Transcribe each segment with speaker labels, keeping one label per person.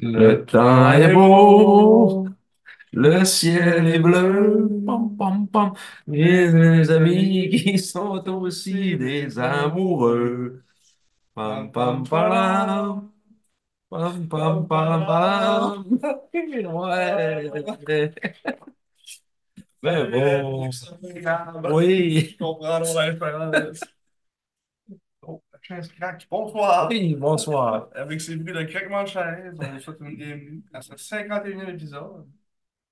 Speaker 1: Le temps est beau, le ciel est bleu, pom pom pom. J'ai des amis qui sont aussi des amoureux. Pam pam palam, pam pam palam pam. Ouais. Mais bon, oui,
Speaker 2: Comprendre l'influence. Oh, la chaise craque. Bonsoir.
Speaker 1: oui, bonsoir.
Speaker 2: Avec ces bruits de craquement de chaise, on vous souhaite une bienvenue à ce 51e épisode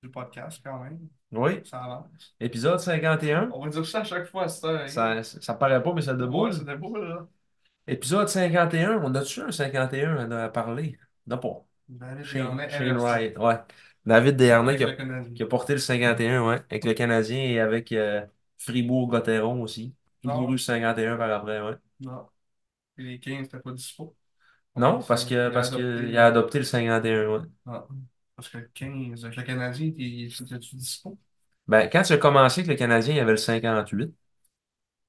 Speaker 2: du podcast, quand même.
Speaker 1: Oui,
Speaker 2: Ça avance.
Speaker 1: épisode 51.
Speaker 2: On va dire ça à chaque fois, c'est ça. hein?
Speaker 1: Ça, ça paraît pas, mais ça de
Speaker 2: Ouais, c'était beau, là.
Speaker 1: Épisode 51, on a-tu un 51 à à parler? Non pas.
Speaker 2: Valérie
Speaker 1: Shane,
Speaker 2: Desharnais,
Speaker 1: Shane
Speaker 2: Everton.
Speaker 1: Wright, ouais. David Desharnais
Speaker 2: Avec
Speaker 1: qui a,
Speaker 2: le Canadien.
Speaker 1: qui a porté le 51, ouais, avec le Canadien et avec euh, Fribourg-Gotteron aussi. Toujours eu 51 par après, ouais.
Speaker 2: Non. Et les 15, c'était pas dispo.
Speaker 1: Non, parce que
Speaker 2: Il a
Speaker 1: parce que
Speaker 2: adopté.
Speaker 1: il a adopté le 51, ouais.
Speaker 2: Ah. Parce que 15, avec le Canadien, il- c'était-tu dispo?
Speaker 1: Ben, quand tu as commencé avec le Canadien, il y avait le 58.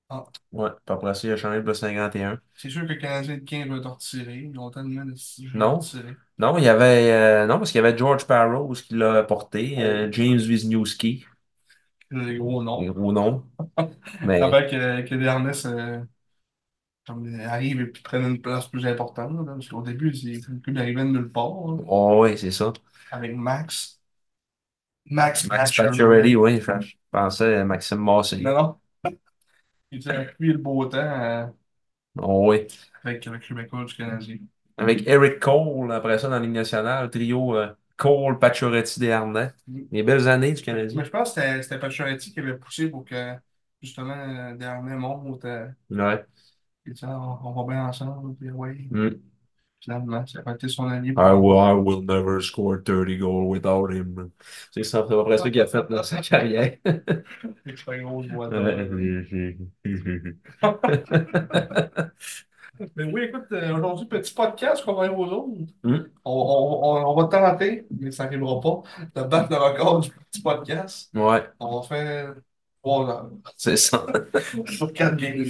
Speaker 2: Ah.
Speaker 1: Ouais, puis après ça, il a changé pour le 51.
Speaker 2: C'est sûr que le Canadien de 15 va te retirer. Ils ont tellement de petits jeux
Speaker 1: Non.
Speaker 2: retirés.
Speaker 1: Non, il y avait euh, non, parce qu'il y avait George Parros qui l'a porté, euh,
Speaker 2: Oh.
Speaker 1: James Wisniewski,
Speaker 2: Les gros noms.
Speaker 1: gros nom. Mais
Speaker 2: Avant que, que les Harness euh, comme, euh, arrivent et puis prennent une place plus importante. là, parce qu'au début, c'est c'est le club d'arrivée de nulle part. là,
Speaker 1: oh, ouais, c'est ça.
Speaker 2: avec Max. Max
Speaker 1: Max
Speaker 2: Pacioretty.
Speaker 1: Pacioretty, oui, je je pensais à Maxime Massé.
Speaker 2: Non, non. Il était avec lui le beau temps euh,
Speaker 1: Oh, oui.
Speaker 2: avec le Québécois du Canadien.
Speaker 1: Avec Eric Cole, après ça, dans la Ligue nationale, trio euh, Cole, Pacioretty, Desharnais.
Speaker 2: Mm.
Speaker 1: Les belles années du Canadien.
Speaker 2: Mais je pense que c'était c'était Pacioretty qui avait poussé pour que justement euh, Desharnais monte. euh,
Speaker 1: Ouais.
Speaker 2: il disait on, on va bien ensemble. Puis ouais,
Speaker 1: Mm.
Speaker 2: finalement, ça a été son allié.
Speaker 1: I will, I will never score 30 goals without him. C'est ça, c'est à peu près ça qu'il a fait dans sa carrière.
Speaker 2: C'est une grosse boîte. Mais oui, écoute, euh, aujourd'hui, petit podcast qu'on va aller aux autres.
Speaker 1: Hmm.
Speaker 2: On, on- on- on va tenter, mais ça n'arrivera pas, de battre le record du petit podcast.
Speaker 1: Ouais,
Speaker 2: On va faire 3 heures
Speaker 1: c'est ça.
Speaker 2: sur 4 games.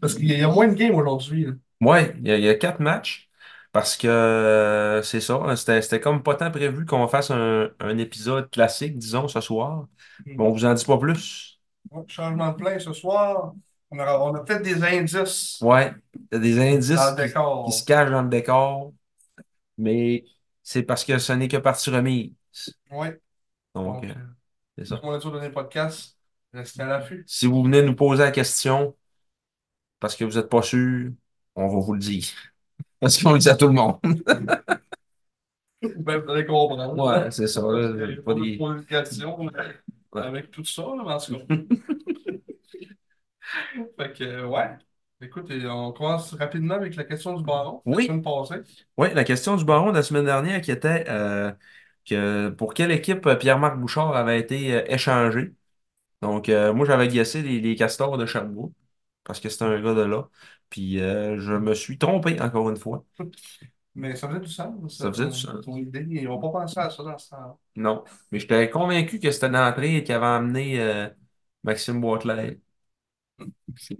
Speaker 2: Parce qu'il y a- il y a moins de games aujourd'hui. là.
Speaker 1: Ouais, il y, a il y a quatre matchs parce que euh, c'est ça. hein, C'était, c'était comme pas tant prévu qu'on fasse un, un épisode classique, disons, ce soir.
Speaker 2: Mm.
Speaker 1: Mais on vous en dit pas plus.
Speaker 2: Ouais, changement de plan ce soir. On aura- on a, peut-être des indices
Speaker 1: Ouais, il y a des
Speaker 2: dans
Speaker 1: indices
Speaker 2: le
Speaker 1: qui,
Speaker 2: décor.
Speaker 1: qui se cachent dans le décor, mais c'est parce que ce n'est que partie remise.
Speaker 2: Oui, donc,
Speaker 1: Donc, euh,
Speaker 2: euh,
Speaker 1: c'est ça.
Speaker 2: on est sur le dernier podcast. Restez à l'affût.
Speaker 1: Si vous venez nous poser la question parce que vous n'êtes pas sûr, on va vous le dire. Parce qu'on le dit à tout le monde.
Speaker 2: Ben, vous allez comprendre.
Speaker 1: Ouais, c'est ça. là,
Speaker 2: Euh,
Speaker 1: pas
Speaker 2: on a
Speaker 1: des-
Speaker 2: posé une question là,
Speaker 1: Ouais.
Speaker 2: avec tout ça, là, mais en tout cas. Fait que, euh, ouais. Écoute, et on commence rapidement avec la question du baron.
Speaker 1: Oui.
Speaker 2: La semaine passée.
Speaker 1: Oui, la question du baron de la semaine dernière qui était euh, que pour quelle équipe euh, Pierre-Marc Bouchard avait été euh, échangé. Donc, euh, moi, j'avais guessé les, les Castors de Sherbrooke parce que c'était un gars de là. Puis, euh, je me suis trompé encore une fois.
Speaker 2: Mais ça faisait du sens.
Speaker 1: Ça faisait du
Speaker 2: ton-
Speaker 1: sens.
Speaker 2: ton idée. Ils n'ont pas pensé à ça dans ce temps.
Speaker 1: Non, mais j'étais convaincu que c'était d'entrée et qu'il avait amené euh, Maxime Boitler.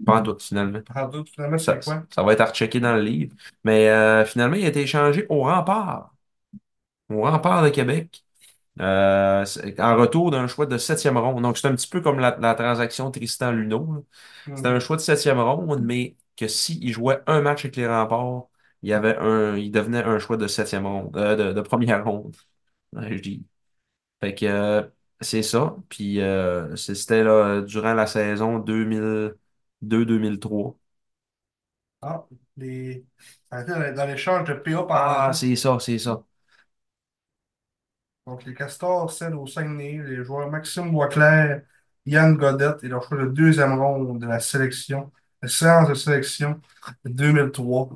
Speaker 1: Pas en doute, finalement.
Speaker 2: Par deux, finalement,
Speaker 1: Ça,
Speaker 2: c'est quoi?
Speaker 1: ça va être à rechecker dans le livre. Mais euh, finalement, il a été échangé au Rempart. Au Rempart de Québec. Euh, c'est- en retour d'un choix de septième ronde. Donc, c'est un petit peu comme la, la transaction Tristan Luneau. là.
Speaker 2: Hum. Hmm.
Speaker 1: C'était un choix de septième ronde, mais que s'il jouait un match avec les remparts, il y avait un, il devenait un choix de septième ronde, euh, de, de première ronde. Ouais, je dis. Fait que euh, c'est ça. Puis euh, c'est- c'était là, durant la saison 2002-2003.
Speaker 2: Ah, les... ça a été dans dans l'échange de PA par
Speaker 1: Ah,
Speaker 2: Arena.
Speaker 1: c'est ça, c'est ça.
Speaker 2: Donc, les Castors cèdent au Saguenay les joueurs Maxime Boisclair, Yann Godette et leur choix de deuxième ronde de la sélection, la séance de sélection de 2003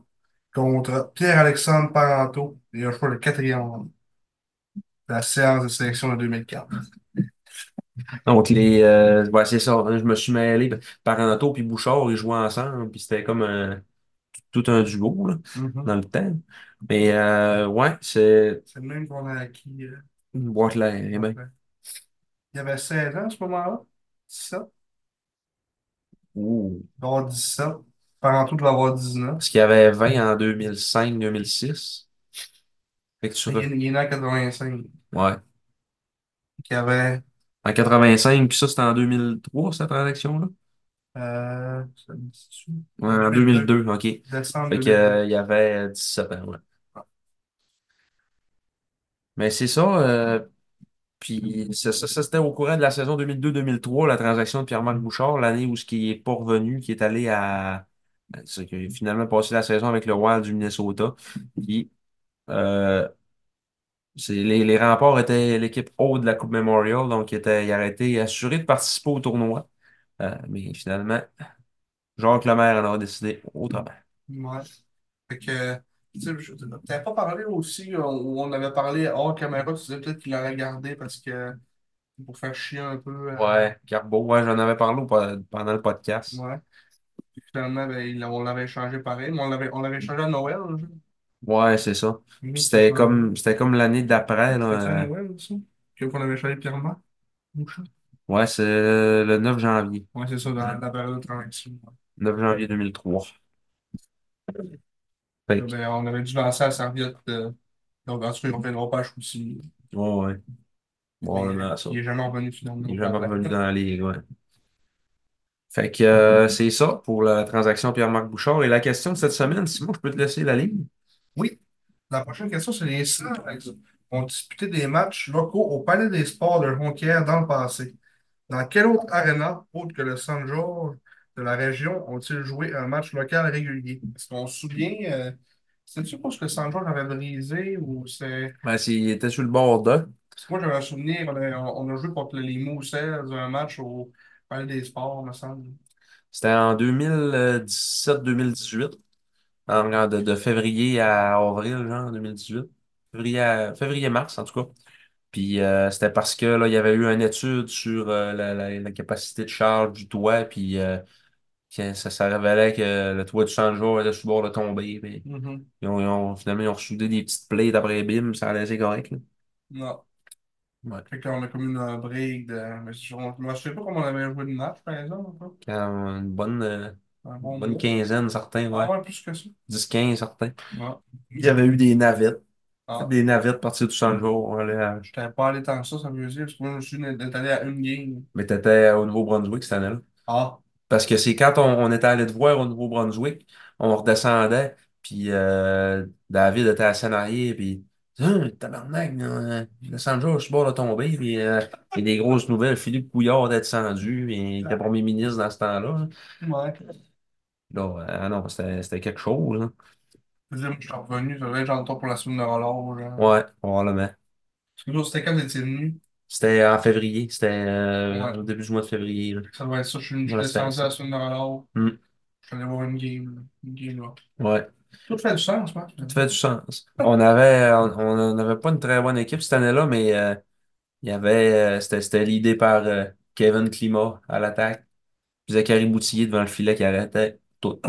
Speaker 2: contre Pierre-Alexandre Parenteau et leur choix de quatrième ronde de la séance de sélection de 2004.
Speaker 1: Donc, les, euh, ouais, c'est ça. hein, Je me suis mêlé. Parenteau puis Bouchard, ils jouaient ensemble. Puis c'était comme un- tout un duo, là,
Speaker 2: Mhm.
Speaker 1: dans le temps. Mais, euh, ouais, c'est
Speaker 2: C'est le même qu'on a acquis. euh,
Speaker 1: une boîte là. eh ben.
Speaker 2: Boisclair. Il avait 16 ans à ce moment-là, 17,
Speaker 1: Ouh.
Speaker 2: il doit avoir 17, Parenteau doit avoir 19.
Speaker 1: Parce qu'il y avait 20 en 2005-2006. Fait que tu
Speaker 2: Il est
Speaker 1: re-
Speaker 2: il est né en 85,
Speaker 1: Ouais.
Speaker 2: qui avait
Speaker 1: En 85, puis ça, c'était en 2003, cette transaction-là.
Speaker 2: euh, ça me dit-tu?
Speaker 1: Ouais, en
Speaker 2: 2002,
Speaker 1: 2002, OK.
Speaker 2: décembre
Speaker 1: Fait que,
Speaker 2: 2002.
Speaker 1: euh, il y avait 17 ans, ouais. Mais c'est ça. euh, puis ça, ça- ça, c'était au courant de la saison 2002-2003, la transaction de Pierre-Marc Bouchard, l'année où ce qui est pas revenu, qui est allé à... ben, C'est qui a finalement passé la saison avec le Wild du Minnesota. Puis, euh, c'est, les, les remparts étaient l'équipe haute de la Coupe Memorial, donc ils étaient, ils auraient été assurés de participer au tournoi. Euh, mais finalement, Jacques Lemaire en a décidé autrement.
Speaker 2: Ouais. Fait que, tu sais, je- t'avais pas parlé aussi, on, on avait parlé hors caméra, tu disais peut-être qu'il l'aurait gardé parce que, pour faire chier un peu, euh,
Speaker 1: Ouais, Carbo, ouais, j'en avais parlé au po- pendant le podcast.
Speaker 2: ouais. Puis finalement, ben, il- on l'avait échangé pareil, mais on l'avait, on l'avait échangé à Noël, là, je-
Speaker 1: Ouais, c'est ça. Puis
Speaker 2: nous, c'est
Speaker 1: c'était
Speaker 2: ça.
Speaker 1: comme c'était comme l'année d'après,
Speaker 2: C'était à
Speaker 1: là. euh,
Speaker 2: Noël, ça? Que- Qu'on avait échangé Pierre-Marc? Bouchard?
Speaker 1: ouais, c'est euh, le 9 janvier.
Speaker 2: Ouais, c'est ça, dans
Speaker 1: Le
Speaker 2: la période de transaction. ouais.
Speaker 1: 9 janvier 2003. Fait
Speaker 2: Là,
Speaker 1: que,
Speaker 2: ben, on avait dû lancer la serviette, euh, donc en tout cas, ils reviendront pas à Chouchi,
Speaker 1: ouais, ouais.
Speaker 2: mais
Speaker 1: Probablement ça.
Speaker 2: il est jamais revenu finalement
Speaker 1: Il est
Speaker 2: au
Speaker 1: jamais
Speaker 2: Canada.
Speaker 1: revenu dans la ligue, ouais. Fait que euh, c'est ça pour la transaction Pierre-Marc Bouchard. Et la question de cette semaine, Simon, je peux te laisser la ligne?
Speaker 2: Oui, la prochaine question, c'est les 100 ont disputé des matchs locaux au Palais des Sports de Jonquière dans le passé. Dans quelle autre aréna, autre que le San Jorge de la région, ont-ils joué un match local régulier? Est-ce qu'on se souvient, euh, c'est-tu parce que San Jorge avait brisé ou c'est.
Speaker 1: Ben, c'est- il était sur le bord de.
Speaker 2: Parce que moi, j'avais un souvenir, on a, on a joué contre les Moussets dans un match au Palais des Sports, me semble.
Speaker 1: C'était en 2017-2018. En- en- de, de février à avril, genre 2018. Février à- février-mars, en tout cas. Puis euh, c'était parce que là, il y avait eu une étude sur euh, la, la- la capacité de charge du toit, puis euh, que ça, ça révélait que le toit du Sanjo était sur le bord de tomber. Puis,
Speaker 2: Mhm.
Speaker 1: ils ont, ils ont- finalement, ils ont soudé des petites plaies après bim, ça a laissé correct. là.
Speaker 2: Non.
Speaker 1: Ouais.
Speaker 2: Fait qu'on a comme une euh, break de. Mais je ne sais pas comment on avait joué le match, par exemple, encore.
Speaker 1: Quand- une bonne, euh,
Speaker 2: Un
Speaker 1: une
Speaker 2: bon
Speaker 1: bonne
Speaker 2: bout.
Speaker 1: quinzaine, certains,
Speaker 2: Ah
Speaker 1: ouais.
Speaker 2: ouais, plus que ça.
Speaker 1: 10-15, certains.
Speaker 2: Ah,
Speaker 1: Il y avait eu des navettes.
Speaker 2: ah.
Speaker 1: Des navettes partir du Sanjo. on allait à-
Speaker 2: Je t'avais pas allé tant que ça, ça me dire, parce que moi, je suis né- d'être allé à une game.
Speaker 1: Mais t'étais au Nouveau-Brunswick cette année-là.
Speaker 2: Ah,
Speaker 1: Parce que c'est quand on, on était allé te voir au Nouveau-Brunswick, on redescendait, puis euh, David était à Sanarié, puis Hum, tabarnak, euh, le Sanjo, je suis bord de tomber, puis euh, il y a des grosses nouvelles. Philippe Couillard était descendu, puis il était premier ministre dans ce temps-là.
Speaker 2: ouais.
Speaker 1: Là, euh, ah non, c'était c'était quelque chose. hein.
Speaker 2: Je veux dire, moi, je suis revenu, ça devait être genre pour la semaine de relâche. hein.
Speaker 1: Ouais, probablement.
Speaker 2: Parce que nous, c'était quand t'étais venu.
Speaker 1: C'était en février, c'était euh,
Speaker 2: Ouais.
Speaker 1: au début du mois de février, là,
Speaker 2: Ça doit être ça, je suis venu- je
Speaker 1: dans
Speaker 2: suis
Speaker 1: la
Speaker 2: descendu
Speaker 1: station.
Speaker 2: la semaine de relâche.
Speaker 1: Hum,
Speaker 2: Je suis allé voir une game, là. une game là.
Speaker 1: ouais.
Speaker 2: Tout fait du sens, hein. je pense.
Speaker 1: Ça fait du sens. On avait, on n'avait pas une très bonne équipe cette année-là, mais euh, il y avait, euh, c'était, c'était l'idée par euh, Kevin Climat à l'attaque, puis Zachary Boutillier devant le filet qui arrêtait tout.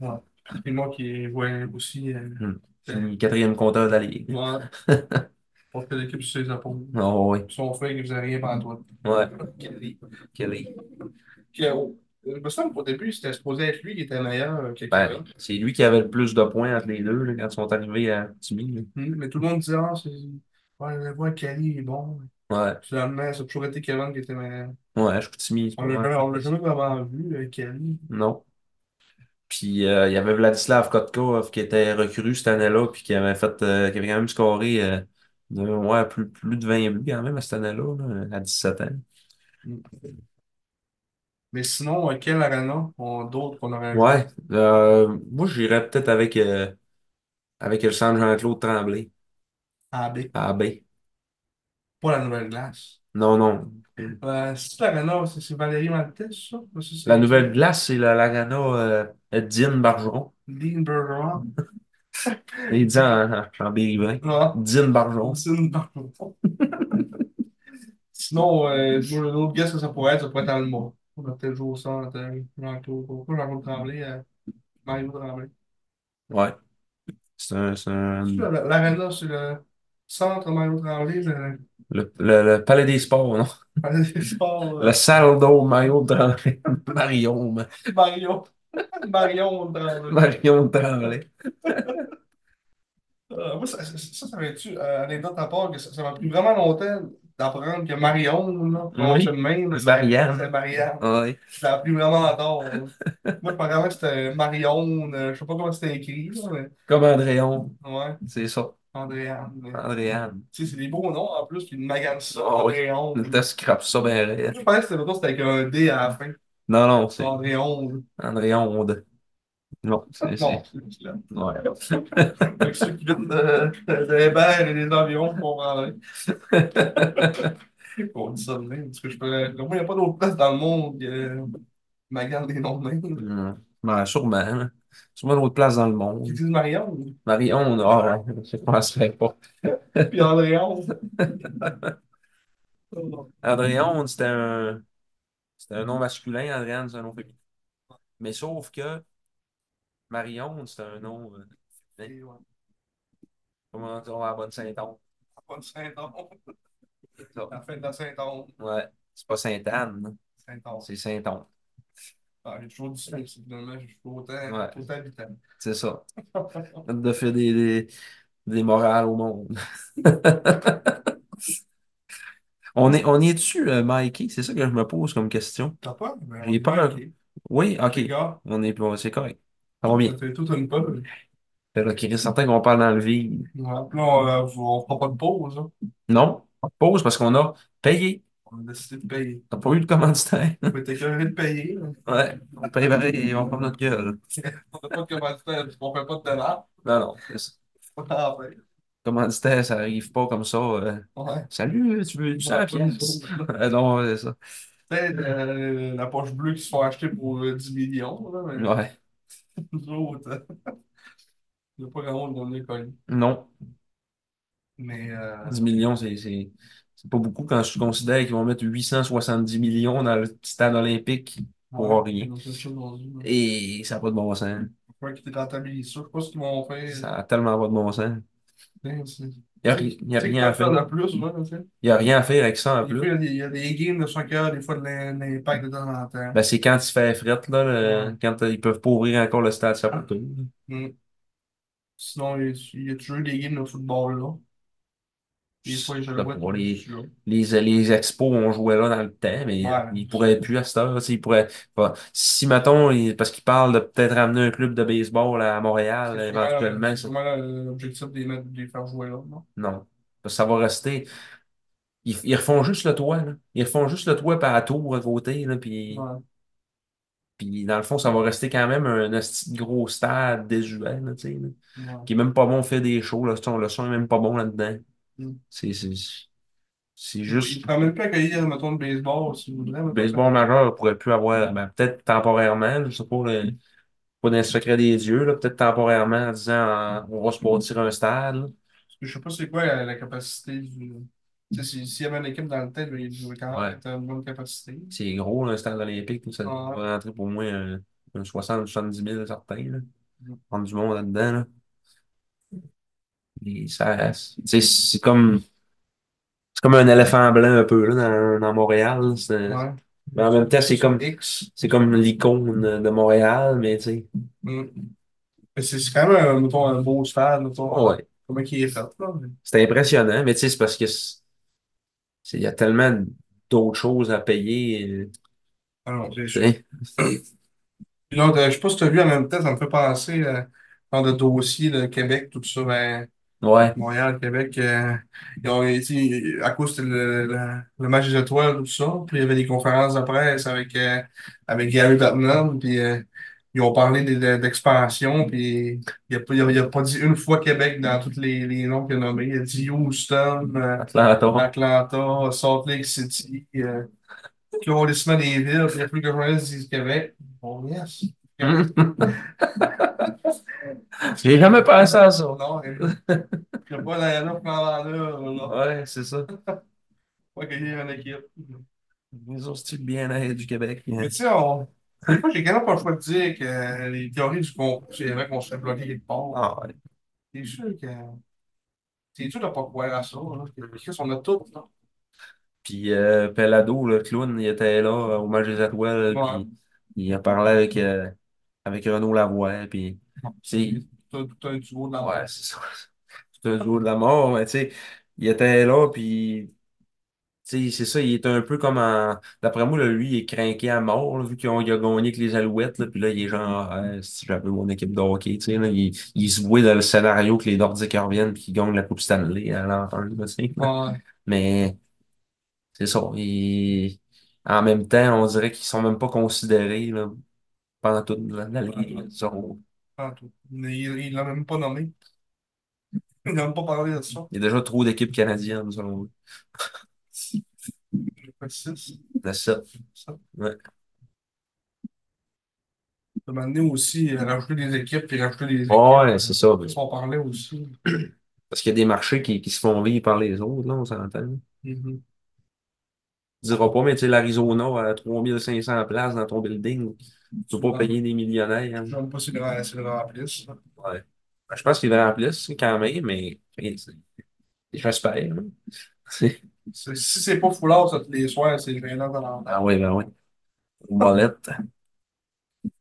Speaker 2: Ouais. Et moi qui vois aussi. euh,
Speaker 1: Hmm. C'est
Speaker 2: euh,
Speaker 1: le quatrième compteur de la ligue.
Speaker 2: ouais. On fait l'équipe sur ses épaules.
Speaker 1: Oh oui,
Speaker 2: Son frère qui faisait rien pendant toi.
Speaker 1: ouais,
Speaker 2: Quel-
Speaker 1: Kelly.
Speaker 2: Puis, euh, Il me semble qu'au début, c'était supposé être lui qui était meilleur euh, que
Speaker 1: Ben,
Speaker 2: Kevin.
Speaker 1: c'est lui qui avait le plus de points entre les deux là, quand ils sont arrivés à Timmy.
Speaker 2: Hmm, Mais tout le monde disait, ah, c'est... Ouais, le voit Kelly il est bon.
Speaker 1: là.
Speaker 2: Finalement, ça a toujours été Kevin qui était meilleur.
Speaker 1: Ouais, ouais, je Timmy, c'est
Speaker 2: On
Speaker 1: pas
Speaker 2: l'a
Speaker 1: mal.
Speaker 2: jamais, on l'a jamais vraiment vu, euh, Kelly.
Speaker 1: Non. Puis euh, il y avait Vladislav Kotkov qui était recru cette année-là, puis qui avait fait euh, qui avait quand même scoré euh, de- ouais, plus, plus de 20 buts quand même à cette année-là, là, à 17 ans.
Speaker 2: Hmm. Mais sinon, euh, quel arena on- d'autres qu'on aurait vu?
Speaker 1: Ouais. Euh, moi, j'irais peut-être avec, euh, avec le centre Jean-Claude Tremblay,
Speaker 2: AB,
Speaker 1: à AB.
Speaker 2: Ah, ben, pas la nouvelle glace.
Speaker 1: Non, non.
Speaker 2: Euh, c'est l'arena, c'est c'est Valérie Maltais, ça? Ou ça,
Speaker 1: La
Speaker 2: C'est qui?
Speaker 1: nouvelle glace, c'est la- l'arena euh, Dine Bargeron.
Speaker 2: Dean Bergeron.
Speaker 1: Il dit en, en Chambéry-Vin.
Speaker 2: Ah,
Speaker 1: Dine Bargeron.
Speaker 2: Dean Bergeron. Sinon, euh, je vois un autre gars, ça, ça pourrait être, ça pourrait être Alma. On a peut-être joué au centre, euh, Jean-Claude. Pourquoi Jean-Claude Tremblay? euh, Mario Tremblay.
Speaker 1: Ouais. C'est un, c'est un-
Speaker 2: C'est la- L'arena, c'est le centre Mario Tremblay, le
Speaker 1: le, le- le palais des sports, non?
Speaker 2: palais des sports,
Speaker 1: Le
Speaker 2: euh,
Speaker 1: Saldo Mario Tremblay. Marion, ma-
Speaker 2: Marion. Marion Tremblay.
Speaker 1: Marion Tremblay.
Speaker 2: Euh, moi, ça, ça, ça, ça tu anecdote à part, que ça ça m'a pris vraiment longtemps d'apprendre que Marion, là, prononce le
Speaker 1: Oui.
Speaker 2: même, là, c'était c'était
Speaker 1: Marianne.
Speaker 2: Marianne.
Speaker 1: Ouais.
Speaker 2: Ça m'a pris vraiment à tort. là. Moi, je pensais que c'était Marion, euh, je sais pas comment c'était écrit, là, mais
Speaker 1: Comme Andréon.
Speaker 2: ouais,
Speaker 1: C'est ça.
Speaker 2: Andréane. mais-
Speaker 1: Ah. Andréane.
Speaker 2: Tu sais, c'est des beaux noms en plus, qui magane ça,
Speaker 1: Oh oui.
Speaker 2: Andréon.
Speaker 1: Le test scrape ça ben
Speaker 2: Je
Speaker 1: raide.
Speaker 2: pensais que c'était mettons, c'était avec un D à la fin,
Speaker 1: Non, non, c'est
Speaker 2: Andréon.
Speaker 1: Andréon. Non, c'est...
Speaker 2: Non,
Speaker 1: c'est-
Speaker 2: c'est là.
Speaker 1: Ouais.
Speaker 2: Fait que ceux qui viennent de, de, de Hébert et des environs comprendrez. On dit ça de même, parce que je pourrais. Moi, il n'y a pas d'autre place dans le monde que Magane des noms de même.
Speaker 1: Hmm. Ben, sûrement. hein. Sûrement d'autres places dans le
Speaker 2: Qui
Speaker 1: monde.
Speaker 2: disent Marion,
Speaker 1: Marion, ah, ouais, je penserais pas.
Speaker 2: puis Andréon.
Speaker 1: Andréon, c'était un, c'était un nom masculin, Andréane, c'est un nom féminin. Mais sauf que Marion, c'est un nom euh, féminin.
Speaker 2: Et ouais,
Speaker 1: Comment on dit, on va à la bonne Saint-Anne.
Speaker 2: pas de Saint-Onge.
Speaker 1: C'est ça.
Speaker 2: La fête de Saint-Onge.
Speaker 1: Ouais. C'est pas Sainte-Anne, là.
Speaker 2: Saint-Onge.
Speaker 1: c'est Saint-Onge.
Speaker 2: Ah, j'ai toujours dit ça, mais finalement, je suis autant,
Speaker 1: Ouais,
Speaker 2: autant habitant.
Speaker 1: c'est ça. De faire des, des, des morales au monde. On est, on y est-tu, euh, Mikey? C'est ça que je me pose comme question.
Speaker 2: T'as peur? Ben, on
Speaker 1: J'ai
Speaker 2: est
Speaker 1: peur.
Speaker 2: marqué.
Speaker 1: Oui, OK.
Speaker 2: Les gars,
Speaker 1: On est, bon, c'est correct. Ça va
Speaker 2: ça
Speaker 1: bien.
Speaker 2: fait toute une pub.
Speaker 1: Fait là, qu'il est certain qu'on parle dans le vide.
Speaker 2: Ouais, puis là, on euh, on fera pas de pause. là.
Speaker 1: Non, pas de pause parce qu'on a payé.
Speaker 2: On a décidé de payer.
Speaker 1: On n'a pas eu de commanditaire.
Speaker 2: On était curé de payer. là.
Speaker 1: Ouais, on paye pareil et on ferme notre gueule.
Speaker 2: On n'a pas de commanditaire, parce qu'on fait pas de dollars.
Speaker 1: Non, non. c'est ça.
Speaker 2: On t'en fait.
Speaker 1: Commanditaire, ça arrive pas comme ça. euh,
Speaker 2: Ouais.
Speaker 1: Salut, tu veux du 100
Speaker 2: Ouais, pas du
Speaker 1: pièces?
Speaker 2: tout.
Speaker 1: Euh, non, c'est ça.
Speaker 2: Peut-être euh, la poche bleue qui se fait acheter pour euh, 10 millions, là, mais
Speaker 1: Ouais.
Speaker 2: nous autres, euh, il n'y a pas grand monde qu'on est connu.
Speaker 1: Non,
Speaker 2: Mais euh,
Speaker 1: 10 millions, c'est c'est- c'est pas beaucoup quand je considère qu'ils vont mettre 870 millions dans le stade olympique
Speaker 2: ouais,
Speaker 1: pour
Speaker 2: c'est
Speaker 1: rien.
Speaker 2: une autre chose aujourd'hui. là.
Speaker 1: Et ça n'a pas de bon sens.
Speaker 2: Faut qu'ils rentabilisent ça. Je sais pas ce qu'ils vont faire.
Speaker 1: Ça n'a tellement pas de bon sens.
Speaker 2: Damn, c'est- Tu
Speaker 1: Il n'y a,
Speaker 2: sais
Speaker 1: ri-
Speaker 2: tu
Speaker 1: y a
Speaker 2: sais que
Speaker 1: rien à
Speaker 2: t'en
Speaker 1: faire.
Speaker 2: faire de plus, là, tu sais.
Speaker 1: Il n'y a rien à faire avec ça en
Speaker 2: Des
Speaker 1: plus.
Speaker 2: fois, il y, a des- il y a des games de soccer, des fois de l'im- l'impact de temps en temps.
Speaker 1: Ben, c'est quand il fait fret, là,
Speaker 2: Ouais.
Speaker 1: le- quand euh, ils peuvent pas ouvrir encore le stade Saputo.
Speaker 2: Mm. Sinon, il y a il y a toujours des games de football là. Des fois, je le
Speaker 1: Là,
Speaker 2: vois
Speaker 1: pour
Speaker 2: tout
Speaker 1: les,
Speaker 2: ça.
Speaker 1: les, les expos, on jouait là dans le temps, mais euh,
Speaker 2: Ouais,
Speaker 1: ils
Speaker 2: c'est ça.
Speaker 1: pourraient plus à cette heure. tu sais, Ils pourraient, pas- si, mettons, ils- parce qu'ils parlent de peut-être ramener un club de baseball à Montréal euh,
Speaker 2: C'est vraiment,
Speaker 1: Ah, ben, éventuellement,
Speaker 2: c'est
Speaker 1: ça-
Speaker 2: vraiment l'objectif des mettre- de les faire jouer là, non?
Speaker 1: non. Parce que ça va rester. Ils, ils refont juste le toit, là. Ils refont juste le toit par la tour à côté, là, puis,
Speaker 2: Ouais.
Speaker 1: puis dans le fond, ça va rester quand même un, esti de gros stade désuet, là, tu sais, là.
Speaker 2: Ouais.
Speaker 1: qui est même pas bon, on fait des shows, là. le son, le son est même pas bon là-dedans.
Speaker 2: Mm.
Speaker 1: C'est c'est- c'est
Speaker 2: Il ne
Speaker 1: juste,
Speaker 2: pourrait même plus accueillir, mettons, le baseball, s'il voudrait,
Speaker 1: le
Speaker 2: mettons.
Speaker 1: baseball majeur pourrait plus avoir, ben, peut-être temporairement, je sais pas, le- pas dans le secret des dieux, là, peut-être temporairement en disant, euh, on va se bâtir un stade. là.
Speaker 2: Parce que je sais pas c'est quoi la, la capacité du. Tu sais, si- s'il y avait une équipe dans le tête, ben, il devait quand même
Speaker 1: Ouais,
Speaker 2: être une bonne capacité.
Speaker 1: c'est gros, là, un stade olympique, là, ça
Speaker 2: Ouais.
Speaker 1: va rentrer pour moi un, un 60, 70 000 certains, là. Prendre du monde là-dedans, là. Et ça, c'est tu sais, c'est comme, c'est comme un éléphant blanc un peu, là, dans, dans Montréal. là. C'est-
Speaker 2: Ouais.
Speaker 1: Mais en même temps, c'est
Speaker 2: Son
Speaker 1: comme,
Speaker 2: X.
Speaker 1: c'est comme l'icône de Montréal, mais tu sais.
Speaker 2: Mm. Mais c'est c'est quand même, euh, mettons, un beau stade, mettons, euh,
Speaker 1: Ouais,
Speaker 2: comment il est fait, là. mais-
Speaker 1: c'est impressionnant, mais tu sais, c'est parce que c'est- il y a tellement d'autres choses à payer. euh,
Speaker 2: Ah non, c'est
Speaker 1: tu
Speaker 2: sûr.
Speaker 1: sais.
Speaker 2: Puis là, je sais pas si tu as vu en même temps, ça me fait penser, euh, genre de dossier, le Québec, tout ça, ben.
Speaker 1: Ouais.
Speaker 2: Montréal, Québec, euh, ils ont été, à cause de le, le, le match des étoiles, tout ça, puis il y avait des conférences de presse avec, euh, avec Gary Bettman, puis euh, ils ont parlé des- de- d'expansion, puis il a, pas- il a, il a pas dit une fois Québec dans tous les, les noms qu'il a nommés. Il a dit Houston, euh,
Speaker 1: Atlanta.
Speaker 2: Atlanta, Salt Lake City, euh, Claudissement des villes, puis il y a plus que journalistes disent Québec. Bon, yes. Québec.
Speaker 1: J'ai jamais pensé à ça.
Speaker 2: Oh Non, il n'y a pas d'aller là, pendant là, là.
Speaker 1: Ouais, c'est ça.
Speaker 2: Pas qu'il y ait une équipe.
Speaker 1: Mm-hmm. Nous autres, style bien-être du Québec.
Speaker 2: Mais tu sais, on... des fois, j'ai quand même pas le choix de dire que les théories du complot, c'est vrai qu'on se fait bloquer quelque part.
Speaker 1: Ah, ouais.
Speaker 2: C'est sûr que c'est dur de pas croire à ça. Là. Qu'est-ce qu'on a tout, là?
Speaker 1: Puis euh, Pelado, le clown, il était là euh, au match des Étoiles,
Speaker 2: Ouais.
Speaker 1: puis il a parlé avec, euh, avec Renaud Lavoie, puis c'est...
Speaker 2: Tout tout un duo dans
Speaker 1: Ouais, c'est ça. C'est un duo de la mort, mais tu sais, il était là, puis tu sais, c'est ça, il était un peu comme en... D'après moi, là, lui, il est craqué à mort, là, vu qu'il a gagné avec les Alouettes, là, puis là, il est genre, Ah, si j'avais mon équipe de hockey, tu sais, là, il, il se vouait dans le scénario que les Nordiques reviennent, puis qu'ils gagnent la Coupe Stanley à l'entente, là, tu sais.
Speaker 2: Ouais.
Speaker 1: Mais... C'est ça. Et en même temps, on dirait qu'ils sont même pas considérés là, pendant toute la, la ligue. là. Ils sont-
Speaker 2: Pas tout. Mais Il il l'a même pas nommé. Il n'a même pas parlé de ça.
Speaker 1: Il y a déjà trop d'équipes canadiennes, selon moi.
Speaker 2: Il a fait six,
Speaker 1: La sept,
Speaker 2: ça.
Speaker 1: ouais.
Speaker 2: Il a demandé aussi euh, rajouter des équipes puis rajouter des équipes.
Speaker 1: Ouais, c'est ça.
Speaker 2: Ils sont parlé aussi.
Speaker 1: Parce qu'il y a des marchés qui, qui se font vivre par les autres, là, on s'entend. Mm-hmm.
Speaker 2: Mhm.
Speaker 1: Tu diras pas, mais tu sais, l'Arizona à 3500 places dans ton building, tu peux pas
Speaker 2: Ouais.
Speaker 1: payer des millionnaires.
Speaker 2: Je
Speaker 1: hein.
Speaker 2: ne sais pas si le si le remplissent. là.
Speaker 1: Ouais. Ben, je pense qu'ils vendent plus quand même, mais mais c'est- j'espère. hein.
Speaker 2: C'est- Si c'est pas foulard, ça tous les soirs, c'est gênant dans l'entente.
Speaker 1: Ah ouais, ben ouais. Molette.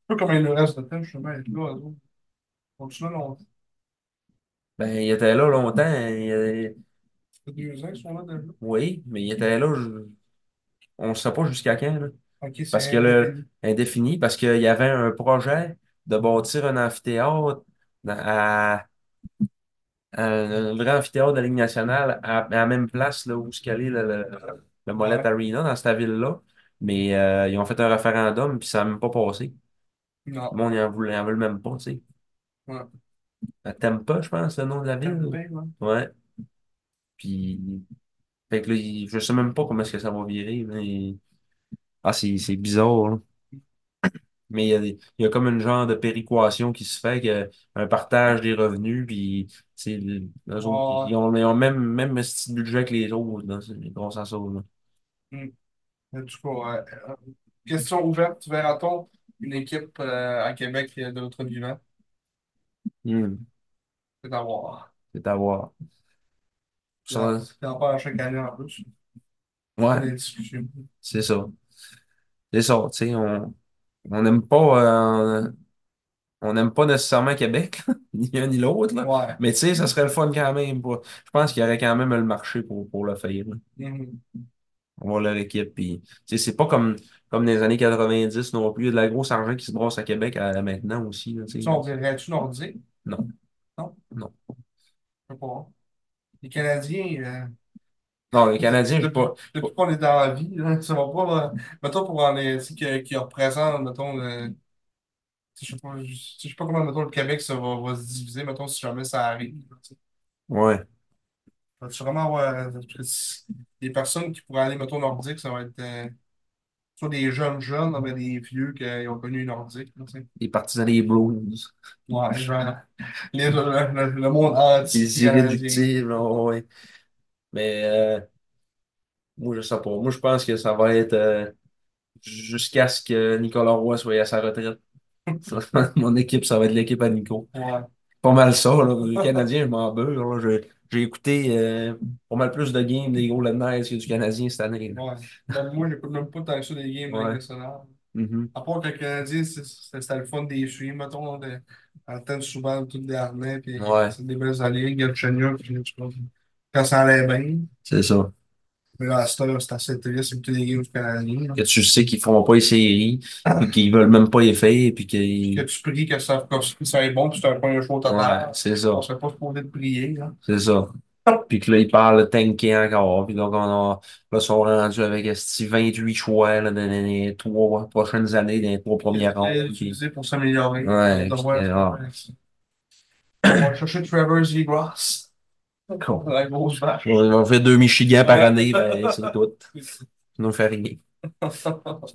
Speaker 2: Un peu comme le reste de temps, justement, être là, eux autres. Continue longtemps.
Speaker 1: Ben, il était là longtemps. il-
Speaker 2: Ça fait deux ans qu'ils sont là déjà.
Speaker 1: Oui, mais il était là, je- on ne sait pas jusqu'à quand, là.
Speaker 2: Ok,
Speaker 1: Parce
Speaker 2: c'est
Speaker 1: que là,
Speaker 2: indéfini.
Speaker 1: indéfini, parce qu'il y avait un projet de bâtir un amphithéâtre dans- à, à un vrai amphithéâtre de la Ligue nationale à, à la même place là, où se calait le, le, le Mollett
Speaker 2: Ouais.
Speaker 1: Arena dans cette ville-là. Mais euh, ils ont fait un référendum, puis ça n'a même pas passé.
Speaker 2: Non.
Speaker 1: Le monde, ils en voulaient, ils en veulent même pas, tu sais.
Speaker 2: Ouais.
Speaker 1: À Tampa, je pense, le nom de la
Speaker 2: T'as
Speaker 1: ville.
Speaker 2: coupé, ouais.
Speaker 1: Ouais. Puis, fait que là, ils- je sais même pas comment est-ce que ça va virer, mais... Ah, c'est c'est bizarre, là. Mais il y a, des- il y a comme une genre de péréquation qui se fait, que un partage des revenus, puis tu sais, le- eux autres, ils ils
Speaker 2: Ouais.
Speaker 1: ont, ils ont même, même un petit budget que les autres, là, c'est grosse à ça, là.
Speaker 2: Hmm. En tout cas, euh, euh, question ouverte, verra-t-on une équipe euh, à Québec euh, de notre vivant?
Speaker 1: Hmm,
Speaker 2: C'est à voir.
Speaker 1: c'est à voir.
Speaker 2: Il y en
Speaker 1: Ça,
Speaker 2: il y en parle à chaque année en plus. C'est
Speaker 1: ouais,
Speaker 2: des discussions.
Speaker 1: c'est ça. C'est ça, tu sais, on on n'aime pas, euh, on n'aime pas nécessairement Québec, ni un ni l'autre, là.
Speaker 2: Ouais.
Speaker 1: Mais tu sais, ça serait le fun quand même. pour- Je pense qu'il y aurait quand même le marché pour, pour le faire, là.
Speaker 2: Mhm.
Speaker 1: On voit leur équipe. Puis, tu sais, c'est pas comme, comme dans les années 90 non plus. Il y a de la grosse argent qui se brosse à Québec à, maintenant aussi. là,
Speaker 2: Ça,
Speaker 1: tu sais.
Speaker 2: on dirait-tu nordique?
Speaker 1: Non,
Speaker 2: Non,
Speaker 1: non.
Speaker 2: je sais pas. Les Canadiens, euh,
Speaker 1: Non, les Canadiens, j'ai
Speaker 2: Depuis,
Speaker 1: pas. pas-
Speaker 2: depuis qu'on est dans la vie, là, ça va pas. euh, mettons pour aller, tu sais, qui, qui représente, mettons, le, je sais pas, je je sais pas comment, mettons, le Québec ça va, va se diviser, mettons, si jamais ça arrive. là, tu sais.
Speaker 1: Ouais.
Speaker 2: Va-tu vraiment avoir euh, parce que si- des personnes qui pourraient aller, mettons, nordique, ça va être euh, soit des jeunes jeunes, mais des vieux qui euh, ont connu les nordiques. là, tu sais.
Speaker 1: Les partisans des Blues.
Speaker 2: Ouais, genre, les- le, le- le monde entier
Speaker 1: Les
Speaker 2: canadien.
Speaker 1: irréductibles, oh, ouais. ouais. Mais euh, moi, je sais pas. Moi, je pense que ça va être euh, jusqu'à ce que Nicolas Roy soit à sa retraite. Mon équipe, ça va être l'équipe à Nico.
Speaker 2: Ouais.
Speaker 1: Pas mal ça, là. Le Canadien, je m'en beurre. là. Je- J'ai écouté euh, pas mal plus de games des Golden Knights que du Canadien cette année. là.
Speaker 2: Ouais. Même moi, j'écoute même pas tant que ça des games de la Ligue
Speaker 1: Ouais.
Speaker 2: nationale.
Speaker 1: Mhm.
Speaker 2: À part que le Canadien, c'est- c'est- c'était le fun des suivre, mettons, là, de, en tant souvent, tout dernier, puis
Speaker 1: Ouais,
Speaker 2: c'est des belles années, Galchenyuk, puis je sais pas, quand ça allait bien.
Speaker 1: c'est ça.
Speaker 2: Mais là, à cette heure, c'est assez triste, écouter des games du Canadien. là.
Speaker 1: Que tu sais qu'ils feront pas les séries, puis qu'ils veulent même pas les faire, puis
Speaker 2: Que
Speaker 1: qu'ils.
Speaker 2: tu pries que ça, que ça est bon, puis c'est un premier show
Speaker 1: Ouais,
Speaker 2: total.
Speaker 1: c'est ça.
Speaker 2: On serait pas supposé de prier, là.
Speaker 1: C'est ça. Puis que là, ils parlent de tanker encore. Puis donc, on a, là, ils sont rendus avec esti, 28 choix là, dans les trois prochaines années, dans les trois
Speaker 2: Il
Speaker 1: premières
Speaker 2: était
Speaker 1: rondes. Puis-
Speaker 2: utilisé pour s'améliorer.
Speaker 1: Ouais,
Speaker 2: Donc,
Speaker 1: puis,
Speaker 2: ouais,
Speaker 1: ah,
Speaker 2: c'est- On va chercher Trevor Zegras.
Speaker 1: con.
Speaker 2: La grosse vache.
Speaker 1: On on fait deux Michigan par année, ben, c'est tout. Ça nous fait rien.
Speaker 2: Ouais.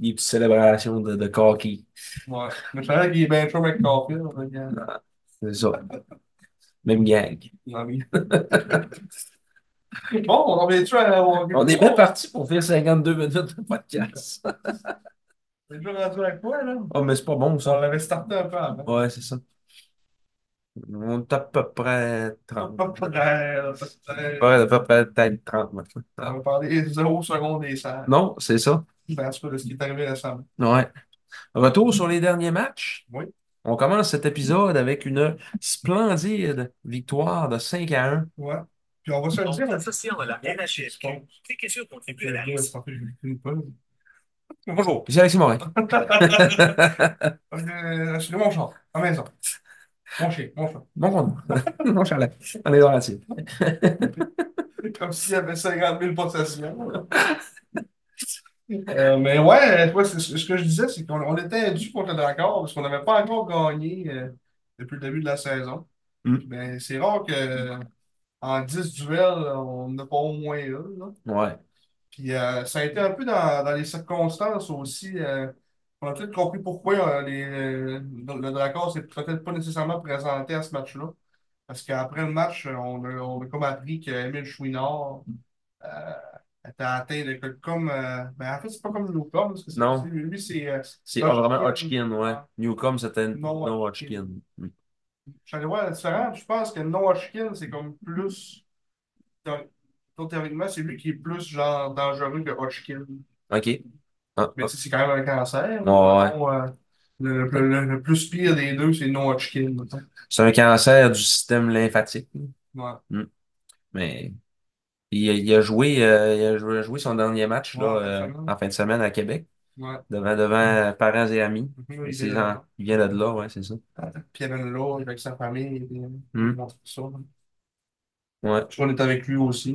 Speaker 1: Des petites célébrations de, de hockey.
Speaker 2: Mais je savais qu'il est bien chaud avec Caulfield. fait que, euh,
Speaker 1: C'est ça. Même gang.
Speaker 2: non, mais- Ah Bon, on revient-tu à...
Speaker 1: On est bien parti pour faire 52 minutes de podcast.
Speaker 2: On est déjà rendu à quoi, là?
Speaker 1: Oh, mais c'est pas bon,
Speaker 2: On
Speaker 1: ça.
Speaker 2: l'avait starté un peu avant.
Speaker 1: Ouais, c'est ça. On est à peu près 30.
Speaker 2: Pas prêt, pas prêt.
Speaker 1: Ouais, à peu près peut-être 30 maintenant.
Speaker 2: On va parler 0 secondes des salles.
Speaker 1: Non, c'est ça.
Speaker 2: En tout cas, de ce qui est arrivé récemment.
Speaker 1: Ouais. Retour sur les derniers matchs.
Speaker 2: Oui.
Speaker 1: On commence cet épisode avec une splendide victoire de 5 à 1.
Speaker 2: Ouais. Puis on va se le dire.
Speaker 3: Contrat social à la NHS. Cliquez sur contribuer à la liste.
Speaker 2: Bonjour.
Speaker 1: C'est Alexis Morin.
Speaker 2: Euh, c'est mon chat, à la maison. Mon chien, mon chat.
Speaker 1: Bon con. Bon Charlotte. On est dans la cible.
Speaker 2: Comme s'il y avait 50 000 possessions. Euh, mais ouais, euh, ouais, c'est- ce que je disais, c'est qu'on on était dû contre le Dracor parce qu'on n'avait pas encore gagné euh, depuis le début de la saison.
Speaker 1: Mm.
Speaker 2: Mais c'est rare que euh, en 10 duels, on n'a pas au moins un. là.
Speaker 1: Ouais.
Speaker 2: Puis euh, ça a été un peu dans, dans les circonstances aussi. euh, on a peut-être compris pourquoi euh, les, euh, le Dracor s'est peut-être pas nécessairement présenté à ce match-là. Parce qu'après le match, euh, on a, on a comme appris qu'Émile Chouinard euh, était atteint de comme. euh, ben, en fait, c'est pas comme Newcombe. parce que c'est-
Speaker 1: Non.
Speaker 2: c'est- Lui, c'est. euh,
Speaker 1: C'est
Speaker 2: Hodgkin.
Speaker 1: vraiment Hodgkin, ouais. Newcombe, c'était
Speaker 2: Non,
Speaker 1: non
Speaker 2: Hodgkin.
Speaker 1: Hodgkin. Mm.
Speaker 2: J'allais voir la différence. Je pense que non Hodgkin, c'est comme plus. dans- donc, théoriquement, c'est lui qui est plus genre dangereux que Hodgkin.
Speaker 1: OK. Ah,
Speaker 2: Mais tu sais, c'est quand même un cancer.
Speaker 1: Ouais.
Speaker 2: Bon, euh, le, le- le- le plus pire des deux, c'est non Hodgkin. mettons.
Speaker 1: C'est un cancer du système lymphatique.
Speaker 2: Ouais.
Speaker 1: Mais il a, il a joué, euh, il a joué, joué son dernier match là,
Speaker 2: Ouais,
Speaker 1: euh,
Speaker 2: absolument.
Speaker 1: en fin de semaine à Québec,
Speaker 2: Ouais.
Speaker 1: devant, devant parents et amis. Et
Speaker 2: Il
Speaker 1: ses
Speaker 2: vient
Speaker 1: en-
Speaker 2: là.
Speaker 1: Il vient de là, ouais, c'est ça.
Speaker 2: Puis il y avait une loge avec sa famille. puis, euh,
Speaker 1: Hmm.
Speaker 2: bon, c'est ça.
Speaker 1: Ouais.
Speaker 2: Tu vois, on est avec lui aussi.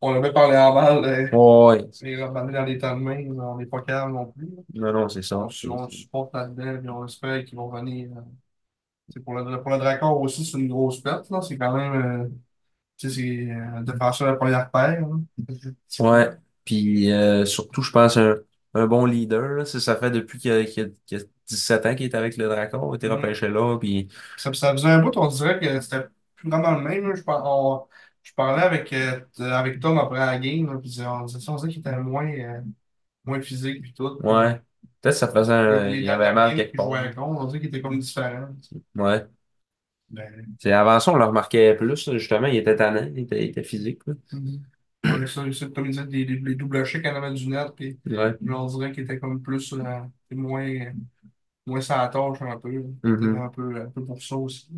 Speaker 2: On avait parlé avant, euh,
Speaker 1: Ouais.
Speaker 2: mais là, on est dans les temps de main, mais on n'est pas calme non plus.
Speaker 1: Non, non, c'est ça.
Speaker 2: On, se- on se supporte là-dedans, puis on espère qu'ils vont venir. euh, tu sais, pour le, pour le Dracor aussi, c'est une grosse perte. là. C'est quand même. euh, tu sais, c'est euh, défenseur de la première paire. hein. là.
Speaker 1: Ouais, puis euh, surtout, je pense, un, un bon leader, là. Ça, ça fait depuis qu'il a, qu'il a- qu'il a 17 ans qu'il est avec le Dracon, il a été
Speaker 2: Mhm.
Speaker 1: repêché là, puis
Speaker 2: Ça, ça faisait un bout, on dirait que c'était plus vraiment le même. là. Je, par- on- je parlais avec, euh, t- avec Tom après la game, là, puis on disait ça, on disait qu'il était moins, euh, moins physique puis tout.
Speaker 1: ouais, peut-être ça faisait un-
Speaker 2: Les
Speaker 1: il avait mal
Speaker 2: attaquants
Speaker 1: quelque
Speaker 2: qui
Speaker 1: part.
Speaker 2: jouaient contre, on dirait qu'il était comme différent.
Speaker 1: Ouais,
Speaker 2: Ben,
Speaker 1: c'est avant ça, on le remarquait plus, là, justement, il était tannant, il était, il était physique, là.
Speaker 2: ouais, ça, ça, comme il disait, les, les- les double checks en avant du net, puis
Speaker 1: Ouais,
Speaker 2: là, on dirait qu'il était comme plus, euh, moins, moins sur la torche un peu. là.
Speaker 1: Mhm.
Speaker 2: Un peu, un peu pour ça aussi.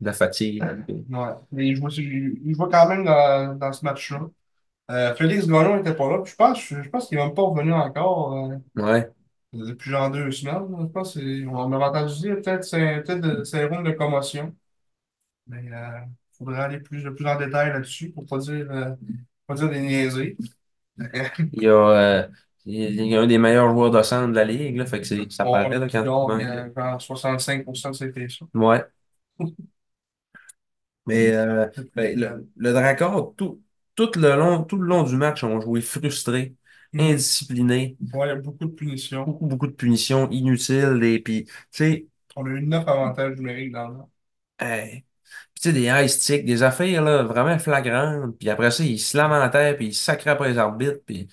Speaker 1: La fatigue. puis-
Speaker 2: Ouais. Mais il joue, il joue quand même dans, dans ce match-là. Euh, Félix Gagnon n'était pas là. puis Je pense, je, pense qu'il n'est même pas revenu encore euh,
Speaker 1: Ouais,
Speaker 2: depuis genre deux semaines. là. Je pense que c'est- on m'a entendu dire peut-être c'est peut-être de- c'est un rhume de commotion. Mais il faudrait aller plus, plus en détail là-dessus pour pas dire, euh, pas dire des niaiseries.
Speaker 1: il y a, euh, il y a un des meilleurs joueurs de centre de la ligue, là, fait que c'est, ça
Speaker 2: On
Speaker 1: paraît, là, quand
Speaker 2: on
Speaker 1: ouais.
Speaker 2: est genre 65% de ses péchés.
Speaker 1: Ouais. Mais euh, ben, le, le Dracor, tout, tout le long, tout le long du match, ont joué frustrés, indisciplinés,
Speaker 2: Ouais, il y a beaucoup de punitions.
Speaker 1: beaucoup, beaucoup de punitions inutiles. Et puis, tu sais,
Speaker 2: On a eu neuf avantages numériques dans le match.
Speaker 1: hey, puis, tu sais, des high sticks, des affaires là, vraiment flagrantes. Puis après ça, ils se lamentaient, puis ils sacraient après les arbitres. Puis,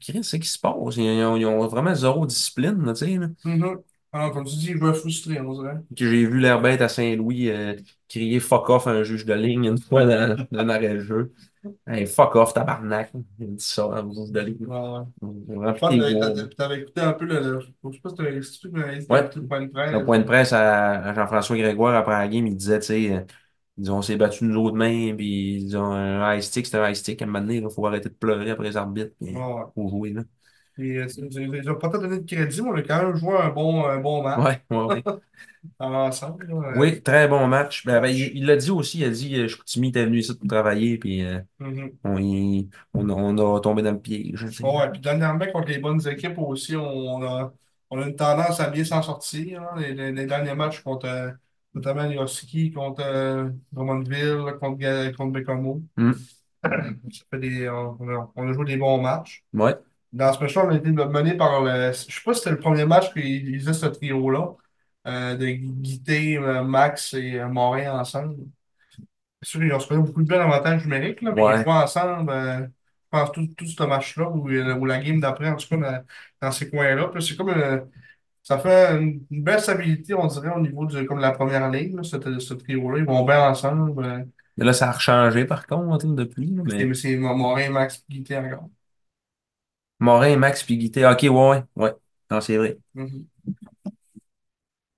Speaker 1: Chris, c'est qui se passe? Ils ont, ils ont vraiment zéro discipline, là, tu sais. là.
Speaker 2: Mhm. Alors, comme tu dis, il veut frustrer, on dirait.
Speaker 1: que j'ai vu l'air bête à Saint-Louis euh, crier fuck off à un juge de ligne une fois dans, dans un arrêt de jeu. Hey, fuck off, tabarnak. Il dit ça à un juge de ligne.
Speaker 2: Ouais, ouais. Je pense
Speaker 1: Remplis tes
Speaker 2: que
Speaker 1: gros.
Speaker 2: t'avais- t'avais écouté un peu le. le- Je sais pas si t'avais si tu m'avais dit
Speaker 1: Ouais.
Speaker 2: le point de presse.
Speaker 1: Le point de presse à, à Jean-François Grégoire après la game, il disait, tu sais, euh, Ils ont s'est battu nous autres mains, puis ils ont un high stick, c'est un high stick. À un moment donné, il faut arrêter de pleurer après les arbitres, puis
Speaker 2: Ouais.
Speaker 1: faut jouer, là.
Speaker 2: Et, Ah, euh, c'est- c'est- ils ont pas tant donné de crédit, mais on a quand même joué un bon, un bon match
Speaker 1: Ouais, ouais, ouais.
Speaker 2: ensemble. là.
Speaker 1: Oui, très bon match. Ben, ben, il il l'a dit aussi, il a dit, euh, Chicoutimi était venu ici pour travailler, puis euh,
Speaker 2: Mhm.
Speaker 1: on, y- on, on a tombé dans le piège. tu sais.
Speaker 2: Bon, ouais, puis dernièrement, contre les bonnes équipes aussi, on, on a, on a une tendance à bien s'en sortir. hein. Les, les- les derniers matchs contre euh, notamment Yoski, contre euh, Drummondville, contre, Ga- contre Bécamo.
Speaker 1: Hum.
Speaker 2: Ça fait des- on, on a, on a joué des bons matchs.
Speaker 1: Ouais.
Speaker 2: Dans ce match-là, on a été mené par le. Je sais pas si c'était le premier match qu'ils ils faisaient ce trio-là, euh, de Guité, euh, Max et euh, Morin ensemble. C'est sûr qu'ils ont scoré beaucoup de belles avantages numériques, là, mais ils
Speaker 1: Ouais.
Speaker 2: jouaient ensemble, euh, je pense, tout, tout ce match-là ou, euh, ou la game d'après, en tout cas, dans, dans ces coins-là. Puis C'est comme euh, ça fait une, une belle stabilité, on dirait, au niveau de comme de la première ligne, là, ce, ce trio-là. Ils vont bien ensemble. euh,
Speaker 1: Mais là, ça a rechangé, par contre, là, depuis, là, mais.
Speaker 2: c'est c'est Morin, Max, Guité encore.
Speaker 1: Morin, Max, puis Guité. Ah, OK, ouais, ouais, ouais. Non, c'est vrai.
Speaker 2: Mhm.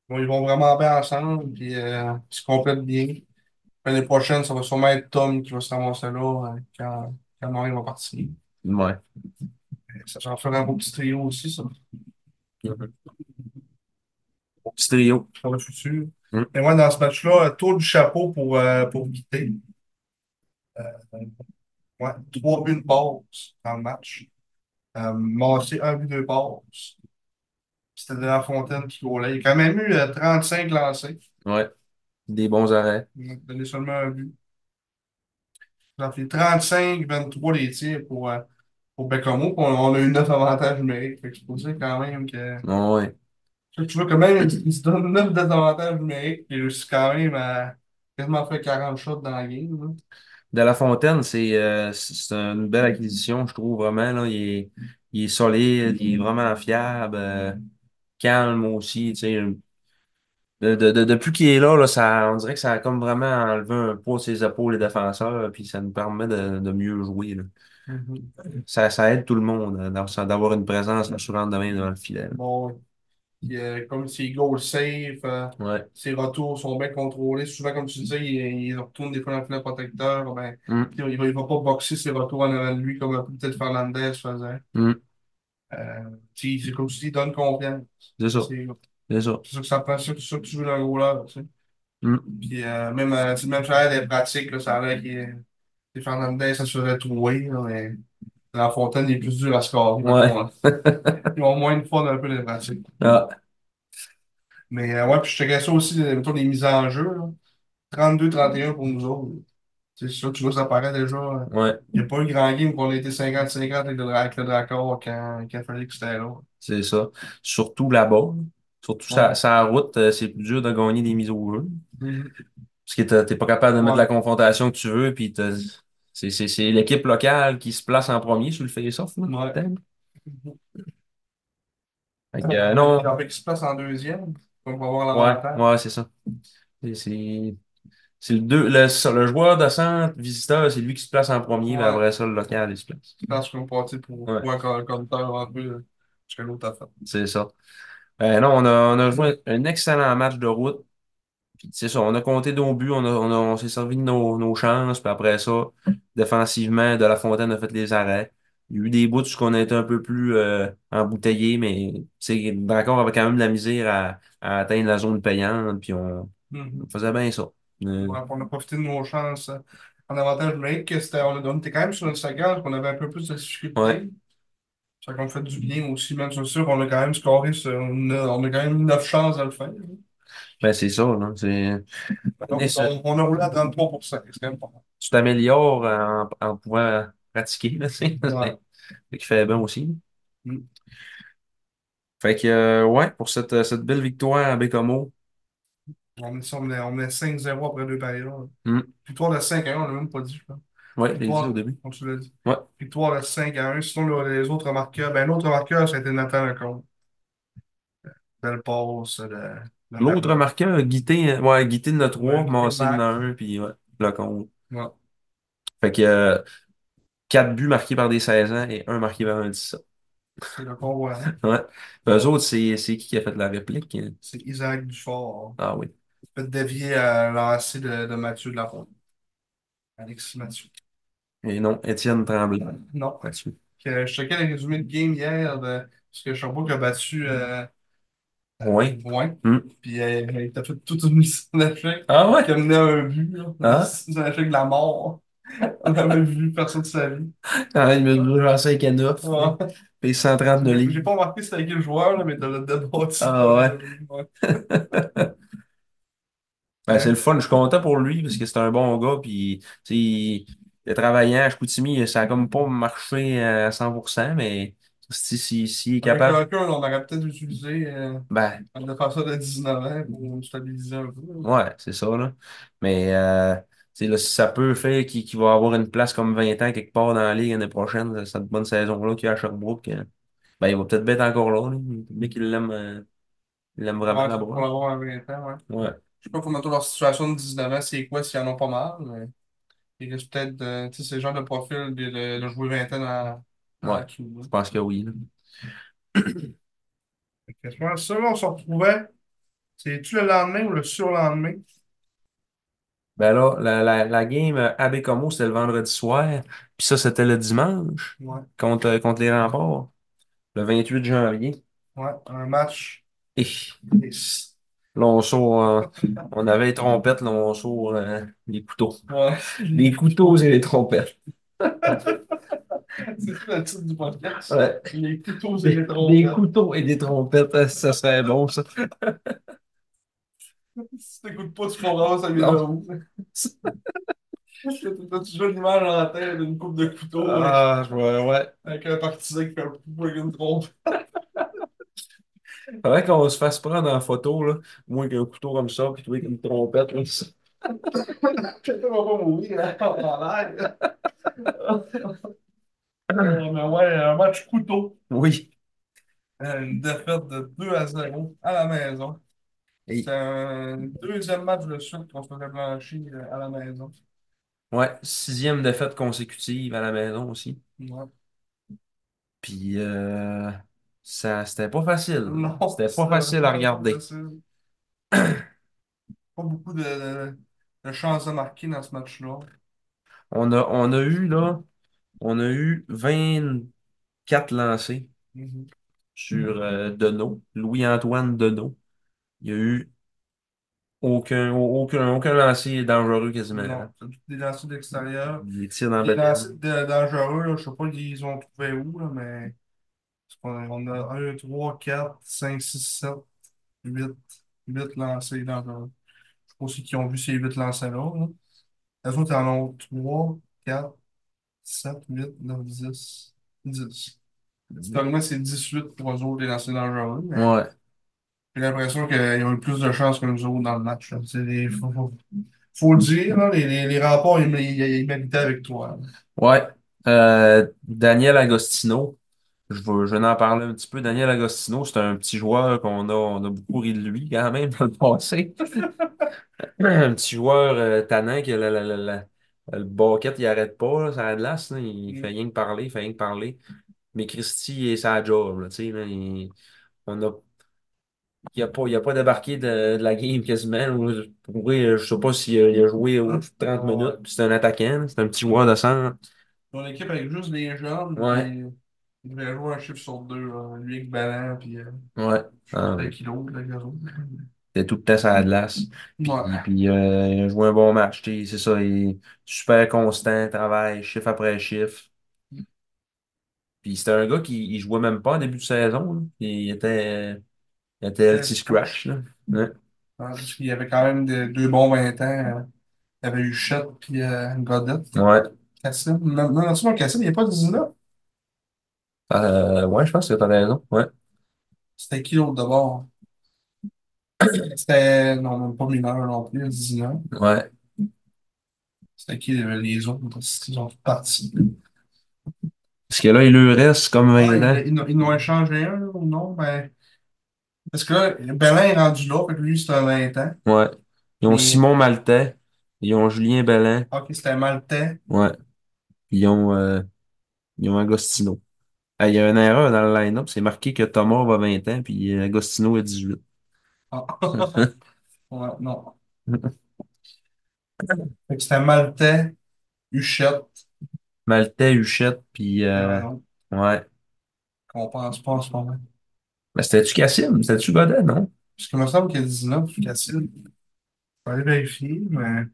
Speaker 2: Bon, ils vont vraiment bien ensemble, puis euh, ils se complètent bien. L'année prochaine, ça va sûrement être Tom qui va se ramasser là euh, quand, quand Morin va partir.
Speaker 1: Ouais.
Speaker 2: Ça va faire un beau petit trio aussi, ça.
Speaker 1: Petit trio.
Speaker 2: pour le futur.
Speaker 1: Mm.
Speaker 2: Mais moi, dans ce match-là, tour du chapeau pour, euh, pour Guité. Ouais, 3 buts de passe dans le match. Euh, Massé, 1 but de passe. C'était de la Fontaine qui roulait. Il y a quand même eu euh, 35 lancés.
Speaker 1: Ouais. Des bons arrêts.
Speaker 2: Il a donné seulement un but. Ça fait 35, 23 les tirs pour, euh, pour Bécamo. Puis On, on a eu 9 avantages numériques. Fait que c'est pour ça quand même que.
Speaker 1: Ouais.
Speaker 2: Tu vois, tu vois quand même, il se donne 9 désavantages numériques. Puis il réussit quand même à quasiment faire 40 shots dans la game. là.
Speaker 1: De La Fontaine, c'est euh, c'est c'est une belle acquisition, je trouve vraiment. Là. Il est, il est solide, il est vraiment fiable, euh, calme aussi. tu sais. De, de, de- depuis qu'il est là, là, ça, on dirait que ça a comme vraiment enlevé un poids de ses épaules, les défenseurs, puis ça nous permet de, de mieux jouer. là.
Speaker 2: Mhm.
Speaker 1: Ça, ça aide tout le monde euh, d'avoir d'avoir une présence assurante de main devant le filet. là.
Speaker 2: Bon. Puis, euh, comme ses goals safe, euh,
Speaker 1: Ouais.
Speaker 2: ses retours sont bien contrôlés. Souvent, comme tu disais, il, il retourne des fois dans le filet protecteur. Ben,
Speaker 1: Mm.
Speaker 2: il ne va, il va pas boxer ses retours en avant de lui comme euh, peut-être Fernandez faisait.
Speaker 1: Mm.
Speaker 2: Euh, tu sais, c'est comme si il donne confiance.
Speaker 1: C'est ça.
Speaker 2: C'est
Speaker 1: C'est ça.
Speaker 2: c'est ça que ça prend, c'est ça que tu veux dans le rouleur. tu sais.
Speaker 1: Mm.
Speaker 2: Puis, euh, même, euh, tu sais, même si ça a l'air des pratiques, là, ça a l'air qu'il que Fernandez, ça se faisait trouver. là, mais dans la fontaine, il est plus dur à scorer.
Speaker 1: Ouais.
Speaker 2: mettons, hein. Ils ont moins de fun un peu les pratiques.
Speaker 1: Ah.
Speaker 2: Mais euh, ouais, puis je checkais ça aussi, euh, mettons, les mises en jeu, là. 32-31 pour nous autres. C'est ça, tu vois, ça paraît déjà. euh,
Speaker 1: Ouais.
Speaker 2: Il n'y a pas eu grand game qu'on a été 50-50 avec le, Dra- avec le Dracor quand, quand Félix était là.
Speaker 1: C'est ça. Surtout là-bas. Surtout
Speaker 2: Ouais.
Speaker 1: sa, sa route, euh, c'est plus dur de gagner des mises au jeu.
Speaker 2: Mhm.
Speaker 1: Parce que t'as- t'es pas capable de mettre
Speaker 2: Ouais.
Speaker 1: la confrontation que tu veux, puis t'as- c'est c'est- c'est l'équipe locale qui se place en premier sur le face-off, là,
Speaker 2: Ouais.
Speaker 1: thème. Fait que, euh, non,
Speaker 2: Avec avec qui se place en deuxième, donc on va avoir
Speaker 1: ouais,
Speaker 2: l'avantage.
Speaker 1: ouais, c'est ça. C'est c'est- c'est le deux, le, ça, le joueur de centre visiteur, c'est lui qui se place en premier, mais
Speaker 2: Ouais.
Speaker 1: après ça, le local, il se place.
Speaker 2: Je pense qu'on est parti pour
Speaker 1: Ouais,
Speaker 2: pour un co- compteur un peu euh, ce que l'autre a fait.
Speaker 1: c'est ça. Euh, non, on a, on a joué un excellent match de route. Puis, C'est ça, on a compté nos buts, on a, on a- on s'est servi de nos, nos chances, puis après ça, défensivement, De La Fontaine a fait les arrêts. Il y a eu des bouts où on a été un peu plus euh, embouteillés, mais c'est d'accord, on avait quand même de la misère à, à atteindre la zone payante, puis on, on
Speaker 2: Mhm.
Speaker 1: faisait bien ça. Euh,
Speaker 2: Ouais, puis on a profité de nos chances euh, en avantage numérique. que c'était- On, on était quand même sur une saga, qu'on avait un peu plus de
Speaker 1: ouais,
Speaker 2: difficultés. Ça qu'on fait du bien aussi, même sur sûr, on a quand même scoré, sur- on a, on a quand même eu 9 chances de le faire.
Speaker 1: ben c'est ça, là. C'est,
Speaker 2: Donc,
Speaker 1: ça,
Speaker 2: on, on a roulé à 33%, c'est quand même pas mal.
Speaker 1: tu t'améliores en, en pouvant pratiquer, là, c'est
Speaker 2: Ouais.
Speaker 1: ce qui fait bien aussi.
Speaker 2: Mm.
Speaker 1: Fait que, euh, ouais, pour cette, cette belle victoire à Bécamo,
Speaker 2: On est, ça, on est, on est 5-0 après deux périodes.
Speaker 1: hum,
Speaker 2: Victoire de 5 à 1, on l'a même pas dit, je pense.
Speaker 1: ouais, je l'ai dit au
Speaker 2: Victoire,
Speaker 1: début.
Speaker 2: on se l'a dit.
Speaker 1: Ouais.
Speaker 2: Victoire de 5 à 1. Sinon, le- les autres marqueurs, ben, l'autre marqueur, ça a été Nathan Lecomte. Euh, Belle passe, le, le
Speaker 1: L'autre
Speaker 2: ballon.
Speaker 1: marqueur, Guité, euh, ouais, Guité de 3,
Speaker 2: Ouais, Guité
Speaker 1: Massé de
Speaker 2: Max.
Speaker 1: 1, puis ouais, le compte.
Speaker 2: Ouais.
Speaker 1: Fait que euh, 4 buts marqués par des 16 ans et 1 marqué par un 17.
Speaker 2: C'est le con, voilà.
Speaker 1: Ouais. Eux autres, c'est c'est qui qui a fait la réplique? hein?
Speaker 2: C'est Isaac Dufort.
Speaker 1: Ah oui.
Speaker 2: Peut-être dévier à lancer de, de Mathieu de la Fontaine. Alexis Mathieu.
Speaker 1: Et non, Étienne Tremblay.
Speaker 2: Non.
Speaker 1: Mathieu.
Speaker 2: Que je checkais le résumé de game hier de, parce que Sherbrooke a battu euh,
Speaker 1: Ouais.
Speaker 2: Rouen.
Speaker 1: Mm.
Speaker 2: Puis euh, il t'a fait toute une mission d'échec
Speaker 1: Ah ouais?
Speaker 2: qui a mené à un but. Là.
Speaker 1: Ah.
Speaker 2: Une mission d'échec de la mort. On n'avait vu personne de sa vie.
Speaker 1: Ah, il me brûle en 5 à 9.
Speaker 2: Ouais.
Speaker 1: Paye 130 de
Speaker 2: J'ai
Speaker 1: livres.
Speaker 2: pas remarqué c'était quel joueur, là, mais t'as le débattu.
Speaker 1: Ah
Speaker 2: euh, ouais.
Speaker 1: Ben, c'est le fun. Je suis content pour lui parce que c'est un bon gars. Puis, tu sais, il il a travaillé à Chicoutimi. Ça a comme pas marché à 100%, mais si, si, si est
Speaker 2: Avec
Speaker 1: capable,
Speaker 2: le on aurait peut-être utilisé euh,
Speaker 1: ben,
Speaker 2: de faire ça de 19 ans pour nous stabiliser un peu. là.
Speaker 1: ouais, c'est ça, là. Mais, euh, tu sais, là, si ça peut faire qu'il qu'il va avoir une place comme 20 ans quelque part dans la Ligue l'année prochaine, cette bonne saison-là qu'il y a à Sherbrooke, euh, ben, il va peut-être être encore là. là. Mais qu'il l'aime, euh, il l'aime
Speaker 2: Ouais,
Speaker 1: vraiment
Speaker 2: ça, pour
Speaker 1: là-bas.
Speaker 2: l'avoir à 20 ans, ouais.
Speaker 1: Ouais.
Speaker 2: Je sais pas comment leur situation de 19 ans, c'est quoi, s'ils en ont pas mal, mais ils risquent peut-être de, tu sais, c'est le genre de profil de, de, de jouer 20 ans dans, dans
Speaker 1: Ouais.
Speaker 2: la queue.
Speaker 1: Je pense que oui, là.
Speaker 2: Fait que Je pense que ça, là, on se retrouvait, c'est-tu le lendemain ou le surlendemain?
Speaker 1: Ben là, la, la, la game euh, AB Como, c'était le vendredi soir, puis ça, c'était le dimanche
Speaker 2: Ouais,
Speaker 1: contre, euh, contre les remparts, le 28 janvier.
Speaker 2: ouais, un match.
Speaker 1: Et
Speaker 2: Et c-
Speaker 1: là, on sort, euh, on avait les trompettes, là, on sort euh, les couteaux.
Speaker 2: Ouais.
Speaker 1: Les couteaux et les trompettes.
Speaker 2: C'est ça le titre du podcast.
Speaker 1: Ouais.
Speaker 2: Les couteaux et
Speaker 1: Les,
Speaker 2: les
Speaker 1: les
Speaker 2: trompettes.
Speaker 1: couteaux et les trompettes, euh, ça serait bon, ça.
Speaker 2: Si t'écoutes pas, tu comprends pas ça vient de
Speaker 1: Non.
Speaker 2: où. T'as toujours l'image en tête d'une coupe de couteau avec,
Speaker 1: Ah, je vois, ouais.
Speaker 2: avec un partisan qui fait un coup avec une trompe.
Speaker 1: Faudrait qu'on se fasse prendre en photo, là, moi avec un couteau comme ça, puis toi avec une trompette, là, ça.
Speaker 2: Je sais pas pourquoi mourir hein, en l'air. Euh, Mais ouais, un match couteau.
Speaker 1: Oui.
Speaker 2: Euh, Une défaite de 2 à 0 à la maison.
Speaker 1: Et-
Speaker 2: C'est un deuxième match de suite qu'on se faisait blanchir euh, à la maison.
Speaker 1: ouais, sixième défaite consécutive à la maison aussi.
Speaker 2: Ouais.
Speaker 1: Puis euh, ça, c'était pas facile.
Speaker 2: Non,
Speaker 1: C'était
Speaker 2: c'est
Speaker 1: pas facile à regarder.
Speaker 2: facile. Pas beaucoup de, de, de chances de marquer dans ce match-là.
Speaker 1: On a, on a eu là, on a eu 24 lancés
Speaker 2: Mhm.
Speaker 1: sur euh, Deneau, Louis-Antoine Deneau. Il y a eu aucun, aucun, aucun lancé dangereux quasiment.
Speaker 2: Non, c'est tous des lancers d'extérieur.
Speaker 1: Il tire dans
Speaker 2: Des
Speaker 1: le
Speaker 2: lancers de- dangereux, là, je sais pas ils ont trouvé où, là, mais c'est pas- on a 1, 3, 4, 5, 6, 7, 8, 8 lancers dangereux. Je sais pas si qui ont vu ces 8 lancers-là. là. Les autres en ont 3, 4, 7, 8, 9, 10, 10. Historiquement, c'est 18 pour eux autres, les lancers dangereux, mais
Speaker 1: Ouais.
Speaker 2: j'ai l'impression qu'ils ont eu plus de chance que nous autres dans le match. là. C'est des- faut, faut- faut le dire, là, les, les, les remparts, ils, mé- ils, ils méritaient avec toi.
Speaker 1: Ouais. Euh, Daniel Agostino. Je veux, je vais en parler un petit peu. Daniel Agostino, c'est un petit joueur qu'on a, on a beaucoup ri de lui quand même dans le passé. Un petit joueur euh, tannant que la- la- la- la- le baquette, il arrête pas, là, ça a de l'as, là, il
Speaker 2: Mm.
Speaker 1: fait rien que parler, il fait rien que parler. Mais Christy, et sa job, là, tu sais, là, il, on a, il a pas, il a pas débarqué de, de la game quasiment. ou- ou- oui, je sais pas s'il a, il a joué au 30 minutes, puis c'est un attaquant, là, c'est un petit joueur de centre.
Speaker 2: Ton équipe avec juste des jeunes,
Speaker 1: Ouais,
Speaker 2: puis il devait jouer un chiffre sur deux, là. lui avec Ballant, puis euh,
Speaker 1: ouais.
Speaker 2: je sais pas
Speaker 1: Ah,
Speaker 2: c'était qui l'autre, là, les autres.
Speaker 1: C'était tout le temps ça de glace. Puis,
Speaker 2: Ouais.
Speaker 1: puis euh, il a joué un bon match, tu sais, c'est ça, il est super constant, travail, chiffre après chiffre. Puis c'était un gars qui il jouait même pas en début de saison. là. Il était, il était
Speaker 2: Ouais,
Speaker 1: petit scratch. Là. Ouais.
Speaker 2: Parce qu'il y avait quand même des- deux bons 20 ans. euh, Il y avait eu Chet puis euh, Godette.
Speaker 1: Ouais.
Speaker 2: Cassim. Non, non, non, Cassim, il n'est pas 19.
Speaker 1: Euh, ouais, je pense que t'as raison. Ouais.
Speaker 2: C'était qui l'autre d'abord? C'était, non, même pas mineur non plus, 19.
Speaker 1: Ouais.
Speaker 2: C'était qui euh, les autres? Ils ont tous parti.
Speaker 1: Parce que là, il lui reste comme
Speaker 2: Ouais,
Speaker 1: 20
Speaker 2: ils
Speaker 1: ans.
Speaker 2: ils n'ont- ils n'ont échangé un, là, ou non? Ben, parce que là, Bellin est rendu là, fait que lui, c'est un 20 ans.
Speaker 1: Ouais. Ils ont
Speaker 2: Mais,
Speaker 1: Simon Maltais. Ils ont Julien Bellin.
Speaker 2: ok, c'était un Maltais.
Speaker 1: Ouais. Ils ont, euh, ils ont Agostino. Ah, il y a une erreur dans le line-up. C'est marqué que Thomas va 20 ans, puis euh, Agostino a 18.
Speaker 2: Ah. Ouais, non. Fait que c'était Maltais, Huchette,
Speaker 1: Maltais, Huchette, puis... euh,
Speaker 2: Garon,
Speaker 1: ouais.
Speaker 2: qu'on pense pas en ce moment.
Speaker 1: Mais c'était-tu Cassim? C'était-tu Godet, non?
Speaker 2: Parce qu'il me semble qu'il y a 19 Cassine. Il faut aller vérifier, mais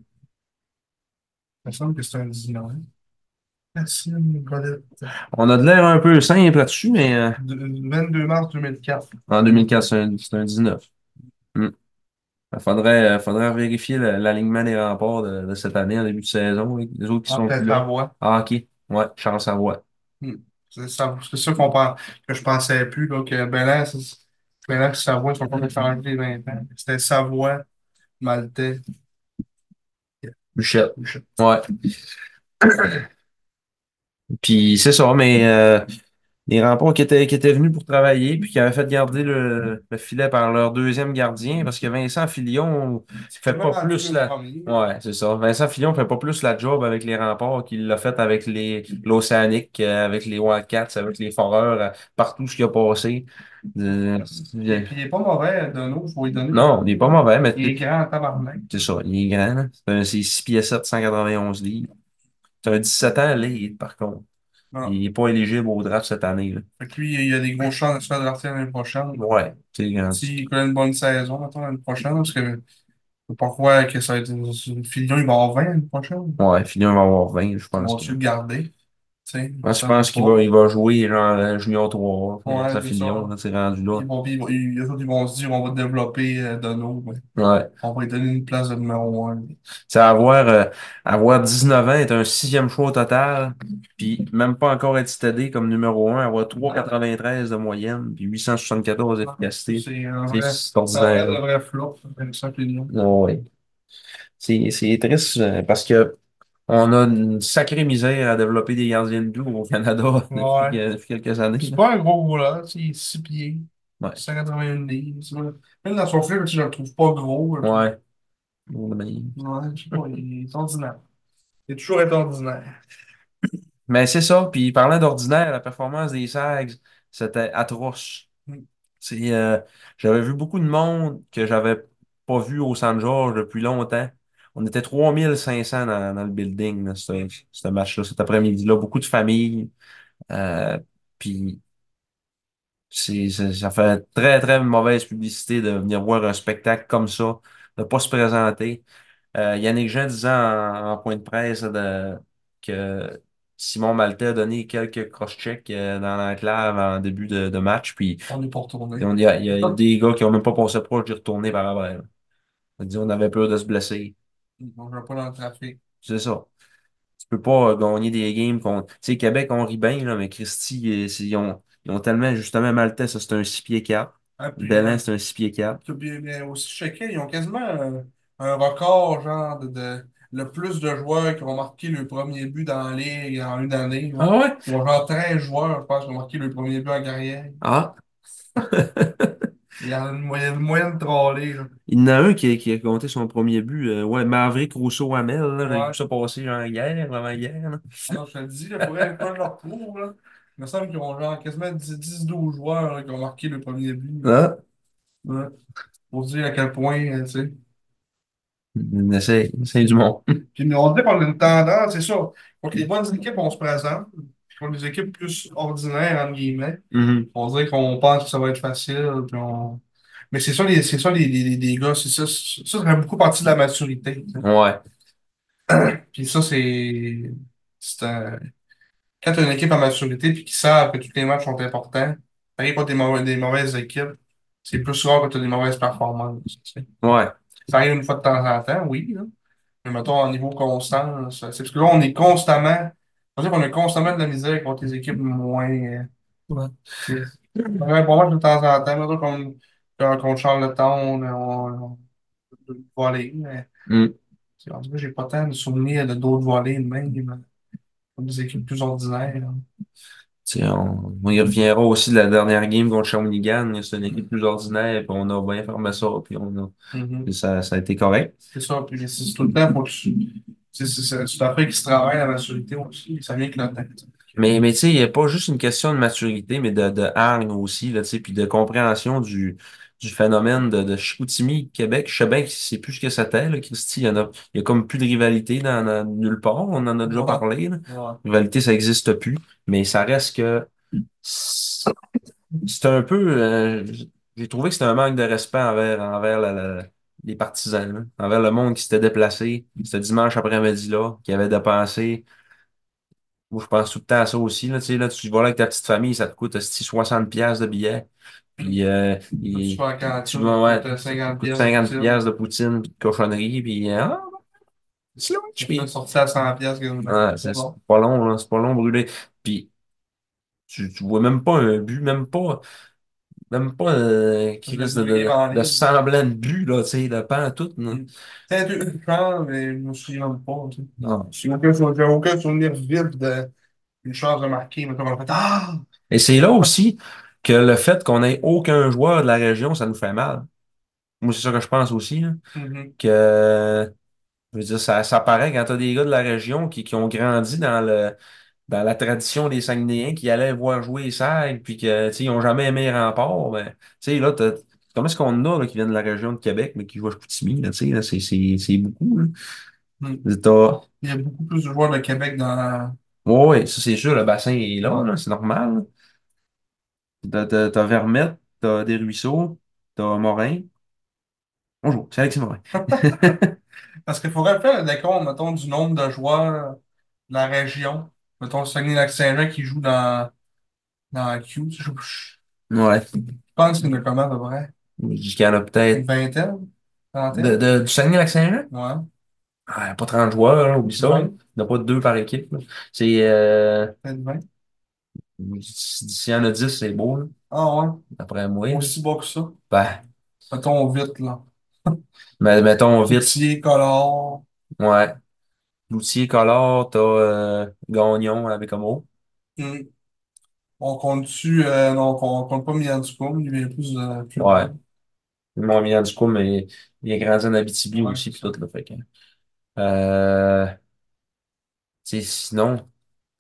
Speaker 2: il me semble que c'est un 19. Cassine, Godette.
Speaker 1: On a de l'air un peu simple là-dessus, mais euh,
Speaker 2: De- 22 mars 2004.
Speaker 1: en 2004, c'est un, c'est un 19. Hmm. Il faudrait, euh, faudrait vérifier le- l'alignement des remparts de, de cette année en début de saison. là, Les autres qui
Speaker 2: Ah,
Speaker 1: sont plus
Speaker 2: peut-être la
Speaker 1: là.
Speaker 2: voix.
Speaker 1: Ah, OK. Ouais, Charles Savoie.
Speaker 2: Hmm. C'est ça, c'est ça qu'on pense, que je pensais plus, là, que Belair, c'est- Belair et Savoie, ils sont pas
Speaker 1: Mm-hmm.
Speaker 2: de faire enlever les 20 ans. C'était Savoie, Maltais,
Speaker 1: Huchette.
Speaker 2: Huchette.
Speaker 1: Ouais. Puis c'est ça, mais euh, les remparts qui étaient, qui étaient venus pour travailler, puis qui avaient fait garder le, le filet par leur deuxième gardien, parce que Vincent Filion fait
Speaker 2: Vraiment
Speaker 1: pas plus
Speaker 2: le
Speaker 1: la.
Speaker 2: premier.
Speaker 1: Ouais, c'est ça. Vincent Filion fait pas plus la job avec les remparts qu'il l'a fait avec les l'Océanique, euh, avec les Wildcats, avec les Foreurs, euh, partout ce qui a passé. Euh,
Speaker 2: Et puis, il est pas mauvais, Dono, il faut lui donner.
Speaker 1: non, il est pas mauvais, mais
Speaker 2: Il est grand en tabarnak.
Speaker 1: c'est ça, il est grand. là. C'est un- c'est 6 pieds 7, 191 livres. C'est un 17 ans lead, par contre.
Speaker 2: Non.
Speaker 1: Il est pas éligible au draft cette année, là.
Speaker 2: Fait que lui, il y a des gros chances de se faire drafter l'année prochaine.
Speaker 1: Ouais, c'est grand.
Speaker 2: S'il connaît une bonne saison, mettons, l'année prochaine, parce que faut pas croire que ça va être une Fillon, il va avoir 20 l'année prochaine.
Speaker 1: Ouais, Filion va avoir 20, je
Speaker 2: On
Speaker 1: pense.
Speaker 2: va-tu le garder? Tu sais,
Speaker 1: Moi, je pense qu'il va, il va jouer genre euh, Junior 3, puis
Speaker 2: Ouais,
Speaker 1: ça
Speaker 2: c'est
Speaker 1: Filion,
Speaker 2: ça.
Speaker 1: là, c'est rendu là.
Speaker 2: Ils vont, ils vont, ils- eux autres, ils vont se dire, on va développer euh, Dono, mais
Speaker 1: Ouais.
Speaker 2: on va lui donner une place de numéro 1.
Speaker 1: C'est avoir, euh, avoir 19 ans, être un sixième choix au total, puis même pas encore être stédé comme numéro 1, avoir 3,93 de moyenne, puis 874 d'efficacité.
Speaker 2: C'est un
Speaker 1: C'est
Speaker 2: vrai,
Speaker 1: c'est
Speaker 2: c'est un
Speaker 1: ordinaire.
Speaker 2: vrai, vrai flop, Vincent Fillon.
Speaker 1: Non, ouais. C'est c'est triste euh, parce que on a une sacrée misère à développer des gardiens de but au Canada depuis,
Speaker 2: Ouais.
Speaker 1: que- depuis quelques années.
Speaker 2: C'est
Speaker 1: là.
Speaker 2: pas un gros gros là, tu sais, il est 6 pieds,
Speaker 1: Ouais.
Speaker 2: 181 livres. tu vois. Même dans son film, tu sais, je le trouve pas gros. là.
Speaker 1: Ouais. ben, Mais-
Speaker 2: Ouais, je sais pas, il est ordinaire. Il est toujours été ordinaire.
Speaker 1: Mais c'est ça. Puis parlant d'ordinaire, la performance des Sags, c'était atroce.
Speaker 2: Mm.
Speaker 1: C'est, euh, j'avais vu beaucoup de monde que j'avais pas vu au Saint-Georges depuis longtemps. On était 3500 dans, dans le building, là, ce, ce match-là, cet après-midi-là. Beaucoup de familles. Euh, puis c'est, c'est- ça fait très, très mauvaise publicité de venir voir un spectacle comme ça, de pas se présenter. Euh, Yannick Jean disait en, en point de presse de- que Simon Maltais a donné quelques cross-checks euh, dans l'enclave en début de, de match, puis
Speaker 2: On est pas retourné.
Speaker 1: on- il y a, il y a des gars qui ont même pas passé proche d'y retourner par après. là. On dit on avait peur de se blesser.
Speaker 2: On ne va pas dans le trafic.
Speaker 1: C'est ça. Tu peux pas euh, gagner des games contre. Tu sais, Québec, on rit bien, là, mais Christy, euh, c'est- ils ont, ils ont tellement, justement, Maltais, ça, c'est un 6 pieds 4.
Speaker 2: Ah, puis,
Speaker 1: Bellin,
Speaker 2: euh,
Speaker 1: c'est un 6 pieds 4.
Speaker 2: tout bien, bien, aussi checké, ils ont quasiment un, un record, genre, de, de- le plus de joueurs qui vont marquer le premier but dans la ligue en une année. là.
Speaker 1: Ah ouais?
Speaker 2: Ils ont genre 13 joueurs, je pense, qui ont marqué le premier but en carrière.
Speaker 1: Ah.
Speaker 2: Il y en a une moyenne, une moyenne trollée, là.
Speaker 1: Il y en a un qui a, qui a compté son premier but. euh, ouais, Maverick Rousseau-Hamel. là, J'ai vu
Speaker 2: Ouais.
Speaker 1: ça passer genre hier, avant-hier. là.
Speaker 2: Non, je te le dis, là, pour elle, quand je le retrouve, là, il me semble qu'ils ont genre quasiment 10-12 joueurs là, qui ont marqué le premier but.
Speaker 1: Ah.
Speaker 2: Ouais. Pour dire à quel point, euh, tu sais.
Speaker 1: Mais Ah, C'est c'est du monde.
Speaker 2: Puis on dit qu'on a une tendance, c'est ça. Contre les bonnes équipes, on se présente. Contre les équipes plus ordinaires, entre guillemets,
Speaker 1: Mhm.
Speaker 2: on dirait qu'on pense que ça va être facile. Puis on... Mais c'est ça, les, c'est ça, les, les, les- les gars, c'est ça, c'est- ça, ça fait beaucoup partie de la maturité. tu sais.
Speaker 1: Ouais.
Speaker 2: Puis ça, c'est. C'est un... Quand tu as une équipe à maturité puis qu'ils savent que tous les matchs sont importants, t'arrives pas des mauvais, des mauvaises équipes, c'est plus rare que tu as des mauvaises performances. tu sais.
Speaker 1: Ouais.
Speaker 2: Ça arrive une fois de temps en temps, oui, là. Mais mettons en niveau constant, là, ça- c'est parce que là, on est constamment. On qu'on a constamment de la misère contre les équipes moins. euh,
Speaker 1: Ouais.
Speaker 2: tu sais. Ça arrive pas mal de temps en temps, mettons qu'on qu'on- qu'on change le ton, on, on, on volée, mais
Speaker 1: Mm.
Speaker 2: tu sais, en tout cas, j'ai pas tant de souvenirs de d'autres volées, de même euh, contre des équipes plus ordinaires. là.
Speaker 1: Tu sais, On, on y reviendra aussi de la dernière game contre Shawinigan. C'est une équipe plus ordinaire, puis on a bien fermé ça, puis on a,
Speaker 2: Mhm.
Speaker 1: puis ça, ça a été correct.
Speaker 2: C'est ça, puis c'est c'est tout le temps, faut que tu- c'est c'est- c'est- c'est après qu'ils se travaillent la maturité aussi, ça vient avec le temps.
Speaker 1: Mais, mais tu sais, il n'y a pas juste une question de maturité, mais de, de hargne aussi, là, tu sais, puis de compréhension du, du phénomène de, de Chicoutimi, Québec. Je sais bien que c'est plus ce que c'était, là, Christy. Il y en a, il y a comme plus de rivalité dans, dans- nulle part. On en a déjà
Speaker 2: Ouais.
Speaker 1: parlé, là.
Speaker 2: Ouais.
Speaker 1: Rivalité, ça n'existe plus, mais ça reste que c'est c'est un peu. euh, j'ai trouvé que c'était un manque de respect envers, envers la- la- les partisans, là, envers le monde qui s'était déplacé ce dimanche après-midi-là, qui avait dépensé. Moi, je pense tout le temps à ça aussi. Là, tu sais, là, tu vas là avec ta petite famille, ça te coûte hostie, 60$ piastres de billets. Puis euh,
Speaker 2: Tu
Speaker 1: il-
Speaker 2: vas à la
Speaker 1: tu
Speaker 2: cantine,
Speaker 1: vas, ouais,
Speaker 2: ça coûte 50
Speaker 1: coûte
Speaker 2: pièces de
Speaker 1: 50$
Speaker 2: poutine.
Speaker 1: piastres de poutine, puis de cochonnerie, puis euh, ah, c'est lunch,
Speaker 2: Tu vas
Speaker 1: puis-
Speaker 2: sortir à 100 pièces.
Speaker 1: ah, c'est c'est pas long, là, c'est pas long brûlé. Puis tu, tu vois même pas un but, même pas, même pas euh, qui risque de, de, de semblant de but, là, tu sais, de pas en tout. Non,
Speaker 2: C'est un chance, mais je me souviens même pas. tu sais.
Speaker 1: Non.
Speaker 2: J'ai aucun, sou- j'ai aucun souvenir vif de- d'une chance de marquer. Mais comme on a fait Ah!
Speaker 1: Et c'est là aussi que le fait qu'on ait aucun joueur de la région, ça nous fait mal. Moi, c'est ça que je pense aussi, là, Mm-hmm.
Speaker 2: Mhm.
Speaker 1: que je veux dire, ça, ça paraît quand t'as des gars de la région qui, qui ont grandi dans le dans la tradition des Saguenayens qui allaient voir jouer les Sagues, puis que, tu sais, ils n'ont jamais aimé Remport, ben, tu sais, là, t'as- comment est-ce qu'on en a, là, qui viennent de la région de Québec, mais qui jouent à Chicoutimi, là, tu sais, là, c'est, c'est, c'est beaucoup, là.
Speaker 2: Mhm.
Speaker 1: T'as-
Speaker 2: Il y a beaucoup plus de joueurs de Québec dans.
Speaker 1: Ouais, ouais, ça, c'est sûr, le bassin est là, là, c'est normal. T'as, t'as, t'as Vermette, t'as des ruisseaux, t'as Morin. Bonjour, c'est Alexis Morin.
Speaker 2: Parce qu'il faudrait faire le décompte, mettons, du nombre de joueurs de la région. Mettons, le Saguenay-Lac-Saint-Jean qui joue dans, dans Q. Je, je
Speaker 1: Ouais.
Speaker 2: pense qu'il y en a combien à peu près?
Speaker 1: Je dis qu'il y en a
Speaker 2: Une
Speaker 1: peut-être.
Speaker 2: vingtaine?
Speaker 1: De,
Speaker 2: Trentaine?
Speaker 1: de, du Saguenay-Lac-Saint-Jean?
Speaker 2: Ouais.
Speaker 1: Ah, pas 30 joueurs, là, oublie ça. là.
Speaker 2: Ouais.
Speaker 1: Il n'y en a pas deux par équipe. là. C'est. Euh...
Speaker 2: Peut-être vingt.
Speaker 1: S'il y en a 10, c'est beau, là,
Speaker 2: Ah ouais.
Speaker 1: d'après moi. là.
Speaker 2: Aussi bas que ça.
Speaker 1: Ben,
Speaker 2: Mettons vite, là.
Speaker 1: mais mettons vite.
Speaker 2: Petit Collard.
Speaker 1: Ouais. Loutier, Collard, t'as euh, Gagnon avec Homo.
Speaker 2: Hmm. On compte dessus, euh, non, on compte pas Milan Ducom, il vient plus de. plus
Speaker 1: Ouais.
Speaker 2: loin.
Speaker 1: Ils m'ont mis en du coup, mais il a grandi en Abitibi
Speaker 2: Ouais.
Speaker 1: aussi, puis tout, le fait que. Euh, tu sais, sinon,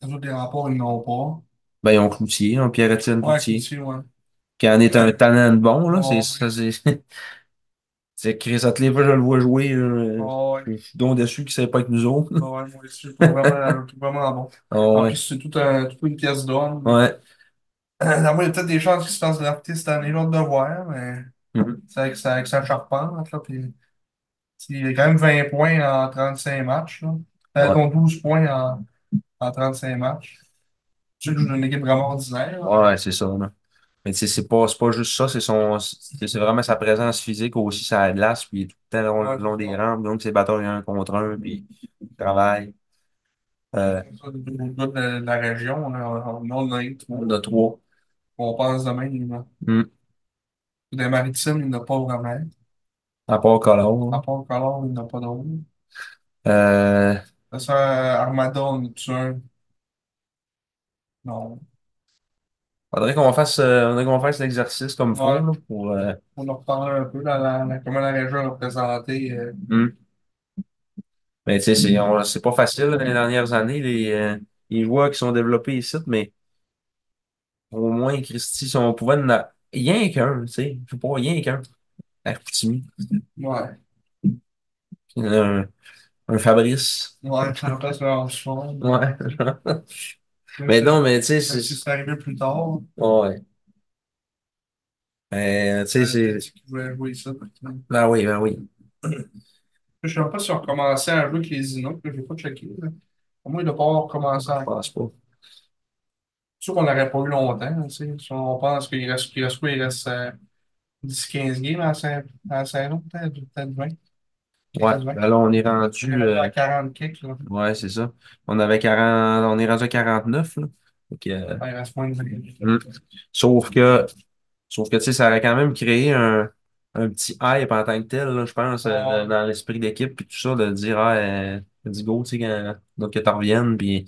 Speaker 2: Les autres, les rapports, ils n'ont pas.
Speaker 1: ben, ils ont Cloutier, hein, Pierre-Étienne
Speaker 2: Ouais,
Speaker 1: Cloutier,
Speaker 2: Cloutier, ouais.
Speaker 1: qui en est un talent de bon, là. C'est,
Speaker 2: Ouais,
Speaker 1: ça, c'est, c'est Chris Atelier, moi, je le vois jouer, euh,
Speaker 2: ouais.
Speaker 1: je suis donc déçu qu'il ne pas avec nous autres.
Speaker 2: Ouais, ouais, moi aussi, je trouve vraiment, je trouve vraiment bon.
Speaker 1: Ah
Speaker 2: En plus,
Speaker 1: ouais.
Speaker 2: c'est tout un, toute une pièce d'or.
Speaker 1: Ouais.
Speaker 2: Là, Euh, moi, il y a peut-être des chances qu'il se fasse drafter cette année, j'ai hâte de voir, mais
Speaker 1: Mhm.
Speaker 2: c'est avec, sa- avec sa charpente, là, puis il a quand même 20 points en 35 matchs, là. Euh,
Speaker 1: Ouais.
Speaker 2: dont 12 points en, en 35 matchs. Tu sais que je joue une équipe vraiment ordinaire, là.
Speaker 1: Ouais, c'est ça, là. Mais tu sais, c'est pas, c'est pas juste ça, c'est son, c'est c'est vraiment sa présence physique aussi, ça la glace, puis il est tout le temps long,
Speaker 2: Ouais,
Speaker 1: le long
Speaker 2: c'est
Speaker 1: des
Speaker 2: ça.
Speaker 1: rampes, donc c'est bataille un contre un, puis il travaille. Euh,
Speaker 2: Comme ça, les deux gars de la région, là, on on en a eu trois.
Speaker 1: on a trois.
Speaker 2: On pense de même, là.
Speaker 1: Hmm.
Speaker 2: Des maritimes, il n'y en a pas vraiment.
Speaker 1: À part Color.
Speaker 2: À part Collard, il n'y en a pas d'autres. Ah.
Speaker 1: Euh,
Speaker 2: Ça, c'est Armada, on est un. Non.
Speaker 1: faudrait qu'on fasse, euh, faudrait qu'on fasse l'exercice comme faut,
Speaker 2: Ouais.
Speaker 1: là, pour, euh,
Speaker 2: On en reparler un peu, là, la, la- comment la région a représenté. euh,
Speaker 1: hmm. Mais Ben, tu sais, c'est, on- c'est pas facile, là, dans les dernières années, les, euh, les joueurs qui sont développés ici, mais au moins, Christy, si on pouvait en a- rien qu'un, tu sais, je sais pas, rien qu'un, à Chicoutimi.
Speaker 2: Ouais.
Speaker 1: Il y en a Un, un Fabrice.
Speaker 2: Ouais, ça passe leur choix.
Speaker 1: Ouais.
Speaker 2: Même
Speaker 1: Mais
Speaker 2: si
Speaker 1: Ben, non, mais tu sais,
Speaker 2: même si
Speaker 1: c'est.
Speaker 2: c'est arrivé plus tard,
Speaker 1: Ouais. Mais, tu sais,
Speaker 2: euh,
Speaker 1: c'est.
Speaker 2: peut-être qu'ils voulaient jouer ça. parce que-
Speaker 1: Ben oui, ben oui.
Speaker 2: Je ne sais pas si on recommençait à jouer avec les Inuits, je n'ai pas checké. là. Au moins, il doit pas avoir recommencé
Speaker 1: Je
Speaker 2: à.
Speaker 1: pense pas.
Speaker 2: C'est sûr qu'on n'aurait pas eu longtemps. hein, tu sais. Si on pense qu'il reste, qu'il reste quoi? Il reste euh, 10-15 games à la sa- à la saison, peut-être peut-être 20.
Speaker 1: Ouais.
Speaker 2: 15-20.
Speaker 1: Ben là, on est
Speaker 2: On est
Speaker 1: rendu.
Speaker 2: rendu
Speaker 1: euh,
Speaker 2: à 40 kicks, là.
Speaker 1: Ouais, c'est ça. On avait 40. On est rendu à 49, là. Fait que, euh,
Speaker 2: Ah, Il reste moins de 20.
Speaker 1: hmm. Sauf que. Sauf que, tu sais, ça aurait quand même créé un, un petit hype en tant que tel, là, je pense, euh,
Speaker 2: Ah,
Speaker 1: dans dans l'esprit d'équipe, puis tout ça, de dire, ah, euh, let's go, tu sais, quand- donc que t'en reviennes, puis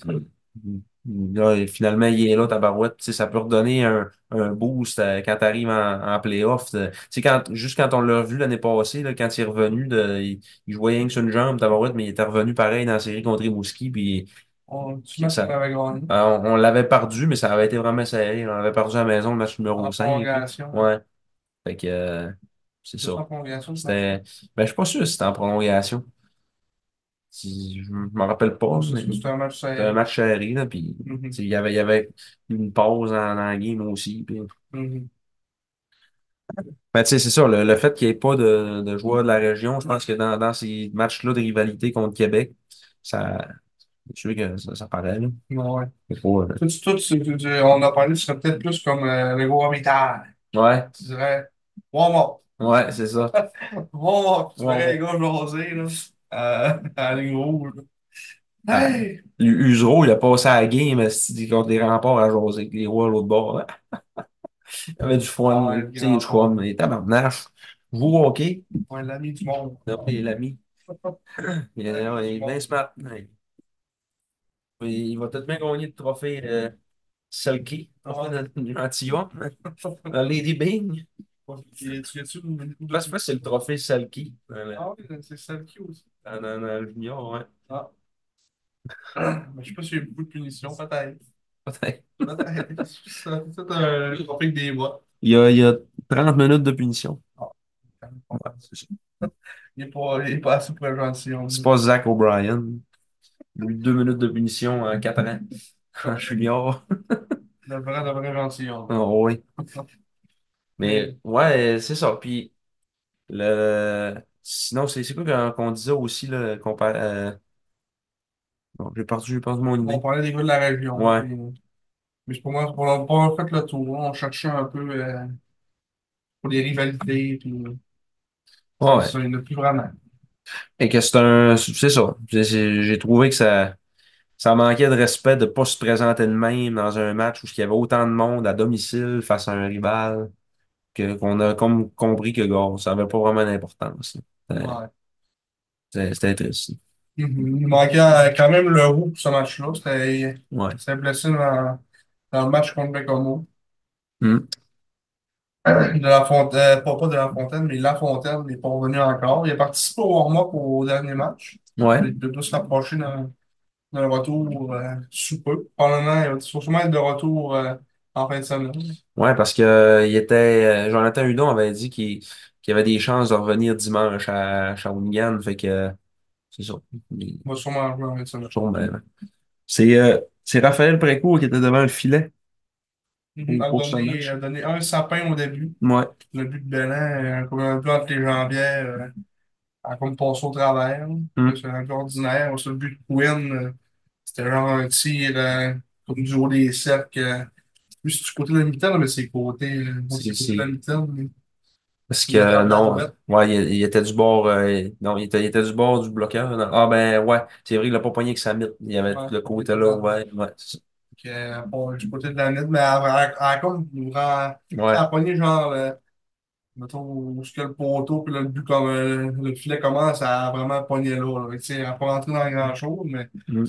Speaker 1: là, et finalement, il est là, ta barouette, tu sais, ça peut redonner un, un boost euh, quand t'arrives en, en playoff. Tu sais, quand, juste quand on l'a vu l'année passée, là, quand il est revenu, de, il, il jouait rien que sur une jambe, ta barouette, mais il était revenu pareil dans la série contre Rimouski, puis
Speaker 2: on- Tu m'as qu'on
Speaker 1: ça,
Speaker 2: avait gagné.
Speaker 1: euh, on, on l'avait perdu, mais ça avait été vraiment serré. On avait perdu à la maison le match numéro
Speaker 2: En
Speaker 1: 5.
Speaker 2: prolongation.
Speaker 1: Ouais. Fait que, euh, c'est ça.
Speaker 2: Juste en prolongation, ça.
Speaker 1: C'était- Ben, je suis pas sûr si c'était en prolongation. Si- Je ne m'en rappelle pas.
Speaker 2: C'est
Speaker 1: mais
Speaker 2: sûr, c'est un match serré.
Speaker 1: C'était un match serré, là, puis
Speaker 2: Mhm,
Speaker 1: tu sais, il y avait, il y avait une pause dans, dans la game aussi. puis-
Speaker 2: mhm.
Speaker 1: Ben, tu sais, c'est ça, le, le fait qu'il n'y ait pas de, de joueurs de la région, je pense que dans, dans ces matchs-là de rivalité contre Québec, ça, je suis sûr que ça, ça paraît, là.
Speaker 2: Ouais.
Speaker 1: C'est pas, euh,
Speaker 2: Tout, tout, c'est- c'est- c'est- on a parlé, ce serait peut-être plus comme euh, le gros Robitaille.
Speaker 1: Ouais,
Speaker 2: Tu dirais, warm up,
Speaker 1: ouais, c'est ça.
Speaker 2: warm up. Tu
Speaker 1: Warm
Speaker 2: dirais les gars jaser, là, à, à la ligne rouge. là.
Speaker 1: Ah.
Speaker 2: Hey!
Speaker 1: U- Usereau, il a passé à la game esti, contre les remparts à José, les rois à l'autre bord. là. Il y avait du fun,
Speaker 2: Ouais, le
Speaker 1: tu sais, du
Speaker 2: grand
Speaker 1: fun, mais tabarnak. Je joue au hockey,
Speaker 2: Ouais, l'ami du monde.
Speaker 1: là, puis il l'a mis. Il est il est bien smart. Ouais. Puis Il va peut-être bien gagner le trophée euh, Selkie, le trophée de- du Antillon, le Lady Bing.
Speaker 2: Tu tu une coupe
Speaker 1: Je pense pas que c'est le trophée Selkie dans, le-
Speaker 2: Ah oui, c'est celle qui aussi.
Speaker 1: dans- dans- dans le junior, ouais.
Speaker 2: Ah. Mais je sais pas s'il y a beaucoup de punitions, peut-être.
Speaker 1: Peut-être.
Speaker 2: Peut-être. Ça, C'est peut-être un trophée avec des voix.
Speaker 1: Il y a, il y a 30 minutes de punition. Ouais, c'est ça.
Speaker 2: Il est pas, il est pas assez pour gentil. on dit.
Speaker 1: C'est pas Zach O'Brien. Il a eu deux minutes de punition en quatre ans. En junior.
Speaker 2: Le vrai, le vrai gentil. on dit.
Speaker 1: Ah, oui. Mais ouais, c'est ça. Puis le... sinon, c'est c'est quoi qu'on qu'on disait aussi là, qu'on par- euh, bon, j'ai perdu, j'ai perdu mon
Speaker 2: On
Speaker 1: idée.
Speaker 2: parlait des gars de la région.
Speaker 1: Ouais.
Speaker 2: puis- Mais c'est pour moi, pour avoir fait le tour, on cherchait un peu euh, pour les rivalités. Puis,
Speaker 1: Ouais.
Speaker 2: Ça, il n'y en a plus vraiment.
Speaker 1: Et que c'est un. C'est ça. C'est- c'est- J'ai trouvé que ça. Ça manquait de respect de ne pas se présenter de même dans un match où il y avait autant de monde à domicile face à un rival que qu'on a comme compris que gars, ça n'avait pas vraiment d'importance. là.
Speaker 2: Ouais.
Speaker 1: C'était c'était triste.
Speaker 2: Mhm. Il manquait euh, quand même le roux pour ce match-là. C'était
Speaker 1: Ouais.
Speaker 2: c'était blessé dans, dans le match contre Bécomo. Euh,
Speaker 1: Mm.
Speaker 2: De la Fontaine, pas, pas de la Fontaine, mais La Fontaine n'est pas revenu encore. Il a participé au warm-up au dernier match.
Speaker 1: Ouais.
Speaker 2: Il doit se rapprocher d'un d'un retour euh, sous peu. Probablement, il va sûrement être de retour euh, en fin de semaine.
Speaker 1: Ouais, parce que euh, il était. euh, Jonathan Hudon avait dit qu'il qu'il avait des chances de revenir dimanche à Shawinigan. Fait que euh, c'est ça. Il-
Speaker 2: Il va sûrement jouer en fin de semaine.
Speaker 1: sûrement, là. C'est euh, c'est Raphaël Précourt qui était devant le filet.
Speaker 2: Mhm. Il a
Speaker 1: Pour ce
Speaker 2: donné,
Speaker 1: match.
Speaker 2: il a donné un sapin au début.
Speaker 1: Ouais.
Speaker 2: Le but de Belen, comme un but entre les jambières, euh, a comme passé au travers.
Speaker 1: Mm.
Speaker 2: C'est un but ordinaire. Sur le but de Quinn, euh, c'était genre un tir euh, comme du haut des cercles. euh, Lui, c'est du côté de la mi-temps, mais c'est le côté, euh,
Speaker 1: C'est-
Speaker 2: c'est le côté
Speaker 1: c'est-
Speaker 2: de la mi-temps. mais-
Speaker 1: Parce que
Speaker 2: Il était en
Speaker 1: non,
Speaker 2: tabarouette.
Speaker 1: ouais, il, il était du bord, euh, non, il était, il était du bord du bloqueur. non. Ah ben ouais, c'est vrai qu'il l'a pas pogné avec sa mythe. Il y avait
Speaker 2: Ouais.
Speaker 1: le côté là, ouais, ouais, c'est ça.
Speaker 2: Fait que, euh, bon, du côté de la net, mais elle elle- elle a comme vraiment- elle
Speaker 1: ouais,
Speaker 2: a pogné genre, euh, mettons, où est-ce que le poteau, puis là, le but, comme, euh, le filet commence, elle a vraiment pogné là. là. Fait que, tu sais, Elle n'a pas rentré dans grand-chose, mais
Speaker 1: Mm.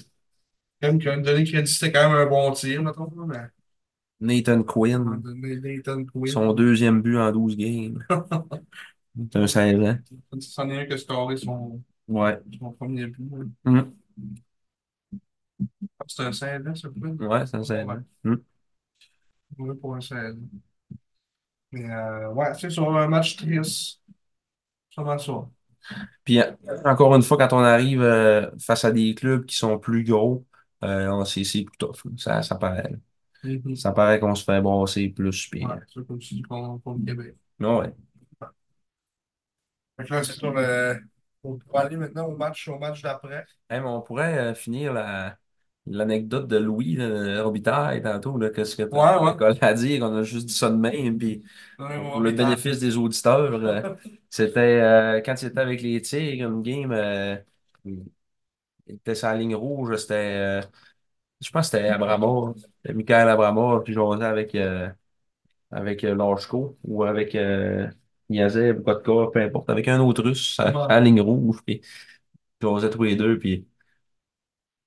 Speaker 2: comme qui a donné crédit, c'était quand même un bon tir, mettons. là, Mais...
Speaker 1: Nathan Quinn,
Speaker 2: Nathan
Speaker 1: Mm. son
Speaker 2: Quinn.
Speaker 1: deuxième but en 12 games. C'est un 16 ans.
Speaker 2: C'en est un qui a scoré son,
Speaker 1: Ouais.
Speaker 2: son premier but. là.
Speaker 1: Mm.
Speaker 2: Ah, C'est un 16 ans, ça peut être.
Speaker 1: Ouais, c'est un 16 ans. Mm.
Speaker 2: Ouais, pour un 16 ans. Mais euh, ouais, c'est sur un match triste. Sûrement ça.
Speaker 1: Puis en- encore une fois, quand on arrive euh, face à des clubs qui sont plus gros, euh, on- c'est c'est plus tough. là. Ça, ça paraît.
Speaker 2: Mhm.
Speaker 1: Ça paraît qu'on se fait brasser plus. Puis,
Speaker 2: Ouais, c'est comme si on pour le Québec.
Speaker 1: ouais.
Speaker 2: Fait que là, c'est sur le. On va aller maintenant au match, au match d'après.
Speaker 1: Hey, mais on pourrait euh, finir la- l'anecdote de Louis là, Robitaille tantôt, là, qu'est-ce que
Speaker 2: Ouais, ouais.
Speaker 1: qu'on a dit, qu'on a juste dit ça de même, puis pour le bénéfice des auditeurs, euh, c'était euh, quand il était avec les Tigres, une game, euh, il était sur la ligne rouge, c'était, euh, je pense que c'était Abramov, c'était Michael Abramov, puis j'osais avec, euh, avec euh, Lajko ou avec euh, Niazev, Kotka, peu importe, avec un autre russe à, à la ligne rouge, puis j'osais tous les deux, puis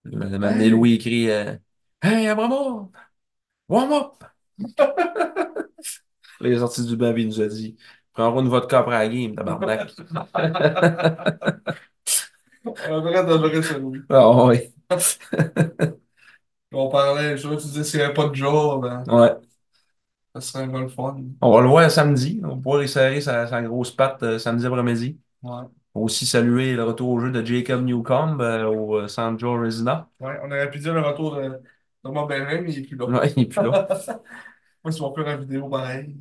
Speaker 1: euh, Maintenant, Louis écrit euh, Hey, Abramo! Warm up! Les sorties du bain, il nous a dit Prends une vodka après la game, tabarnak.
Speaker 2: Un vrai de vrai, c'est lui.
Speaker 1: Ah ouais,
Speaker 2: On parlait, je sais pas, tu disais s'il n'y avait pas de jour, ben,
Speaker 1: ouais.
Speaker 2: Ça serait un gol fun.
Speaker 1: On va le voir samedi. On pourra resserrer sa, sa grosse patte euh, samedi après-midi.
Speaker 2: Ouais.
Speaker 1: On va Aussi saluer le retour au jeu de Jacob Newcomb euh, au euh, San Joe Resina.
Speaker 2: Ouais, on aurait pu dire le retour de Thomas Berlin, mais il est plus là.
Speaker 1: Ouais, il est plus là.
Speaker 2: Moi, si on peut la vidéo, pareil.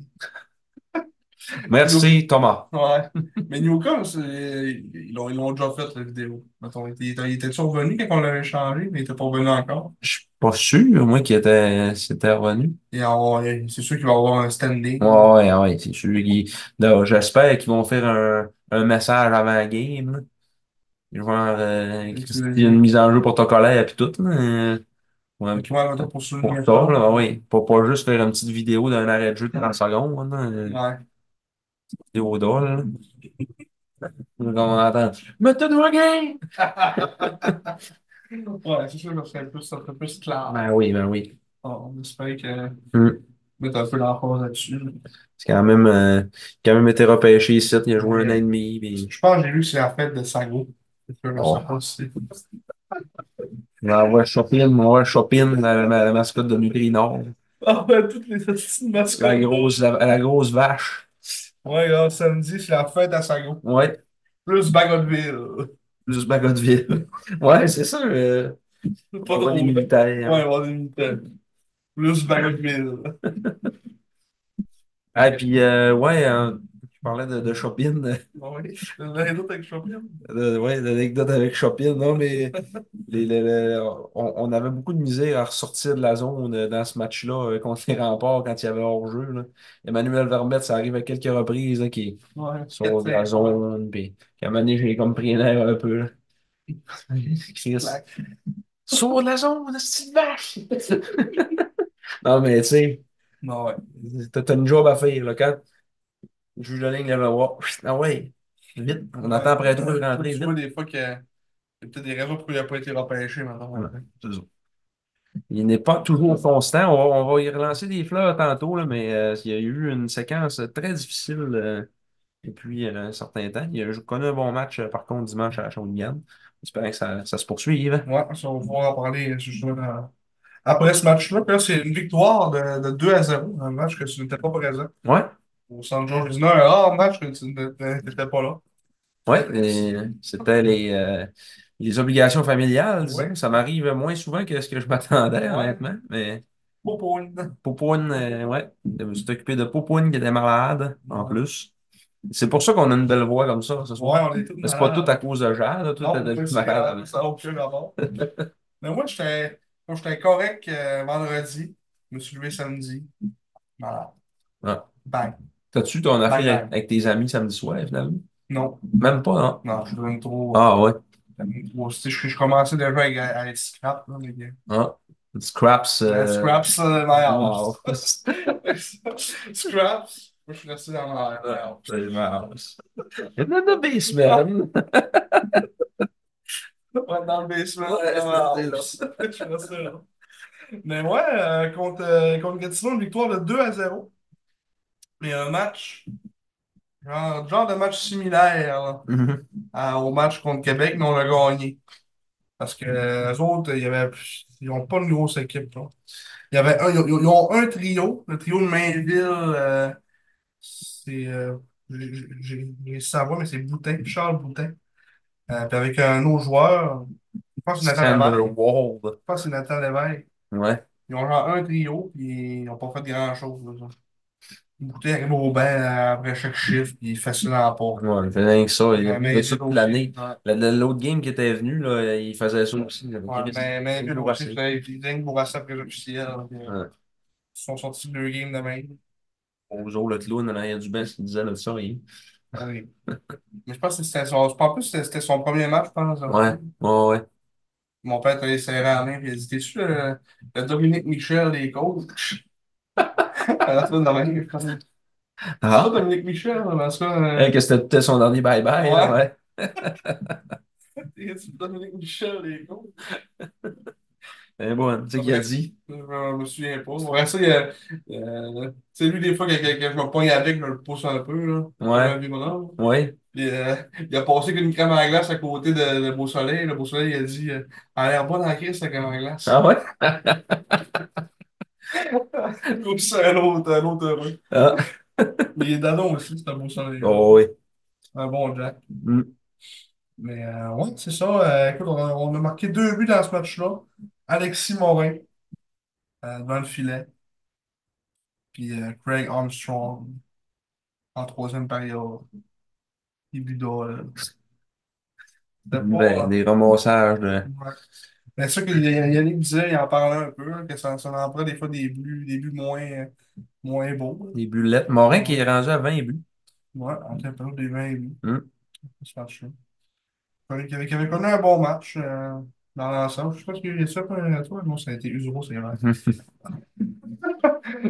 Speaker 1: Merci, Thomas.
Speaker 2: Ouais. Mais Newcomb, c'est- ils l'ont ils l'ont déjà fait, la vidéo. Mettons, il était, il était survenu quand on l'avait changé, mais il était pas revenu encore.
Speaker 1: Je suis pas sûr, moi, qu'il était, c'était revenu.
Speaker 2: Et on- c'est sûr qu'il va avoir un standing.
Speaker 1: Ouais, ouais, c'est sûr. qu'il- Non, j'espère qu'ils vont faire un, un message avant la game. là. Genre, euh, qu'il y a une mise en jeu protocolaire et tout. là. Euh, Ouais,
Speaker 2: Fait qu'il va avoir pour souligner
Speaker 1: pour
Speaker 2: ça.
Speaker 1: ça, là, oui. Pas, pas juste faire une petite vidéo d'un arrêt de jeu de 30 secondes, là, une
Speaker 2: Ouais.
Speaker 1: vidéo d'or. On entend. Mais t'as deux gains!
Speaker 2: Ouais, c'est sûr que ça serait plus, ça serait plus clair.
Speaker 1: Ben oui, ben oui.
Speaker 2: On espère que
Speaker 1: Hum.
Speaker 2: mettre un peu d'emphase là-dessus.
Speaker 1: C'est quand même, euh, quand même été repêché ici. Il a joué un an et demi. puis
Speaker 2: Je pense que j'ai lu que c'est la fête de Sago. C'est sûr que
Speaker 1: Oh.
Speaker 2: ça passe, c'est-
Speaker 1: On va voir Chopin, on va voir Chopin, la, la- la mascotte de Nutrinor.
Speaker 2: Ah ouais, toutes les petites mascottes.
Speaker 1: La grosse, la, la grosse vache.
Speaker 2: Ouais, là, samedi, c'est la fête à Sago.
Speaker 1: Ouais,
Speaker 2: Plus Bagotville.
Speaker 1: plus Bagotville. Ouais, c'est ça. euh,
Speaker 2: Pas
Speaker 1: on voit
Speaker 2: drôle.
Speaker 1: les militaires.
Speaker 2: Ouais, on est Minitel. Plus Bagotville.
Speaker 1: Ah, puis, euh, ouais, hein, je parlais de, de Chopin. euh,
Speaker 2: Ouais. L'un d'autre avec champion.
Speaker 1: Euh, ouais, l'anecdote avec Chopin, non, mais les- les- les- on, on avait beaucoup de misère à ressortir de la zone euh, dans ce match-là euh, contre les remparts quand il y avait hors-jeu. là. Emmanuel Vermette, ça arrive à quelques reprises là, qui
Speaker 2: Ouais.
Speaker 1: sont de la zone, puis qu'à un moment donné, j'ai comme pris un air un peu. là. Chris. Sors de la zone, petite vache! Non, mais tu sais,
Speaker 2: Non, ouais.
Speaker 1: t'as t'as une job à faire, là, quand le juge de ligne lève la voix. Ah ouais, vite, on attend après toi de rentrer,
Speaker 2: Tu
Speaker 1: vite.
Speaker 2: vois des fois qu'il y a il y a peut-être des raisons pour lesquelles il n'a pas été repêché maintenant.
Speaker 1: Ouais. Il n'est pas toujours constant. On va, on va y relancer des fleurs tantôt, là, mais euh, il y a eu une séquence très difficile euh, depuis euh, un certain temps. Il a je connais un bon match, euh, par contre, dimanche à Shawinigan. J'espère que ça, ça se poursuive.
Speaker 2: Ouais, ça, on va pouvoir en parler euh, ce soir, euh, après ce match-là. Puis là, c'est une victoire de, de 2 à 0, un match que tu n'étais pas présent.
Speaker 1: Ouais,
Speaker 2: Au San Jorge Disney, un rare match que tu n'étais n'étais pas là.
Speaker 1: ouais. et C'était les, euh, les obligations familiales. disons.
Speaker 2: Ouais.
Speaker 1: Ça m'arrive moins souvent que ce que je m'attendais,
Speaker 2: Ouais.
Speaker 1: honnêtement. Mais
Speaker 2: Beau pour une.
Speaker 1: Popoun, euh, ouais, je me suis occupé de Popoun qui était malade en plus. C'est pour ça qu'on a une belle voix comme ça ce soir.
Speaker 2: Ouais, on est tous
Speaker 1: Mais c'est pas
Speaker 2: malades.
Speaker 1: tout à cause de Jean, là, tout
Speaker 2: Non,
Speaker 1: est de-
Speaker 2: toi,
Speaker 1: de-
Speaker 2: c'est grave, ça n'a aucun rapport. Mais moi, j'étais moi, j'étais correct euh, vendredi. Je me suis levé samedi. Voilà.
Speaker 1: Ouais.
Speaker 2: Bang.
Speaker 1: T'as-tu ton affaire
Speaker 2: Bye-bye.
Speaker 1: avec, avec tes amis samedi soir, finalement?
Speaker 2: Non,
Speaker 1: Même pas, non?
Speaker 2: non, je donne trop.
Speaker 1: Ah ouais.
Speaker 2: euh, trop- tu sais, je, je commençais déjà avec- à, à être scrap, là, mais bien.
Speaker 1: Ah. Scraps. euh,
Speaker 2: Scraps, euh, my house.
Speaker 1: wow.
Speaker 2: Scraps, moi, je suis resté dans ma ma house.
Speaker 1: C'est marrant. In the basement.
Speaker 2: Ouais, dans le basement,
Speaker 1: Ouais,
Speaker 2: dans
Speaker 1: c'est
Speaker 2: ma
Speaker 1: là.
Speaker 2: house. Je suis resté là. Mais ouais, euh, contre, euh, contre Gatineau, une victoire de 2 à 0. Et un match, genre, genre de match similaire là,
Speaker 1: Mhm.
Speaker 2: à- au match contre Québec, mais on a gagné. Parce que euh, eux autres, il y avait, ils n'ont pas une grosse équipe. là. Il y avait un, ils, ont- ils ont un trio, le trio de Mainville, euh, c'est. euh, j'ai- j'ai j'ai- j'ai savoir, mais c'est Boutin, Charles Boutin. Euh, puis avec un autre joueur, je pense que c'est Nathan
Speaker 1: Sander
Speaker 2: Lévesque.
Speaker 1: Wald.
Speaker 2: Je pense que c'est Nathan Lévesque.
Speaker 1: Ouais.
Speaker 2: Ils ont genre un trio, puis ils n'ont pas fait grand-chose. là, ça. Boutin arrive au banc euh, après chaque chiffre, puis il fait ça dans la porte.
Speaker 1: Ouais, il faisait rien que ça. Il
Speaker 2: Ouais, mais
Speaker 1: faisait ça toute
Speaker 2: aussi.
Speaker 1: l'année.
Speaker 2: Ouais.
Speaker 1: La- la- L'autre game qui était venu, là, il faisait ça aussi.
Speaker 2: Ouais,
Speaker 1: Chris.
Speaker 2: mais, mais
Speaker 1: Bourassa.
Speaker 2: Bourassa, je l'avais dit, dingue Bourassa après officiel.
Speaker 1: Ouais.
Speaker 2: euh, Ils sont sortis deux games de même.
Speaker 1: Bozo, le clown, en arrière du banc, il disait là, ça. il-
Speaker 2: Ouais. Mais je pense que c'était son. je pense plus que c'était c'était son premier match, je pense. hein.
Speaker 1: Ouais, ouais, ouais.
Speaker 2: Mon père est allé serrer la main puis il a dit T'es-tu le, le Dominique Michel des coachs? Alors, ça, dans ma vie, je pense que c'est ça,
Speaker 1: Ah.
Speaker 2: Dominique Michel, parce que
Speaker 1: Hey, que c'était peut-être son dernier bye-bye, là, ouais.
Speaker 2: tu Dominique Michel des coachs?
Speaker 1: Mais Eh, bon, tu sais qu'il a dit.
Speaker 2: Je je me souviens pas. Après ça, il y a- euh, tu sais, lui, des fois, quand, quand- quand je me pogne avec, je le pousse un peu, là. Comme
Speaker 1: Ouais.
Speaker 2: un vibrant.
Speaker 1: Ouais.
Speaker 2: Puis, euh, il a passé qu'une crème à glace à côté de, de Beau Soleil. Le Beau Soleil, il a dit euh, Elle a l'air bonne en crise, la crème à glace.
Speaker 1: Ah ouais?
Speaker 2: Je aussi à l'autre, à l'autre rue.
Speaker 1: Ah,
Speaker 2: Mais il est dadon aussi, c'est un beau soleil.
Speaker 1: oh oui.
Speaker 2: Un bon Jack.
Speaker 1: Mm.
Speaker 2: Mais euh, ouais, c'est ça. Euh, écoute, on a, on a marqué deux buts dans ce match-là. Alexis Morin euh, devant le filet, puis euh, Craig Armstrong en troisième période. Il but d'or. C'était pas,
Speaker 1: Ben, des remontages de.
Speaker 2: Ouais. Mais c'est sûr que Yannick disait, il en parlait un peu, que ça, ça en prend des fois des buts, des buts moins, moins beaux.
Speaker 1: Des bullettes. Morin qui est rendu à 20 buts.
Speaker 2: Ouais, en termes des 20 buts,
Speaker 1: Mm.
Speaker 2: ce match-là. Qui avait, qui avait connu un bon match euh, dans l'ensemble. Je sais pas si il y a ça pour un tour. Non, euh, ça a été Usuro, c'est vrai.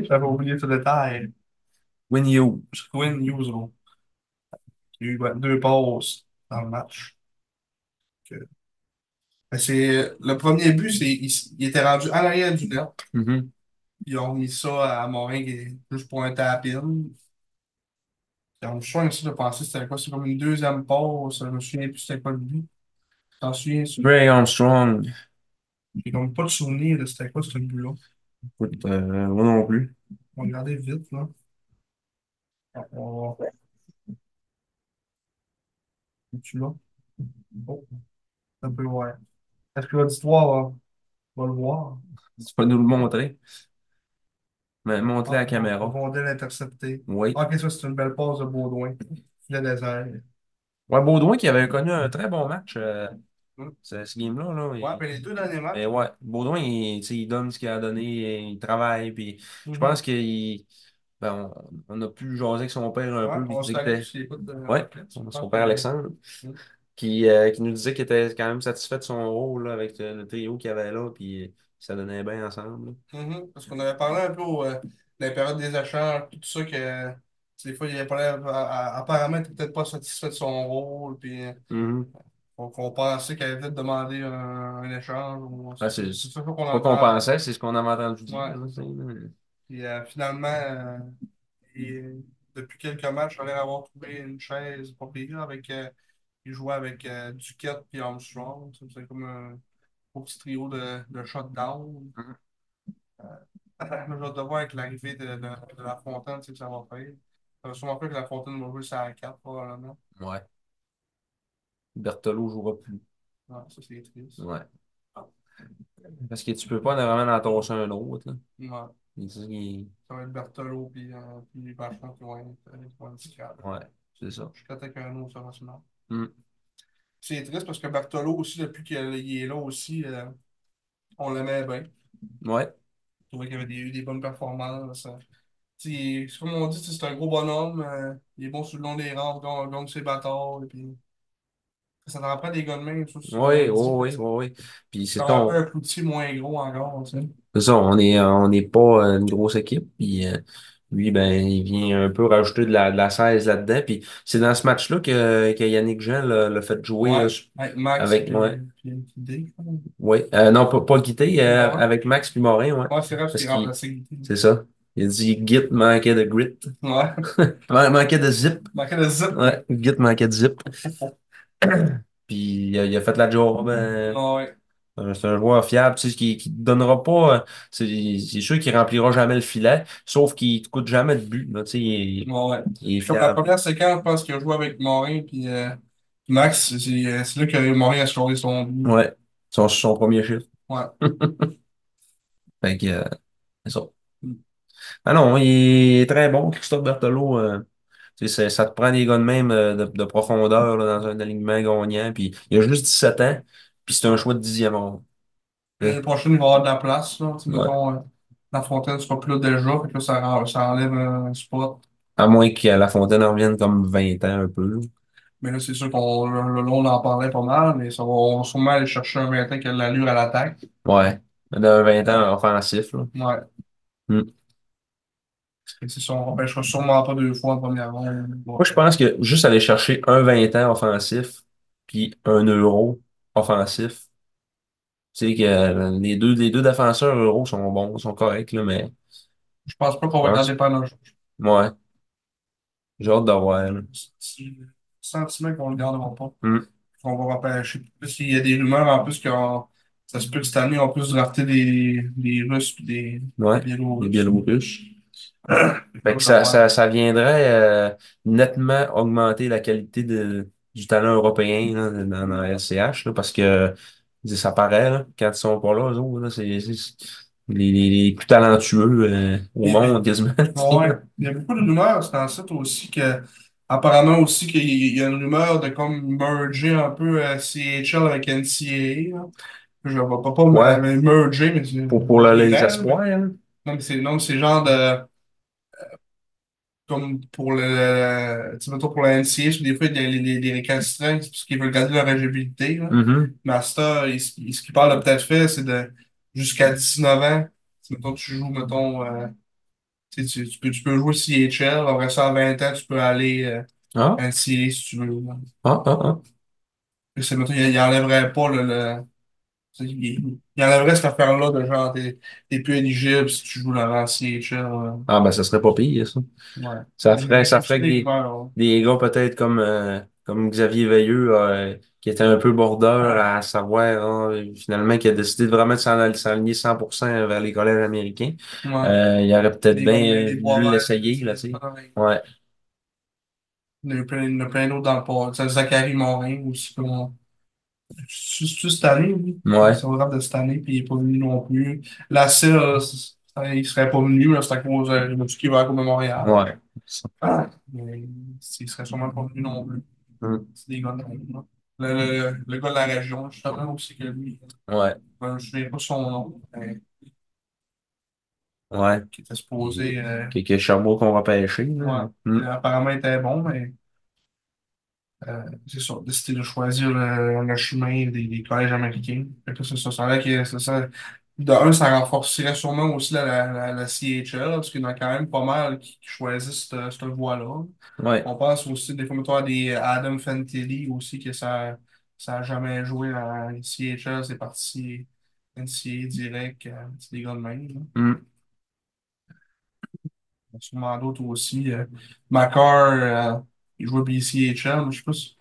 Speaker 2: J'avais oublié ce détail.
Speaker 1: Win you.
Speaker 2: Quinn Usuro. Il y a eu ouais, deux passes dans le match. Que- Mais c'est, le premier but, c'est, il, s- il était rendu à l'arrière du net. Mm-hmm.
Speaker 1: Mhm.
Speaker 2: Ils ont mis ça à Morin qui est juste pour un tap-in. Puis on soin aussi de penser c'était quoi? C'est comme une deuxième pause. Je me souviens plus c'était quoi le but. T'en souviens? ça?
Speaker 1: Ray Armstrong.
Speaker 2: J'ai comme pas de souvenir de c'était quoi ce but-là.
Speaker 1: Écoute, euh, moi non plus.
Speaker 2: On regardait vite, là. On va- Tu l'as? Oh, un peu ouais. Est-ce que l'auditoire va, va le voir?
Speaker 1: Tu peux nous le montrer. Mais montrer à la
Speaker 2: Ah, bon,
Speaker 1: caméra.
Speaker 2: Rondelle interceptée.
Speaker 1: Oui.
Speaker 2: Ah, Ok, ça, c'est une belle passe de Baudouin. Filet désert.
Speaker 1: Ouais, Baudouin qui avait connu un très bon match euh,
Speaker 2: Mm.
Speaker 1: ce, ce game-là. Là,
Speaker 2: Ouais, ben
Speaker 1: il-
Speaker 2: les deux derniers matchs.
Speaker 1: Mais ouais, Baudouin, il, tu sais, il donne ce qu'il a donné, il travaille, puis je
Speaker 2: Mhm.
Speaker 1: pense qu'il ben, on, on a pu jaser avec son père un
Speaker 2: Ouais,
Speaker 1: peu, puis il
Speaker 2: on se
Speaker 1: disait
Speaker 2: salue
Speaker 1: que
Speaker 2: s'il écoute euh, en
Speaker 1: ouais,
Speaker 2: podcast.
Speaker 1: son
Speaker 2: Je pense
Speaker 1: père
Speaker 2: que oui.
Speaker 1: Alexandre,
Speaker 2: Mm.
Speaker 1: qui, euh, qui nous disait qu'il était quand même satisfait de son rôle là, avec euh, le, trio qu'il avait là, puis ça donnait bien ensemble.
Speaker 2: Mhm, Parce qu'on avait parlé un peu au, euh, de la période des échanges, tout ça, que euh, des fois, il avait parlé, à- à- apparemment, il était peut-être pas satisfait de son rôle, puis euh,
Speaker 1: Mhm.
Speaker 2: qu'on qu'on pensait qu'il avait peut-être demandé un, un échange. ou-
Speaker 1: Ah,
Speaker 2: C'est
Speaker 1: c'est
Speaker 2: c'est ça qu'on
Speaker 1: c'est pas qu'on
Speaker 2: entend.
Speaker 1: pensait, c'est ce qu'on avait entendu dire.
Speaker 2: Ouais.
Speaker 1: là, tu sais, là.
Speaker 2: Puis euh, finalement, euh, il- depuis quelques matchs, on allait avoir trouvé une chaise pour pire avec. euh, il jouait avec euh, Duquette et Armstrong. Ça faisait comme un beau petit trio de, de shutdown.
Speaker 1: Mhm.
Speaker 2: Moi, J'ai hâte de voir avec l'arrivée de, de- de La Fontaine, c'est que ça va faire. Ça va sûrement faire que La Fontaine va jouer sur la 4 probablement.
Speaker 1: Ouais. Berthelot jouera plus.
Speaker 2: Non, ça, c'est triste.
Speaker 1: Ouais. Parce que tu peux pas vraiment en tosser un autre. là.
Speaker 2: Non,
Speaker 1: Il dit qu'il-
Speaker 2: ça va être Berthelot puis euh, puis Vachon qui vont être euh, qui vont être discrets.
Speaker 1: Ouais, c'est ça.
Speaker 2: Je suis peut-être qu'un autre, ça va se marrer.
Speaker 1: Mm.
Speaker 2: C'est triste parce que Berthelot aussi, depuis qu'il est là aussi, euh, on l'aimait bien.
Speaker 1: Ouais.
Speaker 2: Je trouvais qu'il avait des- eu des bonnes performances. Tu sais, c'est comme on dit, tu sais, c'est un gros bonhomme. euh, il est bon sur le long des rampes, gagne, gagne ses batailles. Et puis, ça t'en prend des gars de même, ça, c'est souvent
Speaker 1: Oui, oui,
Speaker 2: dit.
Speaker 1: oui, oui, oui. Puis
Speaker 2: C'est
Speaker 1: c'est
Speaker 2: comme un peu
Speaker 1: on,
Speaker 2: un cloutier moins gros encore. tu sais.
Speaker 1: c'est ça, on est, on n'est pas euh, une grosse équipe. Puis euh, lui, ben, il vient un peu rajouter de la, de la 16 là-dedans. Puis c'est dans ce match-là que, que Yannick Jean l'a l'a fait jouer euh,
Speaker 2: Ouais,
Speaker 1: là, su-
Speaker 2: avec Max
Speaker 1: avec,
Speaker 2: puis,
Speaker 1: ouais,
Speaker 2: puis une petite idée. je pense.
Speaker 1: oui. Euh, non, pas, pas Guité, euh,
Speaker 2: Morin.
Speaker 1: avec Max puis Morin, ouais.
Speaker 2: Ouais, c'est vrai, parce
Speaker 1: Parce
Speaker 2: qu'il
Speaker 1: qu'il,
Speaker 2: remplaçait Guy.
Speaker 1: c'est ça. Il dit Git manquait de grit.
Speaker 2: Ouais,
Speaker 1: Man- Manquait de zip.
Speaker 2: manquait de zip.
Speaker 1: Ouais, Git manquait de zip. Puis euh, il a fait la job. euh,
Speaker 2: Ouais,
Speaker 1: Euh, C'est un joueur fiable, tu sais, qui qui te donnera pas. euh, C'est c'est sûr qu'il remplira jamais le filet, sauf qu'il te coûte jamais de but. là, tu sais, il, est-
Speaker 2: ouais.
Speaker 1: il est
Speaker 2: Je crois que la
Speaker 1: fiable.
Speaker 2: première séquence, je pense qu'il a joué avec Morin puis euh, Max. C'est euh, c'est là que Morin a scoré son but.
Speaker 1: Ouais. Son, son premier chiffre.
Speaker 2: Ouais.
Speaker 1: Fait que, euh, c'est ça. Ah non, il est très bon, Christophe Berthelot. euh, tu sais, c'est- ça te prend des gars de même euh, de, de profondeur là, dans un alignement gagnant. Puis il a juste 17 ans, puis c'est un choix de dixième ronde.
Speaker 2: L'année prochaine, il va y avoir de la place, là. Tu sais,
Speaker 1: Ouais.
Speaker 2: mettons, euh, la Fontaine sera plus là déjà, fait que là, ça, en- ça enlève un spot.
Speaker 1: À moins que La Fontaine en revienne comme 20 ans un peu. là.
Speaker 2: Mais là, c'est sûr qu'on le long, on en parlait pas mal, mais ça va, on va sûrement aller chercher un matin qui a de l'allure à l'attaque.
Speaker 1: Ouais. D'un 20 ans offensif. Là.
Speaker 2: Ouais.
Speaker 1: Hmm.
Speaker 2: Et c'est ça, on repêchera sûrement pas deux fois en première ronde.
Speaker 1: Moi, je pense que juste aller chercher un 20 ans offensif, puis un euro offensif, tu sais que euh, les deux, les deux défenseurs euro sont bons, sont corrects, là, mais
Speaker 2: Je pense pas
Speaker 1: je
Speaker 2: qu'on va être dans
Speaker 1: pense.
Speaker 2: des panaches.
Speaker 1: Ouais, j'ai hâte de voir. là.
Speaker 2: C'est c'est le sentiment qu'on le gardera pas.
Speaker 1: Mm.
Speaker 2: Qu'on va repêcher. Parce qu'il y a des rumeurs en plus qu'on Ça se peut que cette année, on puisse drafter des, des Russes et des
Speaker 1: Ouais,
Speaker 2: Biélorusses.
Speaker 1: les Biélorusses. Fait que ça, ça, ça viendrait euh, nettement augmenter la qualité de, du talent européen là, dans, dans la RCH, là, parce que je veux dire, ça paraît là, quand ils sont pas là, eux autres, là, c'est c'est- les, les- les plus talentueux euh, au
Speaker 2: Et-
Speaker 1: monde quasiment.
Speaker 2: Ouais. Il y a beaucoup de rumeurs sur le site aussi que, apparemment aussi qu'il y il y a une rumeur de comme merger un peu euh, CHL avec NCAA. là. Je ne vais pas, pas
Speaker 1: Ouais.
Speaker 2: me- me- merger, mais c'est-
Speaker 1: Pour, pour le- les
Speaker 2: là,
Speaker 1: espoirs. hein.
Speaker 2: mais- Non, mais c'est non, mais c'est genre de. euh, Comme pour le. Tu sais, mettons pour la NCAA, parce que des fois, il y a les, les, les récalcitrants, c'est parce qu'ils veulent garder leur éligibilité. là.
Speaker 1: Mhm.
Speaker 2: Mais à cette heure, il- il- ce qu'ils parlent de peut-être faire, c'est de jusqu'à 19 ans. Si, mettons, tu joues, mettons. euh, tu, sais, tu, tu peux, tu peux jouer CHL, après ça, à 20 ans, tu peux aller euh,
Speaker 1: Ah,
Speaker 2: NCAA si tu veux. là.
Speaker 1: ah, ah, ah.
Speaker 2: Puis c'est, mettons, il il enlèverait pas le, le- tu sais, il, il enlèverait cette affaire-là de genre, t'es, t'es plus éligible si tu joues dans la CHL. là.
Speaker 1: Ah, ben ça serait pas pire, ça.
Speaker 2: euh, Ouais.
Speaker 1: Ça
Speaker 2: Il y a
Speaker 1: ferait, ça
Speaker 2: beaucoup
Speaker 1: ferait
Speaker 2: de
Speaker 1: que des,
Speaker 2: rumeurs, là.
Speaker 1: des gars peut-être comme, euh, comme Xavier Veilleux, euh, qui était un peu border à savoir, hein, finalement, qui a décidé de vraiment de s'en- s'aligner 100% vers les collèges américains.
Speaker 2: Ouais.
Speaker 1: Euh, il aurait peut-être
Speaker 2: Ah. Des gars,
Speaker 1: bien
Speaker 2: des,
Speaker 1: euh,
Speaker 2: des bois
Speaker 1: voulu
Speaker 2: verts.
Speaker 1: l'essayer, là, tu sais. Ouais.
Speaker 2: Il y en a eu plein, il y en a plein d'autres dans le passé. Tu sais, Zachary Morin aussi. Comme, c'est c'est cette année, oui.
Speaker 1: Ouais.
Speaker 2: C'est au draft de cette année, puis il n'est pas venu non plus. La CIL, il serait pas venu, là, c'est à cause euh, de ce qui va à la Coupe de Montréal.
Speaker 1: Ouais.
Speaker 2: Ah, mais il serait sûrement pas venu non plus.
Speaker 1: Mm.
Speaker 2: C'est des gars de la région. Le, le- le gars de la région, justement, aussi que lui.
Speaker 1: Ouais.
Speaker 2: Ben, je ne souviens pas son nom, mais
Speaker 1: Ouais.
Speaker 2: qui était supposé. euh,
Speaker 1: Quelques chameaux qu'on va pêcher, là.
Speaker 2: ouais,
Speaker 1: Mm.
Speaker 2: apparemment, il était bon, mais euh, c'est sûr, décidé de choisir le, le chemin des, des collèges américains. Fait que ça, ça, ça, là, que ça, ça- de un, ça renforcerait sûrement aussi la, la, la, la CHL, là, parce qu'il y en a quand même pas mal qui, qui choisissent cette, cette voie-là.
Speaker 1: Ouais.
Speaker 2: On pense aussi des fois mettons, à des Adam Fantilli aussi, que ça ça a jamais joué en CHL, c'est parti NCAA direct, euh, c'est des gars de même. là.
Speaker 1: Mm.
Speaker 2: Il y en a sûrement d'autres aussi. Euh, Makar, euh, il jouait BCHL, mais je sais pas si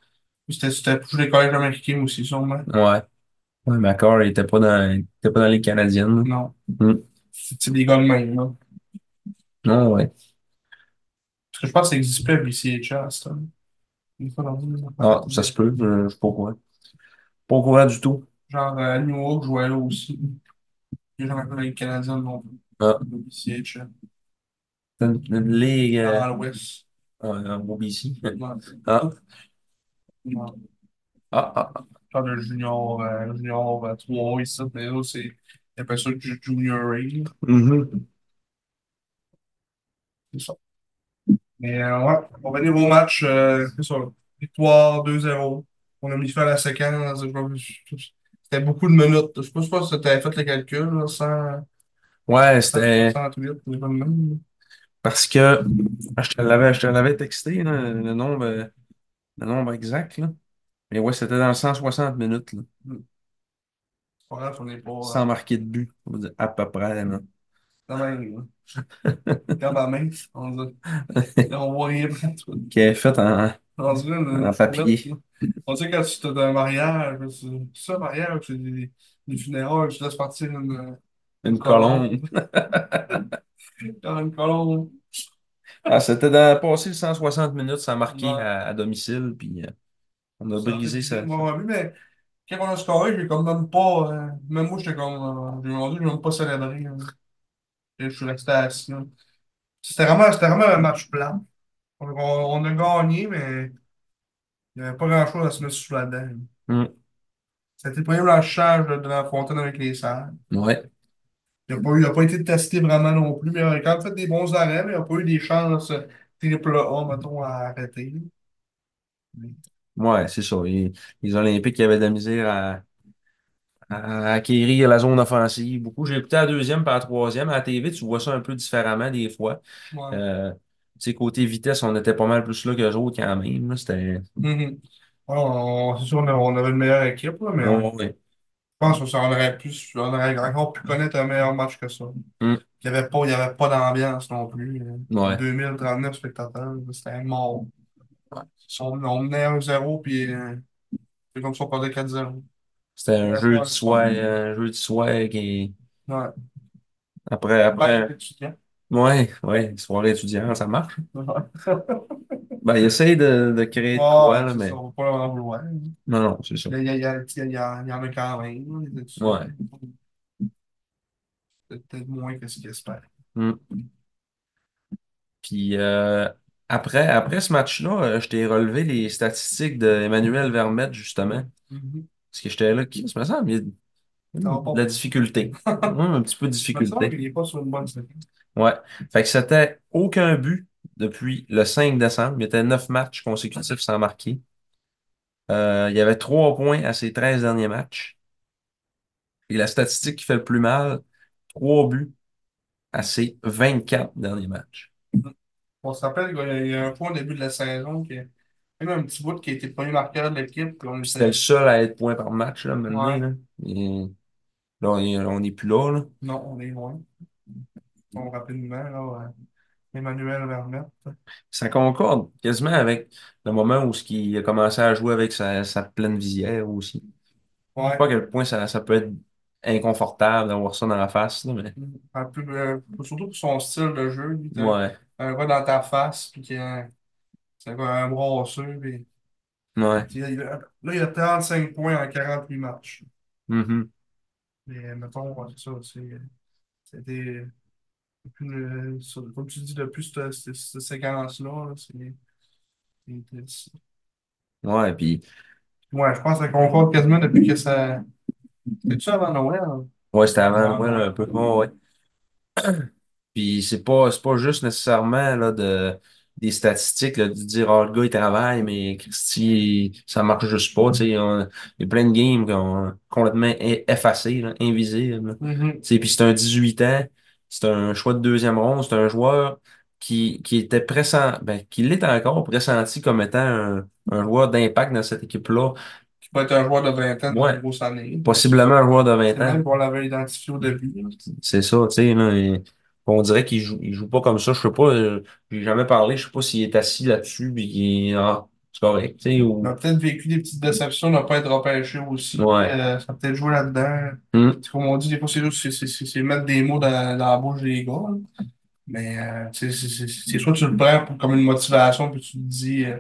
Speaker 2: si c'était c'était pour jouer les collèges américains aussi, sûrement.
Speaker 1: Ouais. Ouais, Macor, il était pas dans, il était pas dans les Canadiennes,
Speaker 2: Non,
Speaker 1: là. Mm.
Speaker 2: c'est c'est des gars de même, là.
Speaker 1: Non, ouais.
Speaker 2: Parce que je pense que ça n'existe plus à BCHL, c'est ça. Une fois dans une, on parlait
Speaker 1: Ah, ça se
Speaker 2: de-
Speaker 1: peut, je je suis pas au courant. Pas au courant du tout.
Speaker 2: Genre, euh, New York jouait là aussi. Il n'y a jamais joué avec les Canadiens non plus.
Speaker 1: Ah,
Speaker 2: Le BCHL,
Speaker 1: c'est une, une ligue euh,
Speaker 2: dans l'Ouest.
Speaker 1: en en OBC.
Speaker 2: Non,
Speaker 1: Ah,
Speaker 2: non.
Speaker 1: ah, ah, ah.
Speaker 2: Genre le junior, euh, junior euh, 3 ici, mais là, c'est. Ils appellent ça le ju- Junior A, là. Mm-hmm.
Speaker 1: Mhm.
Speaker 2: c'est ça. Mais euh, ouais, on va venir au match. euh, c'est ça. Victoire 2-0. On a mis fin à la séquence. Je vois- je- je- C'était beaucoup de minutes. Je ne sais pas si tu avais fait le calcul, là, 100,
Speaker 1: Ouais,
Speaker 2: 100,
Speaker 1: c'était
Speaker 2: 108, c'est pas le même. là.
Speaker 1: parce que ah, je te l'avais, je te l'avais texté, là, le nombre, euh, le nombre exact, là. Mais ouais, c'était dans 160 minutes, là,
Speaker 2: Hmm. C'est pas grave, on n'est pas euh,
Speaker 1: sans marquer de but, on va dire à peu près, là.
Speaker 2: dans la même. là. Quand ma main, on dirait- là, on voit rien partout.
Speaker 1: Qui est fait en,
Speaker 2: On dirait une
Speaker 1: en
Speaker 2: fourrette,
Speaker 1: papier.
Speaker 2: là. On dirait quand tu es dans un mariage, là, c'est c'est ça, un mariage, c'est des, des funérailles, tu laisses partir une, euh,
Speaker 1: Une
Speaker 2: une colombe.
Speaker 1: colombe.
Speaker 2: Dans une colombe.
Speaker 1: Ah, c'était dans passer le 160 minutes sans marquer
Speaker 2: Ouais.
Speaker 1: à, à domicile, puis euh, on a
Speaker 2: Ça a
Speaker 1: brisé
Speaker 2: été
Speaker 1: ça.
Speaker 2: mon ami, mais quand on a scoré, j'ai comme même pas. euh, même moi, j'étais comme. Euh, mon Dieu, j'ai même pas célébré. hein. Et Je suis resté assis. hein. C'était vraiment, c'était vraiment un match plat. On, on- on a gagné, mais il n'y avait pas grand-chose à se mettre sous la dent. hein.
Speaker 1: Mm.
Speaker 2: C'était le premier blanchissage de, de la fontaine avec les serres.
Speaker 1: Ouais.
Speaker 2: Il n'a pas, eu- il a pas été testé vraiment non plus, mais il a quand même fait des bons arrêts, mais il n'a pas eu des chances euh, triple A, mettons, à arrêter. Mais
Speaker 1: Ouais, c'est ça. Les, les Olympiques ils avaient de la misère à, à acquérir la zone offensive. Beaucoup, j'ai écouté la deuxième par la troisième. À la TV, tu vois ça un peu différemment des fois.
Speaker 2: ouais.
Speaker 1: Euh, tu sais, côté vitesse, on était pas mal plus là qu'eux autres quand même. là. C'était.
Speaker 2: Mhm. Alors, on- c'est sûr, on a- on avait une meilleure équipe, là, mais.
Speaker 1: Ouais, ouais.
Speaker 2: Je pense qu'on s'en aurait plus, on aurait encore pu connaître un meilleur match que ça.
Speaker 1: Mm.
Speaker 2: Il n'y avait pas, il y avait pas d'ambiance non plus. là.
Speaker 1: Ouais.
Speaker 2: 2039 spectateurs, là, c'était mort.
Speaker 1: Ouais.
Speaker 2: On, on menait 1-0, puis euh, c'est comme si on perdait 4-0.
Speaker 1: C'était un
Speaker 2: Ouais,
Speaker 1: jeu
Speaker 2: ouais.
Speaker 1: de soir, un jeu de soir qui.
Speaker 2: Ouais.
Speaker 1: Après,
Speaker 2: Bac
Speaker 1: après.
Speaker 2: étudiant.
Speaker 1: Ouais, ouais, soirée étudiante, ça marche.
Speaker 2: Ouais,
Speaker 1: Ben, il essaie de, de créer de quoi, là,
Speaker 2: Ah, c'est
Speaker 1: mais.
Speaker 2: ça, on va pas en vouloir.
Speaker 1: Non, non, c'est ça.
Speaker 2: Il y, a- il y, a- il y, a- il y a- il y en a quand même, là, les étudiants.
Speaker 1: Ouais.
Speaker 2: C'est Peut-être moins que ce qu'ils espèrent.
Speaker 1: Hmm. Puis euh, après, après ce match-là, euh, je t'ai relevé les statistiques d'Emmanuel Vermette, justement.
Speaker 2: Mhm.
Speaker 1: Parce que j'étais là, qui, ça me semble, il y a
Speaker 2: Ça
Speaker 1: de
Speaker 2: va pas.
Speaker 1: la difficulté.
Speaker 2: Ça
Speaker 1: Hmm, un petit peu
Speaker 2: me semble
Speaker 1: de difficulté.
Speaker 2: qu'il n'est pas sur une bonne séquence.
Speaker 1: Ouais. Fait que c'était aucun but depuis le 5 décembre. Il y était neuf matchs consécutifs sans marquer. Euh, il y avait trois points à ses 13 derniers matchs. Et la statistique qui fait le plus mal, trois buts à ses 24 derniers matchs.
Speaker 2: On se rappelle qu'il y a- il y a un point au début de la saison qui a même un petit bout qui a été le premier marqueur de l'équipe, puis on le
Speaker 1: C'était le
Speaker 2: sait.
Speaker 1: seul à être point par match, là, maintenant,
Speaker 2: Ouais,
Speaker 1: là. Et là, on est, on est plus là, là.
Speaker 2: non, on est loin. Bon, rapidement, là, ouais. Emmanuel Vermette.
Speaker 1: Ça concorde quasiment avec le moment où ce qui a commencé à jouer avec sa, sa pleine visière aussi. Je sais
Speaker 2: Ouais.
Speaker 1: pas à quel point ça, ça peut être inconfortable d'avoir ça dans la face, là, mais
Speaker 2: Un peu, euh, surtout pour son style de jeu, lui, t'as
Speaker 1: ouais,
Speaker 2: un gars dans ta face, puis qui a c'est un gars un brasseux, puis
Speaker 1: ouais.
Speaker 2: puis là, il a, là, il a 35 points en 48 matchs.
Speaker 1: Mhm.
Speaker 2: Mais euh, mettons, ouais, c'est ça, c'est c'était depuis le- sur- euh, comme tu dis, depuis cette, cette, cette séquence-là, là, c'est. c'est- c'est-
Speaker 1: Ouais, puis
Speaker 2: Ouais, je pense que ça concorde quasiment depuis que ça. C'est-tu avant Noël? hein?
Speaker 1: ouais, c'était avant
Speaker 2: Avant
Speaker 1: Noël
Speaker 2: Noël.
Speaker 1: un peu. Ouais, ouais. Puis c'est pas, c'est pas juste nécessairement là, de, des statistiques, là, de dire Ah, le gars il travaille, mais Christy, ça marche juste pas. Tu sais, on- il y a plein de games qu'on- complètement e- effacés, là, invisibles.
Speaker 2: Mhm.
Speaker 1: Tu sais, puis c'est un 18 ans, c'est un choix de deuxième ronde, c'est un joueur qui, qui était pressent, ben, qui l'est encore pressenti comme étant un, un joueur d'impact dans cette équipe-là.
Speaker 2: Qui peut être un joueur de 20 ans dans une
Speaker 1: Ouais,
Speaker 2: grosse année.
Speaker 1: possiblement un joueur de
Speaker 2: C'est
Speaker 1: 20 ans.
Speaker 2: même qu'on l'avait identifié au début. là.
Speaker 1: C'est ça, tu sais, là, et- on dirait qu'il joue, il joue pas comme ça. Je sais pas, euh, j'ai jamais parlé, je sais pas s'il est assis là-dessus, puis il- ah, c'est correct, tu sais,
Speaker 2: On a
Speaker 1: ou,
Speaker 2: peut-être vécu des petites déceptions, on n'a pas été repêché aussi.
Speaker 1: ouais.
Speaker 2: euh, ça a peut-être joué là-dedans.
Speaker 1: Hmm.
Speaker 2: C'est Comme on dit, des fois, c'est juste- c'est- c'est- c'est- c'est mettre des mots dans, dans la bouche des gars. là. Mais euh, c'est c'est- c'est- c'est soit tu le prends pour- comme une motivation, puis tu te dis, euh,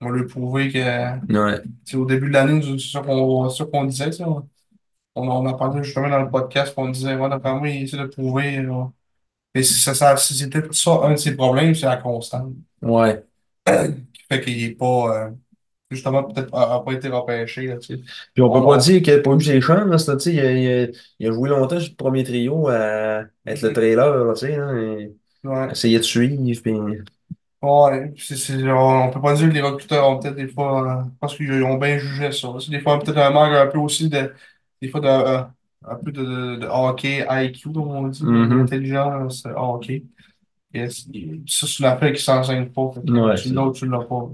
Speaker 2: on va lui prouver que, tu
Speaker 1: Ouais,
Speaker 2: sais, au début de l'année, c'est ça qu'on c'est ça qu'on disait. tu sais, On, on en parlait justement dans le podcast, puis on disait, ouais, d'après moi, il essaie de prouver. là. Mais c'est ça, ça- c'est c'est peut-être ça, un de ses problèmes, c'est la constante.
Speaker 1: ouais,
Speaker 2: Qui fait qu'il n'est pas, euh, justement, peut-être a, a pas été repêché. Là, tu sais.
Speaker 1: Puis on
Speaker 2: On-
Speaker 1: peut pas
Speaker 2: on-
Speaker 1: dire qu'il a pas eu ses chances, là, c'est- tu sais, il a, il a- il a joué longtemps sur le premier trio à être le
Speaker 2: Mhm.
Speaker 1: trailer, là, tu sais, là, et
Speaker 2: Ouais.
Speaker 1: essayer de suivre, puis
Speaker 2: Ouais, puis c'est, c'est- on, on peut pas dire que les recruteurs ont peut-être des fois, euh, parce qu'ils ont bien jugé ça. C'est des fois peut-être un manque un peu aussi de, des fois de, euh, un peu de, de, de hockey IQ, comme on dit,
Speaker 1: Mhm.
Speaker 2: l'intelligence euh, hockey. Et c'est- ça, c'est une affaire qui s'enseigne pas. Fait que
Speaker 1: Ouais,
Speaker 2: tu
Speaker 1: c'est
Speaker 2: l'as ou tu l'as pas.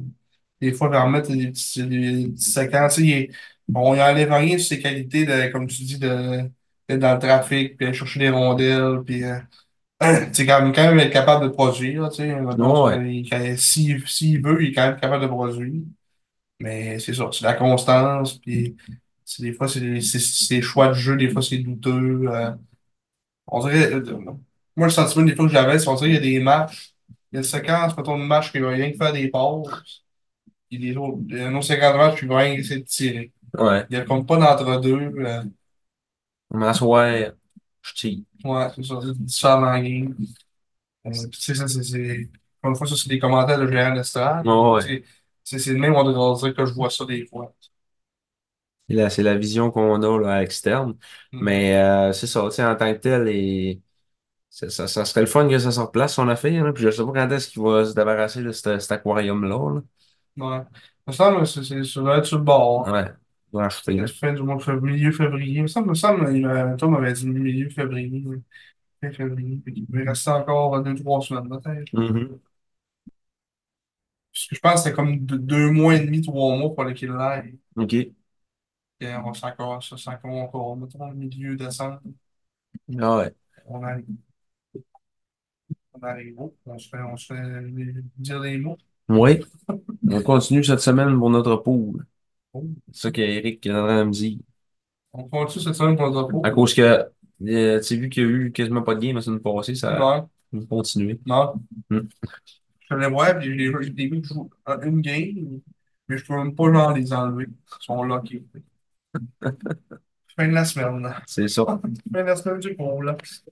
Speaker 2: Des fois, Vermette, il y a des petits, il y a des petits séquences. tu sais, il est- on n'y enlève rien sur ses qualités, de, comme tu dis, de, d'être dans le trafic, puis aller chercher des rondelles, puis euh, tu sais, quand même, quand même être capable de produire, tu sais, mettons, ça,
Speaker 1: ouais,
Speaker 2: il- quand- s'il s'il veut, il est quand même capable de produire. Mais c'est ça, c'est la constance, puis c'est des fois, c'est c'est- c'est les choix de jeu, des fois, c'est douteux. euh, on dirait, euh, moi, le sentiment des fois que j'avais, c'est qu'on dirait qu'il y a des matchs, il y a une séquence, mettons, de match qui va rien que faire des passes, puis des autres, il y a une autre séquence de match qui va rien essayer de tirer.
Speaker 1: ouais.
Speaker 2: Il y a comme pas d'entre-deux, euh,
Speaker 1: Je M'asseoir, je tire.
Speaker 2: ouais, c'est ça, c'est ça avant la game. Euh, puis tu sais, ça, c'est. c'est- Encore une fois, ça, c'est des commentaires de Gérard Lestrade.
Speaker 1: Ouais.
Speaker 2: C'est c'est- c'est le même on devrait dire que je vois ça des fois.
Speaker 1: C'est la, c'est la vision qu'on a là, à l'externe.
Speaker 2: Mhm.
Speaker 1: Mais euh, c'est ça, tu sais, en tant que tel, et ça, ça, ça serait le fun que ça se replace, son affaire. Là. Puis je sais pas quand est-ce qu'il va se débarrasser de cet cet aquarium-là.
Speaker 2: Ouais. Il me semble que c'est c'est- ça doit être sur le
Speaker 1: Là.
Speaker 2: bord.
Speaker 1: Ouais, il va acheter.
Speaker 2: C'est la
Speaker 1: Là.
Speaker 2: fin du mois de février, milieu février. Il me semble, il me semble, il m'a- Tom m'avait dit milieu février. ouais. Fin février. Fait qu'il pouvait rester encore deux, trois semaines, peut-être.
Speaker 1: Mhm.
Speaker 2: Parce que je pense que c'était comme deux, deux mois et demi, trois mois pour qu'il l'aille.
Speaker 1: OK.
Speaker 2: Et On s'en encore, ça, c'est encore, encore, mettons, milieu décembre.
Speaker 1: Ah ouais.
Speaker 2: On arrive, on arrive. Oh, On se fait, on se fait dire des mots.
Speaker 1: Oui. On continue cette semaine pour notre pool.
Speaker 2: Oh.
Speaker 1: C'est ça qu'Éric est en train de me dire.
Speaker 2: On continue cette semaine contre Drapeau.
Speaker 1: À cause que, euh, tu sais, vu qu'il y a eu quasiment pas de game la semaine passée, ça
Speaker 2: Non,
Speaker 1: a continué.
Speaker 2: non.
Speaker 1: Hmm.
Speaker 2: Je les voir, puis j'ai j'ai des gars qui jouent à une game, mais je peux même pas genre les enlever. Ils sont lockés. Fin de la semaine.
Speaker 1: C'est ça.
Speaker 2: Fin de la semaine du gros Locks.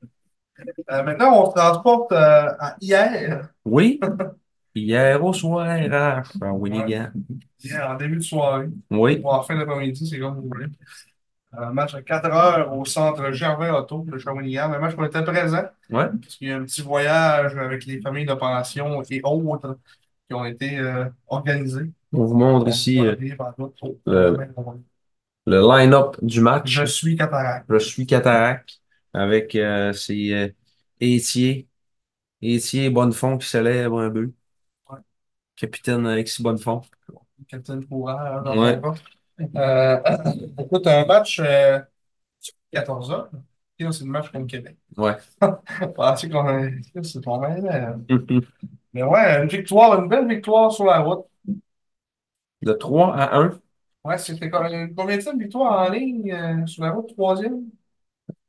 Speaker 2: Euh, maintenant, on se transporte euh, à hier.
Speaker 1: Oui, hier au soir, à Shawinigan.
Speaker 2: Hier, en début de soirée.
Speaker 1: Oui,
Speaker 2: Ou en fin d'après-midi, c'est comme vous voulez. Euh, Un match à 4 heures au centre Gervais Auto de Shawinigan. Un match qu'on était présent,
Speaker 1: ouais.
Speaker 2: parce qu'il y a un petit voyage avec les familles de pension et autres qui ont été euh, organisés.
Speaker 1: On vous montre ici
Speaker 2: On va
Speaker 1: euh,
Speaker 2: aller par d'autres autres.
Speaker 1: euh, le line-up du match.
Speaker 2: Je suis cataracte.
Speaker 1: Je suis Cataract avec euh, ses euh, Étier. Étier Bonnefond qui célèbre un but.
Speaker 2: Ouais.
Speaker 1: Capitaine Alexis Bonnefond.
Speaker 2: Capitaine Courage. dans
Speaker 1: Ouais.
Speaker 2: ton cas. Euh, écoute, un match euh, 14 heures. Et là, C'est le match contre Québec.
Speaker 1: Ouais.
Speaker 2: Pensez qu'on a- C'est pas mal. euh. Mais ouais, une victoire, une belle victoire sur la route.
Speaker 1: De 3 à 1.
Speaker 2: Ouais, c'était co- euh, combien de temps de victoire en ligne euh, sur la route? Troisième?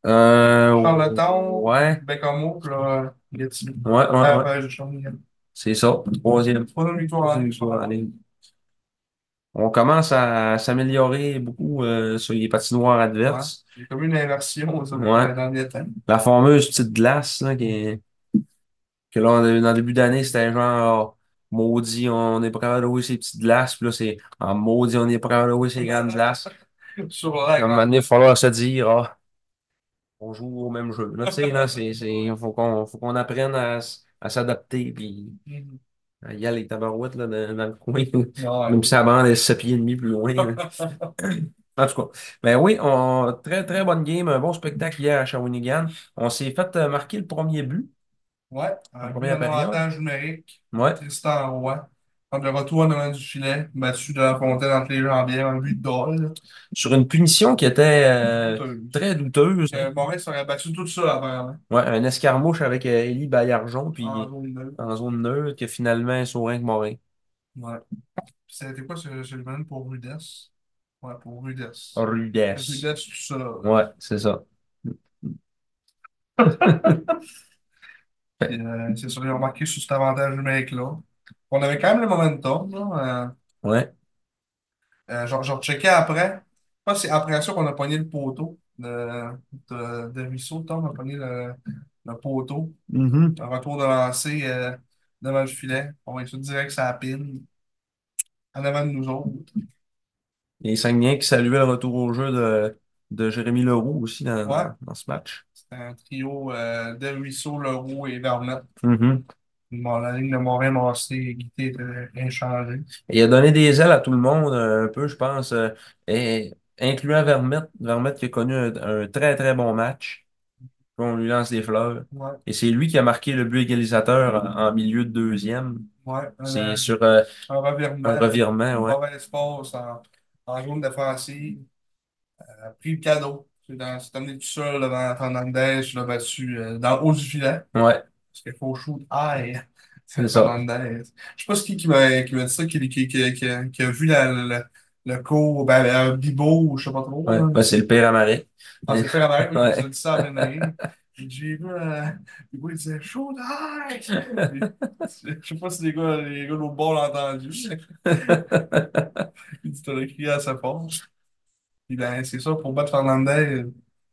Speaker 1: Euh,
Speaker 2: Charlottetown.
Speaker 1: Ouais,
Speaker 2: Bécamo, puis là, Gatineau.
Speaker 1: ouais, ouais,
Speaker 2: Ah,
Speaker 1: ouais.
Speaker 2: ben, je suis en ligne.
Speaker 1: C'est ça. Troisième.
Speaker 2: Troisième victoire hein. en
Speaker 1: Troisième
Speaker 2: ligne.
Speaker 1: victoire en ligne. On commence à s'améliorer beaucoup euh, sur les patinoires adverses.
Speaker 2: J'ai comme une inversion ça,
Speaker 1: Ouais.
Speaker 2: dans les derniers temps.
Speaker 1: La fameuse petite glace là, qui est- que là, on a- dans le début d'année, c'était genre maudit, on n'est pas capable de louer ces petites glaces. Puis là, c'est ah, maudit, on n'est pas capable de louer ces grandes glaces.
Speaker 2: Sur
Speaker 1: À un
Speaker 2: la
Speaker 1: moment donné, il va falloir se dire, ah, on joue au même jeu. Là, tu sais, là, c'est, c'est, faut qu'on, faut qu'on apprenne à, s- à s'adapter, puis
Speaker 2: Mhm.
Speaker 1: à y aller tabarouettes, là, dans, dans le coin.
Speaker 2: Ouais.
Speaker 1: Même si la bande est 7 pieds et demi plus loin. là. En tout cas, ben oui, on, très, très bonne game, un bon spectacle hier à Shawinigan. On s'est fait euh, marquer le premier but.
Speaker 2: Ouais,
Speaker 1: La
Speaker 2: un but
Speaker 1: première
Speaker 2: d'avantage numérique.
Speaker 1: Ouais,
Speaker 2: Tristan Roy. Comme le retour en avant du filet, battu de la fontaine entre les jambières, un but d'ol.
Speaker 1: sur une punition qui était euh, très douteuse.
Speaker 2: Maurice aurait battu tout ça apparemment.
Speaker 1: Ouais, un escarmouche avec euh, Élie Baillargeon, puis
Speaker 2: En zone neutre.
Speaker 1: en zone neutre, que finalement, Saurin que Morin.
Speaker 2: Ouais. Puis C'était quoi ce, ce domaine pour Rudess? Ouais, pour Rudess.
Speaker 1: Rudesse.
Speaker 2: Rudess, tout ça.
Speaker 1: Ouais, c'est ça.
Speaker 2: Puis, euh, c'est sûr, ils ont marqué sur cet avantage numérique-là. On avait quand même le momentum, là.
Speaker 1: Ouais.
Speaker 2: Euh, euh, genre, genre, checké après. Je pense que c'est après ça qu'on a pogné le poteau de, de, de Ruisseau. Tom a pogné le, le poteau.
Speaker 1: Mhm.
Speaker 2: Un retour de lancer euh, devant le filet. On est tout direct sur la pine. En avant de nous autres.
Speaker 1: Les Saguenayens qui saluaient le retour au jeu de, de Jérémy Leroux aussi dans,
Speaker 2: Ouais.
Speaker 1: dans ce match.
Speaker 2: C'était un trio euh, de Ruisseau, Leroux et Vermette.
Speaker 1: Mhm.
Speaker 2: Bon, la ligne de Morin, Massé et Guité était inchangée.
Speaker 1: Et il a donné des ailes à tout le monde, euh, un peu, je pense, euh, et, incluant Vermette, Vermette qui a connu un, un très, très bon match. Puis On lui lance des fleurs.
Speaker 2: Ouais,
Speaker 1: Et c'est lui qui a marqué le but égalisateur en, en milieu de deuxième.
Speaker 2: ouais.
Speaker 1: C'est
Speaker 2: Un,
Speaker 1: sur euh,
Speaker 2: un revirement.
Speaker 1: un revirement, ouais.
Speaker 2: mauvais espace en, en zone défensive. euh, a pris le cadeau. C'est dans- c'est amené tout seul devant Fernandez, je l'ai battu euh, dans le haut du filet.
Speaker 1: Ouais,
Speaker 2: Parce qu'il faut shoot high.
Speaker 1: c'est
Speaker 2: C'est
Speaker 1: ça.
Speaker 2: Fernandez. Je sais pas ce qui, qui m'a qui m'a dit ça, qui, qui, qui, qui a, qui a vu la- le, le cours, ben, euh, Bibo, ou je sais pas trop.
Speaker 1: Ouais,
Speaker 2: là.
Speaker 1: Ouais, c'est le père à marée.
Speaker 2: Ah, c'est faire la mais je
Speaker 1: Ouais.
Speaker 2: me suis dit ça à Ménarine. J'ai vu, euh, les gars, ils disaient shoot high! Je sais pas si les gars, les gars de l'autre bord l'ont entendu. Il dit, t'as crié à sa force. Puis ben, c'est ça, pour battre Fernandez,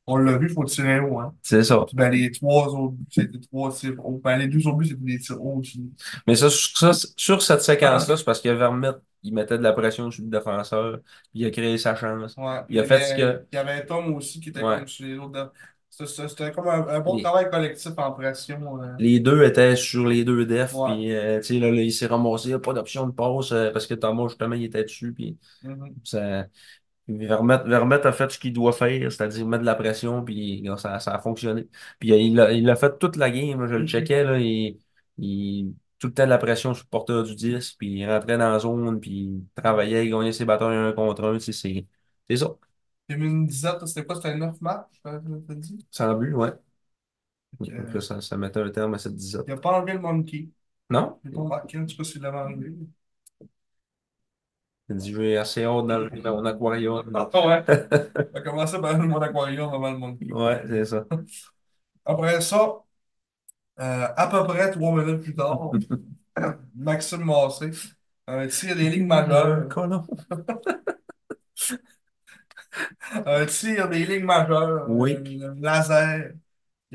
Speaker 2: on l'a vu, il faut tirer haut, hein.
Speaker 1: C'est ça.
Speaker 2: Puis ben, les trois autres buts, c'était trois tirs hauts. Ben, les deux autres buts, c'était des tirs hauts aussi.
Speaker 1: Mais ça, sur- ça, sur cette séquence-là, c'est parce que Vermette, il mettait de la pression sur le défenseur, il a créé sa chance.
Speaker 2: Ouais.
Speaker 1: Il a fait ce que.
Speaker 2: Il y avait un Tom aussi qui était
Speaker 1: Ouais.
Speaker 2: comme sur les autres. de- ça, ça, C'était comme un, un bon
Speaker 1: Il-
Speaker 2: travail collectif en pression. euh.
Speaker 1: Les deux étaient sur les deux defs,
Speaker 2: Ouais.
Speaker 1: puis euh, tu sais, là, là, il s'est ramassé, il n'y a pas d'option de passe euh, parce que Thomas, justement, il était dessus, puis
Speaker 2: Mhm.
Speaker 1: ça. Vermette, Vermette a fait ce qu'il doit faire, c'est-à-dire mettre de la pression, puis là, ça, ça a fonctionné. Puis euh, il l'a il l'a fait toute la game, là, je le
Speaker 2: Mhm.
Speaker 1: checkais, là, il, il- tout le temps de la pression sur le porteur du 10, puis il rentrait dans la zone, puis il travaillait, il gagnait ses batailles un contre un, tu sais, c'est c'est ça,
Speaker 2: 2017, c'était quoi? C'était 9 matchs, euh, je t'ai dit.
Speaker 1: sans but, ouais.
Speaker 2: Ok.
Speaker 1: Donc là, ça, ça mettait un terme à cette 10
Speaker 2: Il n'a pas enlevé le monkey.
Speaker 1: Non?
Speaker 2: Il n'a pas marqué, je sais pas s'il l'avait enlevé.
Speaker 1: Il dit, j'ai assez hâte dans, le- dans mon aquarium.
Speaker 2: Mm-hmm. Ah ouais. On va commencer par le monde aquarium avant le monde.
Speaker 1: Ouais, c'est ça.
Speaker 2: Après ça, euh, à peu près trois minutes plus tard, Maxime Massé, un tir des ligues majeures.
Speaker 1: Colon.
Speaker 2: Un tir des ligues majeures.
Speaker 1: Oui.
Speaker 2: Un laser.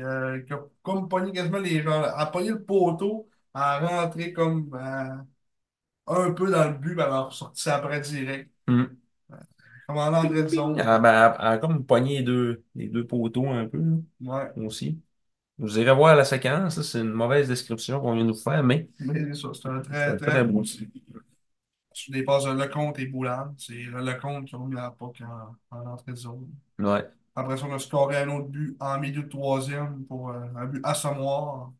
Speaker 2: euh, qui a comme pogné quasiment les gens. là. A pogné le poteau, a rentré comme euh, un peu dans le but, mais elle a ressorti après direct.
Speaker 1: Mm.
Speaker 2: Comme en entrée de zone.
Speaker 1: Ah, ben, elle- elle a comme pogné les deux, les deux poteaux un peu, là,
Speaker 2: Ouais.
Speaker 1: aussi. Vous irez voir la séquence, là, c'est une mauvaise description qu'on vient de vous faire, mais
Speaker 2: Mais c'est ça, c'est un
Speaker 1: c'est
Speaker 2: très,
Speaker 1: un
Speaker 2: très,
Speaker 1: très beau
Speaker 2: beau tir. Sur des passes de Lecomte et Boulard. C'est Lecomte qui a mis la puck en, en entrée de zone.
Speaker 1: ouais.
Speaker 2: Après ça, on a scoré un autre but en milieu de troisième pour euh, un but assommoir.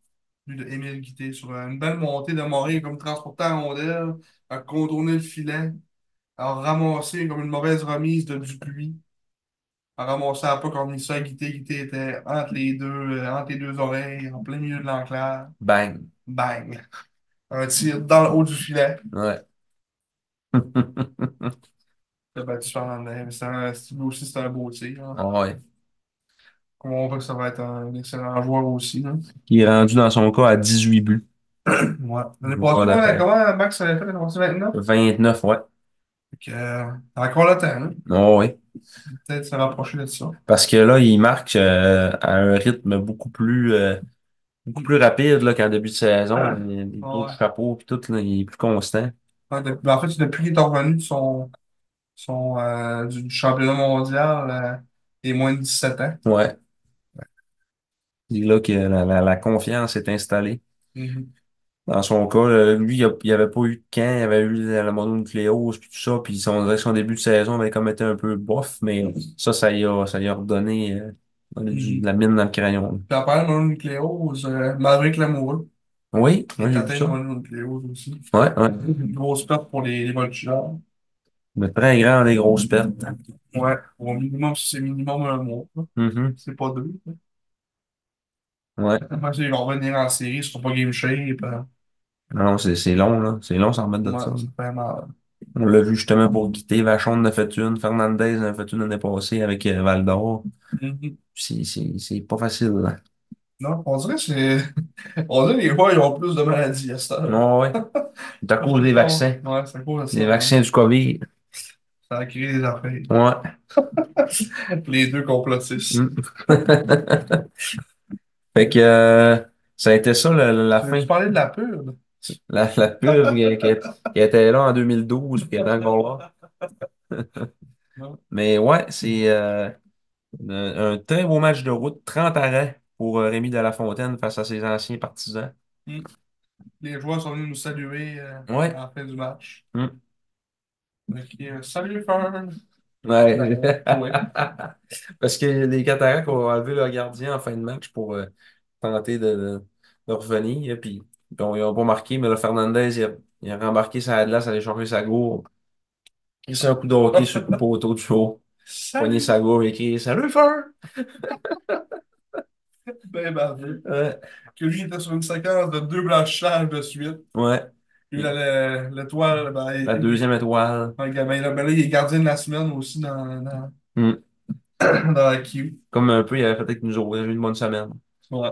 Speaker 2: But de Émile Guité sur euh, une belle montée de Morée comme transporteur en rondelle, a contourné le filet, a ramassé comme une mauvaise remise de Dupuis, a ramassé un peu comme ça, Guité, Guité était entre les deux, euh, entre les deux oreilles, en plein milieu de l'enclave.
Speaker 1: Bang.
Speaker 2: Bang! Un tir dans le haut du filet.
Speaker 1: Ouais.
Speaker 2: Il a battu Fernandez. Mais c'est un- c'est- lui aussi, c'est un beau tir. hein.
Speaker 1: Ah ouais.
Speaker 2: On voit que ça va être un excellent joueur aussi. hein.
Speaker 1: Il est rendu dans son cas à 18 buts.
Speaker 2: Ouais. L'année
Speaker 1: Une
Speaker 2: passée,
Speaker 1: bonne
Speaker 2: comment-
Speaker 1: affaire.
Speaker 2: comment Max avait fait l'année passée maintenant?
Speaker 1: 29, ouais.
Speaker 2: Fait que, euh, encore le temps, hein.
Speaker 1: Ah ouais.
Speaker 2: Peut-être se rapprocher de ça.
Speaker 1: Parce que là, il marque euh, à un rythme beaucoup plus, euh, beaucoup plus rapide là, qu'en début de saison.
Speaker 2: Ah.
Speaker 1: Il, il
Speaker 2: Ah
Speaker 1: pose
Speaker 2: ouais.
Speaker 1: le chapeau puis tout, là, il est plus constant.
Speaker 2: Ouais, de- mais en fait, depuis qu'il est revenu de son, son, euh, du, du championnat mondial, euh, il est moins de 17 ans.
Speaker 1: Ouais. Il dit là que la, la- la confiance est installée. Mm-hmm. Dans son cas, là, lui, il a- il avait pas eu de camp, il avait eu la la mononucléose puis tout ça, puis son, on dirait que son début de saison avait comme été un peu bof, mais ça, ça y a, ça y a redonné euh, donné
Speaker 2: Mm.
Speaker 1: du- de la mine dans le crayon.
Speaker 2: Puis après, le mononucléose, euh, Maverick Lamoureux,
Speaker 1: Oui,
Speaker 2: qui
Speaker 1: oui,
Speaker 2: est
Speaker 1: j'ai
Speaker 2: atteint
Speaker 1: vu
Speaker 2: de
Speaker 1: ça.
Speaker 2: mononucléose aussi.
Speaker 1: Ouais, ouais.
Speaker 2: Une grosse perte pour les, les voltigeurs.
Speaker 1: De très grand, des grosses pertes.
Speaker 2: Ouais, au minimum, c'est minimum un mois. là.
Speaker 1: Mhm.
Speaker 2: C'est pas deux. là.
Speaker 1: Ouais.
Speaker 2: Après, ça, ils vont revenir en série, ils seront pas game shape. hein.
Speaker 1: Non, non, c'est c'est long, là. C'est long, s'en remettre de
Speaker 2: Ouais,
Speaker 1: ça.
Speaker 2: c'est vraiment.
Speaker 1: On l'a vu justement pour Guité, Vachon en a fait une, Fernandez en a fait une l'année passée avec euh, Val d'Or.
Speaker 2: Mhm.
Speaker 1: C'est c'est- c'est pas facile. là.
Speaker 2: Non, on dirait que c'est. On dirait que les joueurs ils ont plus de maladies à ça.
Speaker 1: Ouais, ouais. C'est à cause des vaccins.
Speaker 2: Ouais, Ah. c'est à cause de ça.
Speaker 1: Les vaccins du COVID.
Speaker 2: Ça a créé des affaires.
Speaker 1: Ouais.
Speaker 2: Les deux complotistes.
Speaker 1: Mm. Fait que euh, ça a été ça la, la- la fin.
Speaker 2: Tu parlais de la pub.
Speaker 1: La, la pub qui, qui- qui était là en 2012 puis qui est encore là. Mais ouais, c'est euh, un, un très beau match de route, 30 arrêts pour euh, Rémi de la Fontaine face à ses anciens partisans.
Speaker 2: Les joueurs sont venus nous saluer euh,
Speaker 1: Ouais.
Speaker 2: à la fin du match.
Speaker 1: Mm.
Speaker 2: Ok, euh, salut Fern.
Speaker 1: Ouais.
Speaker 2: Ouais.
Speaker 1: Parce que les Cataractes ont enlevé leur gardien en fin de match pour euh, tenter de, de- de revenir. Puis, bon, ils n'ont pas marqué, mais le Fernandez, il a, il a rembarqué sa glace, allait chercher sa gourde. Il s'est un coup de hockey sur le poteau du haut.
Speaker 2: Salut.
Speaker 1: Pogné sa gourde et crié Salut, Fer!
Speaker 2: Ben bavé.
Speaker 1: Ouais.
Speaker 2: Que lui était sur une séquence de deux blanchages de suite.
Speaker 1: Ouais.
Speaker 2: Lui, là, le- l'étoile, ben, il-
Speaker 1: La deuxième étoile.
Speaker 2: Ouais, ben, ben, là, ben là, il est gardien de la semaine aussi dans, dans,
Speaker 1: Mm.
Speaker 2: dans la Q.
Speaker 1: Comme un peu, il avait fait avec nous autres. Il avait eu une bonne semaine.
Speaker 2: Ouais.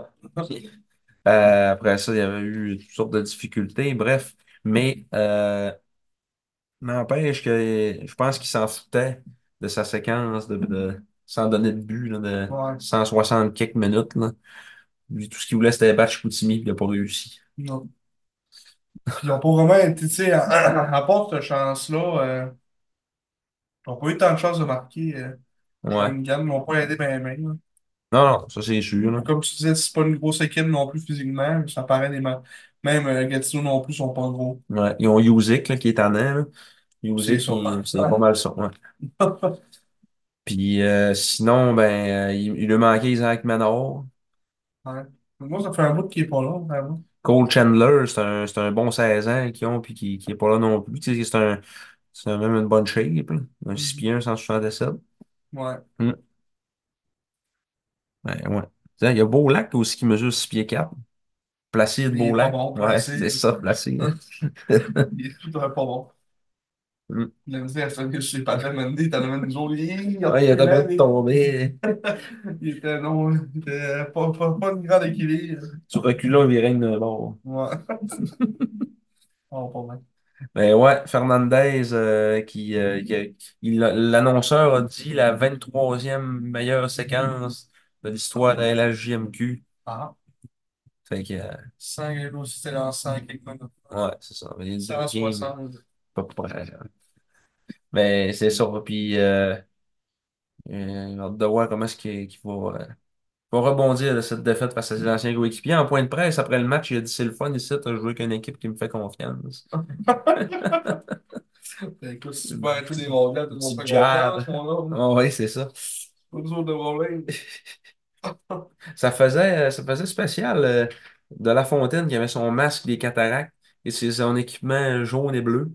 Speaker 1: Euh, après ça, il y avait eu toutes sortes de difficultés, bref. Mais euh, n'empêche que je pense qu'il s'en foutait de sa séquence de, de- sans donner de but là, de
Speaker 2: Ouais.
Speaker 1: 160 quelques minutes. Là. Lui, tout ce qu'il voulait, c'était battre Chicoutimi, puis il n'a pas réussi.
Speaker 2: Non. Ils n'ont pas vraiment été, tu sais, à, à part cette chance-là, euh, ils n'ont pas eu tant de chances de marquer. Euh,
Speaker 1: Ouais.
Speaker 2: Shawinigan, ils n'ont pas aidé bien, bien.
Speaker 1: Non, non, ça c'est sûr. là.
Speaker 2: Comme tu disais, c'est pas une grosse équipe non plus physiquement, mais ça paraît des ma- Même euh, Gatineau non plus, sont pas gros.
Speaker 1: Ouais. Ils ont Usyk là, qui est tannant. Là.
Speaker 2: C'est
Speaker 1: Usyk,
Speaker 2: sûr.
Speaker 1: il- c'est pas mal ça. ouais. Puis euh, sinon, ben, euh, il, il lui manquait Isaac Manor.
Speaker 2: Ouais. Moi, ça fait un bout qui est pas là, vraiment.
Speaker 1: Cole Chandler, c'est un, c'est un bon 16 ans qu'ils ont, puis qui, qui est pas là non plus. Tu sais, c'est un, c'est un- même une bonne shape, là. Un
Speaker 2: Mm.
Speaker 1: 6 pieds 1, 167.
Speaker 2: Ouais.
Speaker 1: Ben, Ouais, ouais. Tu sais, Il y a Beaulac aussi qui mesure 6 pieds 4. Placide
Speaker 2: Il est pas
Speaker 1: Beaulac.
Speaker 2: bon,
Speaker 1: ouais,
Speaker 2: Placide.
Speaker 1: c'est ça, Placide.
Speaker 2: Il est tout à fait pas bon.
Speaker 1: Mm.
Speaker 2: Il a mis à se chez Patrick Mendy, t'en avais nous autres. Hi, hi,
Speaker 1: Ouais, il a tellement
Speaker 2: hi, hi.
Speaker 1: tombé.
Speaker 2: Il était non, il était pas, pas, pas de grand équilibre.
Speaker 1: Sur reculant, il règne de bord.
Speaker 2: Ouais. Oh, pas mal.
Speaker 1: Mais Ben, ouais, Fernandez, euh, qui, euh,
Speaker 2: Mm.
Speaker 1: qui a- il a- l'annonceur a dit la 23e meilleure séquence
Speaker 2: Mm.
Speaker 1: de l'histoire de la LHJMQ.
Speaker 2: Ah,
Speaker 1: Fait que, euh,
Speaker 2: 5 aussi, c'était dans 5
Speaker 1: ouais, Ah, c'est ça. Mais il dit rien,
Speaker 2: 160.
Speaker 1: pas près. Mais c'est ça. Puis, euh, euh, j'ai hâte de voir comment est-ce qu'il qu'il va, euh, va rebondir de cette défaite face à ses anciens coéquipiers. En point de presse, après le match, il a dit c'est le fun ici, de jouer avec une équipe qui me fait confiance.
Speaker 2: Écoute, si tu perds tous les Rollins, tout le monde fait
Speaker 1: Petit jab.
Speaker 2: confiance, mon homme.
Speaker 1: Ah ouais, c'est ça.
Speaker 2: Pas nous autres de Rollins.
Speaker 1: Ça faisait, euh, ça faisait spécial euh, de La Fontaine qui avait son masque des cataractes et ses- son équipement jaune et bleu.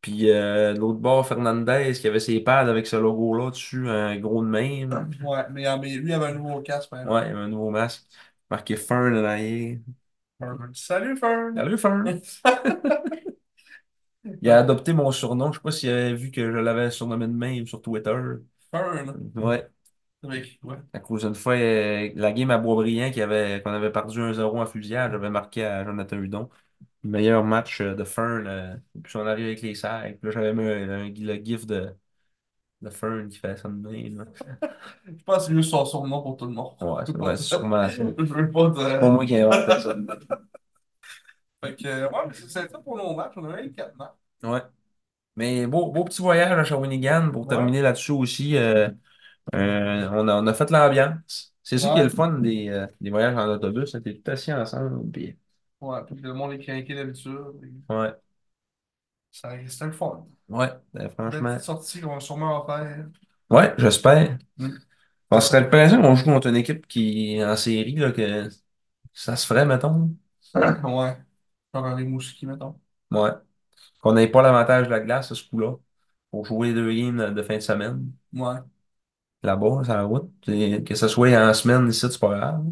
Speaker 1: Puis euh, de l'autre bord, Fernandez qui avait ses pads avec ce logo-là dessus, un gros de même.
Speaker 2: Ouais, mais, mais lui il avait un nouveau casque, par exemple.
Speaker 1: Ouais, il avait un nouveau masque marqué Fern en arrière.
Speaker 2: Fern. Salut Fern!
Speaker 1: Salut Fern! Il a adopté mon surnom. Je sais pas s'il avait vu que je l'avais surnommé de même sur Twitter.
Speaker 2: Fern!
Speaker 1: Ouais.
Speaker 2: Avec quoi?
Speaker 1: À cause d'une fois, euh, la game à Boisbriand qui avait, qu'on avait perdu 1-0 en fusillade, j'avais marqué à Jonathan Hudon. Le meilleur match euh, de Fern euh, depuis son arrivée avec les Sacs. Puis là, j'avais mis un- un- le gif de, de Fern qui fait ça de même. là.
Speaker 2: Je pense que c'est juste son surnom pour tout le monde.
Speaker 1: Ouais,
Speaker 2: Je
Speaker 1: c'est vrai, c'est sûrement ça.
Speaker 2: veux pas
Speaker 1: C'est pas
Speaker 2: dire.
Speaker 1: moi qui ai inventé ça.
Speaker 2: Fait que, ouais, mais c'est c'est ça pour nos matchs. On a eu 4 matchs.
Speaker 1: Ouais. Mais beau, beau petit voyage à Shawinigan pour
Speaker 2: Ouais.
Speaker 1: terminer là-dessus aussi. euh, euh, on a, on a fait l'ambiance. C'est ça qui est
Speaker 2: Ouais.
Speaker 1: le fun des, euh, des voyages en autobus. On était tout assis ensemble. puis-
Speaker 2: Ouais, puis le monde est craqué d'habitude. et
Speaker 1: ouais,
Speaker 2: Ça restait le fun.
Speaker 1: ouais, ben,
Speaker 2: Belle
Speaker 1: franchement.
Speaker 2: petite sortie qu'on va sûrement en faire.
Speaker 1: Ouais, j'espère.
Speaker 2: Mm.
Speaker 1: On serait le plaisir qu'on joue contre une équipe qui est en série, là, que ça se ferait, mettons.
Speaker 2: Ouais. Genre les Mouskis, mettons.
Speaker 1: Ouais. Qu'on n'ait pas l'avantage de la glace à ce coup-là pour jouer les deux games de fin de semaine
Speaker 2: Ouais.
Speaker 1: là-bas, sur la route. Et que ce soit en semaine ici, c'est pas grave.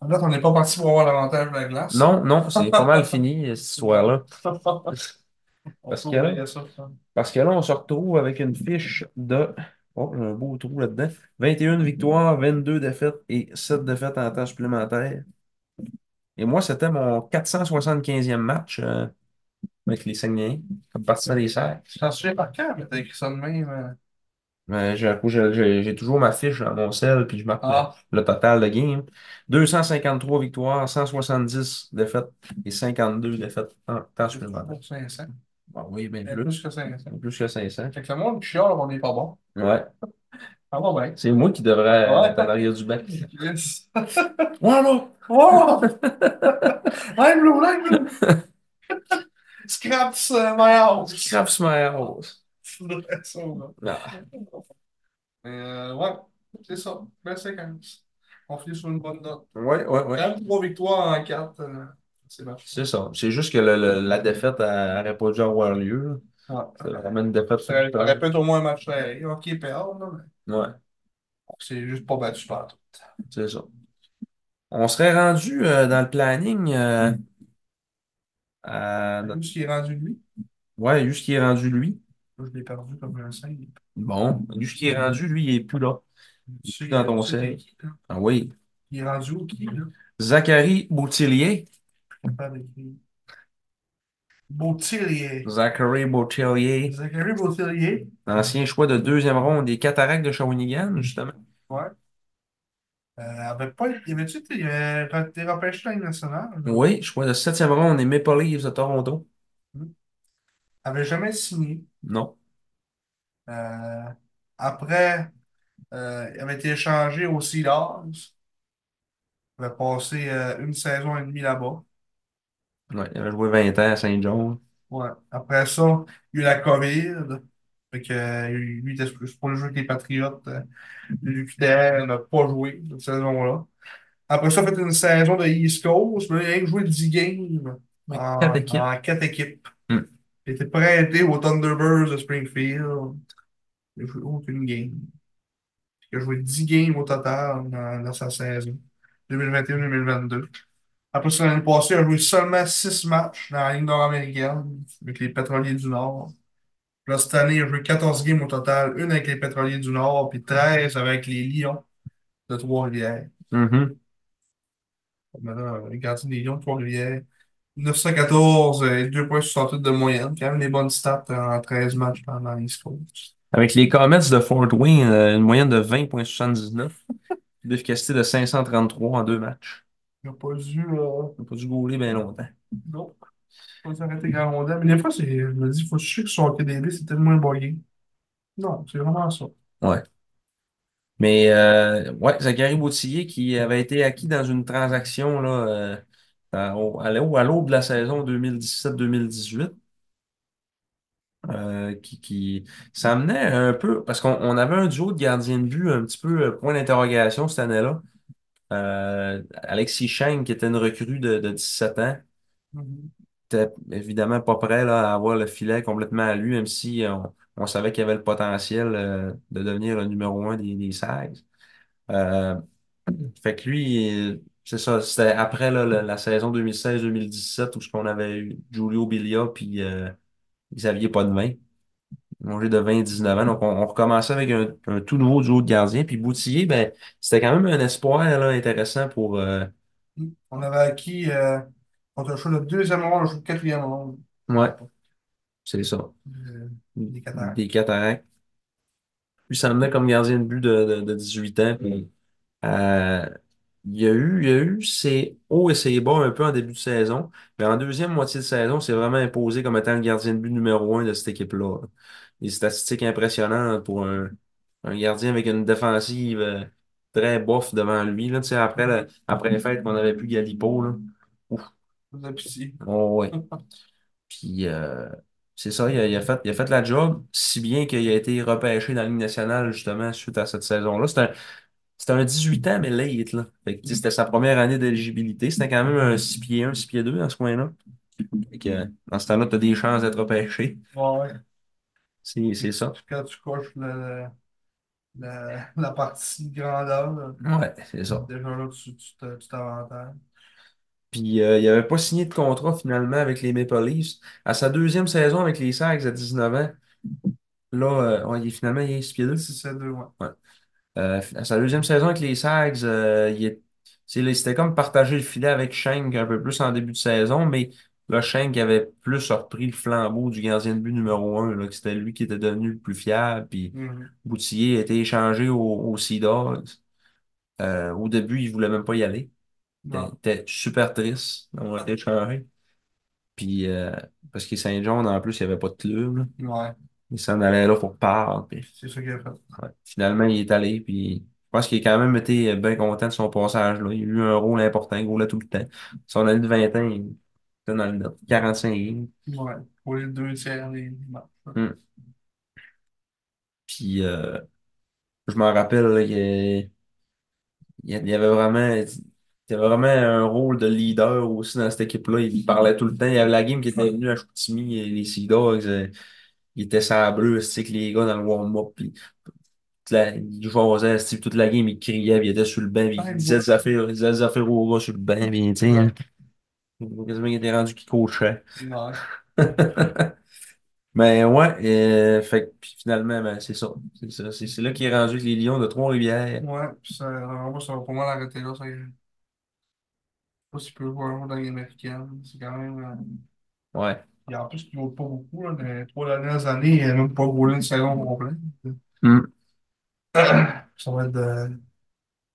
Speaker 2: En fait, on n'est pas parti pour avoir l'avantage de la glace.
Speaker 1: Non, non, c'est pas mal fini cette histoire-là.
Speaker 2: On
Speaker 1: Parce
Speaker 2: peut
Speaker 1: que là,
Speaker 2: oublier ça. ça.
Speaker 1: parce que là, on se retrouve avec une fiche de. Oh, j'ai un beau trou là-dedans. 21 victoires, 22 défaites et 7 défaites en temps supplémentaire. Et moi, c'était mon 475e match euh, avec les Saguenayens, comme partisan des Serres.
Speaker 2: Je t'en souviens par cœur, mais t'as écrit ça de même. euh.
Speaker 1: Mais j'ai, j'ai- j'ai- j'ai toujours ma fiche dans mon sel, puis je marque le,
Speaker 2: Ah,
Speaker 1: le total de game. 253 victoires, 170 défaites et 52 défaites en temps
Speaker 2: c'est plus
Speaker 1: supplémentaire.
Speaker 2: pour 500.
Speaker 1: Bon, oui, bien
Speaker 2: Eh, Plus
Speaker 1: plus.
Speaker 2: que 500.
Speaker 1: Bien Plus que 500.
Speaker 2: Fait que le monde chiale, on n'est pas bon.
Speaker 1: Ouais.
Speaker 2: Ah bon, ben.
Speaker 1: C'est moi qui devrais
Speaker 2: Ouais.
Speaker 1: être en arrière du bac. Ouais,
Speaker 2: Yes.
Speaker 1: là!
Speaker 2: Oh! I'm blue, I'm blue. Scraps euh, my house.
Speaker 1: Scraps my house.
Speaker 2: Faudrait ça, là.
Speaker 1: Ah,
Speaker 2: Mais euh, ouais, c'est ça. Belle séquence. On finit sur une bonne note.
Speaker 1: Ouais, ouais, ouais.
Speaker 2: Quand même trois victoires en quatre. euh, c'est marche.
Speaker 1: C'est ça. C'est juste que le- le- la défaite n'aurait pas dû avoir lieu.
Speaker 2: Ouais.
Speaker 1: Ah, C'est vraiment une défaite sur
Speaker 2: Ça
Speaker 1: le
Speaker 2: ça
Speaker 1: plan.
Speaker 2: répète au moins un match serré. Ok, perdre, là, mais
Speaker 1: Ouais,
Speaker 2: c'est juste pas battu par tout.
Speaker 1: c'est ça. On serait rendu euh, dans le planning euh, à notre...
Speaker 2: Lui, s'il est rendu lui,
Speaker 1: Ouais, juste qui est rendu lui.
Speaker 2: moi, je l'ai perdu comme un 5.
Speaker 1: Bon, juste qui est rendu, lui, il est plus là. Il est plus dans ton cercle. Ah oui.
Speaker 2: hein. Il est rendu au qui, là?
Speaker 1: Zachary Boutillier.
Speaker 2: Capable d'écrire. Boutillier.
Speaker 1: Zachary Boutillier.
Speaker 2: Zachary Boutillier.
Speaker 1: Ancien choix de deuxième ronde des Cataractes de Shawinigan, justement.
Speaker 2: Ouais. Euh, avait pas... Il avait-tu été il avait re- été repêché dans la Ligue nationale?
Speaker 1: Oui, choix de septième ronde des Maple Leafs de Toronto.
Speaker 2: Il Avait jamais signé.
Speaker 1: Non.
Speaker 2: Euh, après, euh, il avait été échangé au Sea Dogs. Il avait passé euh, une saison et demie là-bas.
Speaker 1: Ouais, il avait joué 20 ans à Saint-John.
Speaker 2: Ouais. Après ça, il y a eu la COVID. Fait que, euh, lui, il était pour le jouer avec les Patriotes. euh, L'UQTR n'a pas joué cette saison-là. Après ça, il a fait une saison de East Coast. mais Il a rien que joué 10 games
Speaker 1: Oui, quatre
Speaker 2: en,
Speaker 1: équipes.
Speaker 2: en 4 équipes.
Speaker 1: Hmm.
Speaker 2: Il était prêté aux Thunderbirds de Springfield. Il n'a joué aucune game. Il a joué 10 games au total dans, dans sa saison 2021-2022. Après ça, l'année passée, il a joué seulement 6 matchs dans la Ligue nord-américaine avec les Pétroliers du Nord. Là, cette année, il a joué 14 games au total, une avec les Pétroliers du Nord, puis 13 avec les Lions de Trois-Rivières.
Speaker 1: Mhm.
Speaker 2: Maintenant, euh, gardien des Lions de Trois-Rivières. 914 euh, et 2,68 de moyenne. Quand même des bonnes stats euh, en 13 matchs pendant les Coast.
Speaker 1: Avec les Comets de Fort Wayne, euh, une moyenne de 20,79. D'efficacité de 533 en deux matchs.
Speaker 2: Il n'a pas dû, euh,
Speaker 1: On n'a pas dû gauler bien longtemps.
Speaker 2: non, pas s'arrêter grand rondin. Mais des fois, c'est, je me dis, faut que je sais que son KDB, c'est tellement boyé. Non, c'est vraiment ça.
Speaker 1: Ouais. Mais euh, ouais, Zachary Boutillier qui avait été acquis dans une transaction là, euh, à au- à l'aube à l'aube de la saison 2017-2018. euh, qui, qui ça amenait un peu, parce qu'on on avait un duo de gardiens de but un petit peu euh, point d'interrogation cette année-là. Euh, Alexis Chang, qui était une recrue de, de 17 ans,
Speaker 2: Mhm.
Speaker 1: était évidemment pas prêt là, à avoir le filet complètement à lui, même si euh, on, on savait qu'il avait le potentiel euh, de devenir le numéro un des, des Sags. Euh, fait que lui, euh, c'est ça, c'était après là, la, la saison 2016-2017 où ce qu'on avait eu Giulio Bilia puis euh, Xavier Potvin, âgé de 20-19 ans. Donc, on, on recommençait avec un, un tout nouveau duo de gardiens. Puis Boutillier, ben, c'était quand même un espoir là, intéressant pour... euh,
Speaker 2: On avait acquis, euh, on a joué le deuxième round, on a joué le quatrième round.
Speaker 1: ouais, c'est ça.
Speaker 2: Euh, des Cataractes.
Speaker 1: Des cataractes. Puis ça menait comme gardien de but de, de, de 18 ans. Puis, euh, il y a eu, il y a eu ses hauts et ses bas un peu en début de saison. Mais en deuxième moitié de saison, c'est vraiment imposé comme étant le gardien de but numéro un de cette équipe-là. Des statistiques impressionnantes pour un, un gardien avec une défensive euh, très bof devant lui. Là, tu sais, après, la, après les fêtes qu'on avait plus Galipo, là. Ouf.
Speaker 2: Ça faisait pitié.
Speaker 1: Oh, ouais. Puis euh, c'est ça, il a, il a fait, il a fait la job, si bien qu'il a été repêché dans la Ligue nationale, justement, suite à cette saison-là. C'est un, c'est un 18 ans, mais late, là. Fait que, tu sais, c'était sa première année d'éligibilité. C'était quand même un 6 pieds 1, 6 pieds 2 dans ce coin-là. Fait que, euh, dans ce temps-là, tu as des chances d'être repêché.
Speaker 2: Ouais.
Speaker 1: C'est c'est ça.
Speaker 2: Quand tu coches le- la, la partie grandeur, euh,
Speaker 1: Ouais, c'est ça.
Speaker 2: déjà là, tu tu te- tu t'avantages.
Speaker 1: Puis euh, il n'avait pas signé de contrat finalement avec les Maple Leafs. À sa deuxième saison avec les Sags à 19 ans, là, euh, ouais, il est finalement il est 6 pieds 2.
Speaker 2: 6 à 2, ouais.
Speaker 1: Ouais. Euh, à sa deuxième saison avec les Sags, euh, il est- c'est- là, il s'était comme partagé le filet avec Schenk un peu plus en début de saison, mais là, Schenk avait plus repris le flambeau du gardien de but numéro un, là, que c'était lui qui était devenu le plus fiable. Puis
Speaker 2: Mhm.
Speaker 1: Boutillier a été échangé au- aux Sea Dogs. Euh, au début, il voulait même pas y aller. Il
Speaker 2: Non.
Speaker 1: était il était super triste d'avoir été échangé. Puis, euh, parce que Saint-John, en plus, il n'y avait pas de club. là.
Speaker 2: Ouais.
Speaker 1: Il s'en allait là pour part. Puis,
Speaker 2: C'est ça qu'il a fait.
Speaker 1: ouais. Finalement, il est allé. Puis, je pense qu'il a quand même été bien content de son passage. Là. Il a eu un rôle important. Il roulait tout le temps. Son année de 20 ans, il était dans le net. 45 games.
Speaker 2: Ouais. Pour les deux tiers des des matchs.
Speaker 1: Hum. Puis, euh, je m'en rappelle, là, il, il il y avait vraiment. Il y avait vraiment un rôle de leader aussi dans cette équipe-là. Il parlait tout le temps. Il y avait la game qui était venue à Chicoutimi, et les Sea Dogs. euh, Il était sableux, c'est que les gars dans le warm-up. puis toute la- il jasait, c'est-tu, toute la game, il criait, puis il était sur le banc, puis il
Speaker 2: Ouais,
Speaker 1: disait
Speaker 2: moi.
Speaker 1: des affaires, il disait des affaires au gars sur le banc, puis tu sais, hein, quasiment qu'il était rendu qui coachait.
Speaker 2: Ouais.
Speaker 1: Mais Ben, ouais, euh, fait que, puis finalement, ben, c'est ça. C'est ça. C'est c'est là qu'il est rendu avec les Lions de Trois-Rivières.
Speaker 2: Ouais. Puis ça, vraiment, ça va pour moi l'arrêter là. Ça, je sais pas s'il peut jouer un jour dans les américaines. C'est quand même. euh,
Speaker 1: Ouais.
Speaker 2: Et en plus, il ne pas beaucoup. Là, dans les trois dernières années, il n'a même pas roulé une saison complète.
Speaker 1: Mm.
Speaker 2: Ça va être de,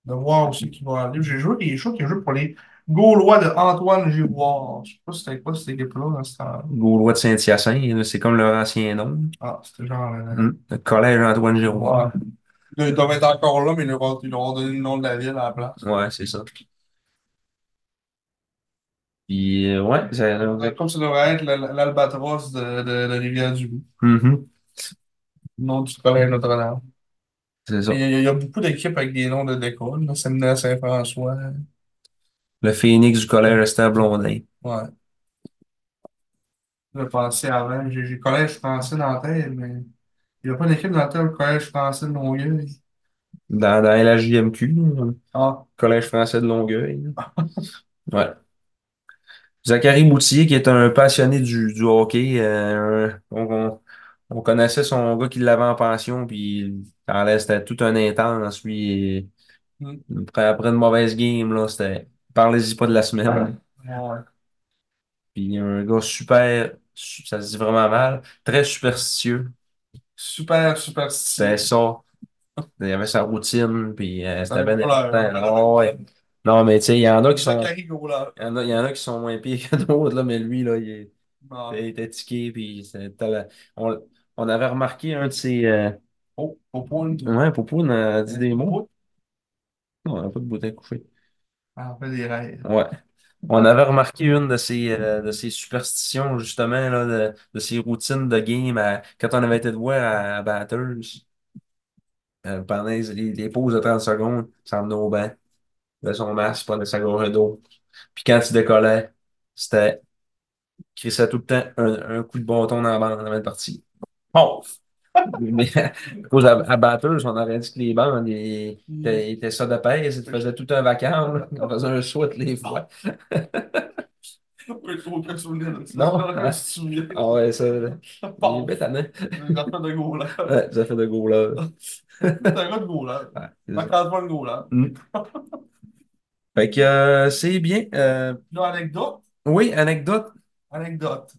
Speaker 2: de voir aussi qui va aller. J'ai joué, il est chaud qu'il a joué pour les Gaulois de Antoine Giroir. Je sais pas c'était quoi cette équipe-là dans ce temps-là.
Speaker 1: Gaulois de Saint-Hyacinthe, là, c'est comme leur ancien nom.
Speaker 2: Ah, c'était genre. euh,
Speaker 1: Mm. Le collège Antoine Giroir.
Speaker 2: ouais. Là, Ils doivent être encore là, mais ils leur ont ils leur ont donné le nom de la ville à la place.
Speaker 1: Ouais, c'est ça. Puis euh, ouais, ça-
Speaker 2: Euh, Comme ça devrait être l'al- l'Albatros de, de, de Rivière-du-Loup,
Speaker 1: Mhm.
Speaker 2: nom du collège Notre-Dame.
Speaker 1: c'est
Speaker 2: Il
Speaker 1: ça.
Speaker 2: y, a il y a beaucoup d'équipes avec des noms de décolle, là, Séminaire Saint-François.
Speaker 1: Le phénix du collège Esther Blondin.
Speaker 2: Ouais. Je pensais avant, j'ai j'ai collège français dans la tête, mais il n'y a pas d'équipe dans la tête au collège français de Longueuil.
Speaker 1: Dans, dans LHJMQ, euh,
Speaker 2: Ah,
Speaker 1: Collège français de Longueuil. Ouais. Zachary Boutier, qui est un passionné du, du hockey, euh, on, on- On connaissait son gars qui l'avait en pension, puis ça allait, c'était tout un intense, lui.
Speaker 2: Mm.
Speaker 1: Après, après une mauvaise game, là, c'était parlez-y pas de la semaine.
Speaker 2: Ouais.
Speaker 1: Puis un gars super, su- ça se dit vraiment mal, très superstitieux.
Speaker 2: Super, super stylé.
Speaker 1: C'était ça. Il avait sa routine, puis euh,
Speaker 2: Dans
Speaker 1: c'était
Speaker 2: les
Speaker 1: bien
Speaker 2: rouleurs,
Speaker 1: important.
Speaker 2: dans
Speaker 1: Ah ouais. Non, mais tu sais, il y en a qui
Speaker 2: les
Speaker 1: sont.
Speaker 2: carrés rouleurs.
Speaker 1: Il y en a, il y en a qui sont moins pires que d'autres, là, mais lui, là, il est.
Speaker 2: Bon.
Speaker 1: Il était tiqué, puis c'était la- on, on avait remarqué un de ses. euh,
Speaker 2: Oh, au point de...
Speaker 1: Ouais, Popoun a dit des mots. Non, on n'a pas de bouteille couchée.
Speaker 2: Ah, on fait des rêves.
Speaker 1: Ouais. On avait remarqué une de ses, euh, de ses superstitions, justement, là, de, de ses routines de game à- quand on avait été de voir à, à Batters. euh, pendant les, les- les pauses de 30 secondes, s'en venait au banc. Il avait son masque, prenait sa gorgée d'eau. Puis quand il décollait, c'était. crissait tout le temps un, un coup de bâton dans la bande avant de partir. Paf! Mais à cause à, à batteuse, on aurait dit que les bandes ils, étaient, ils étaient ça de pèse, ils te faisaient tout un vacarme, là. on faisait un saut toutes les fois.
Speaker 2: Oui, le gros perso, là, tu
Speaker 1: Non.
Speaker 2: te rappelles, si tu te souviens.
Speaker 1: Ah ouais, ça, là. il est
Speaker 2: Bon,
Speaker 1: bête, hein?
Speaker 2: les affaires de rouleurs.
Speaker 1: Ouais, ça fait de gros là.
Speaker 2: C'est un gars de rouleur.
Speaker 1: Ouais, c'est ça.
Speaker 2: Marc-Antoine Gaulard.
Speaker 1: Mm. Fait que euh, c'est bien. Euh,
Speaker 2: Là, anecdote,
Speaker 1: oui, anecdote.
Speaker 2: anecdote.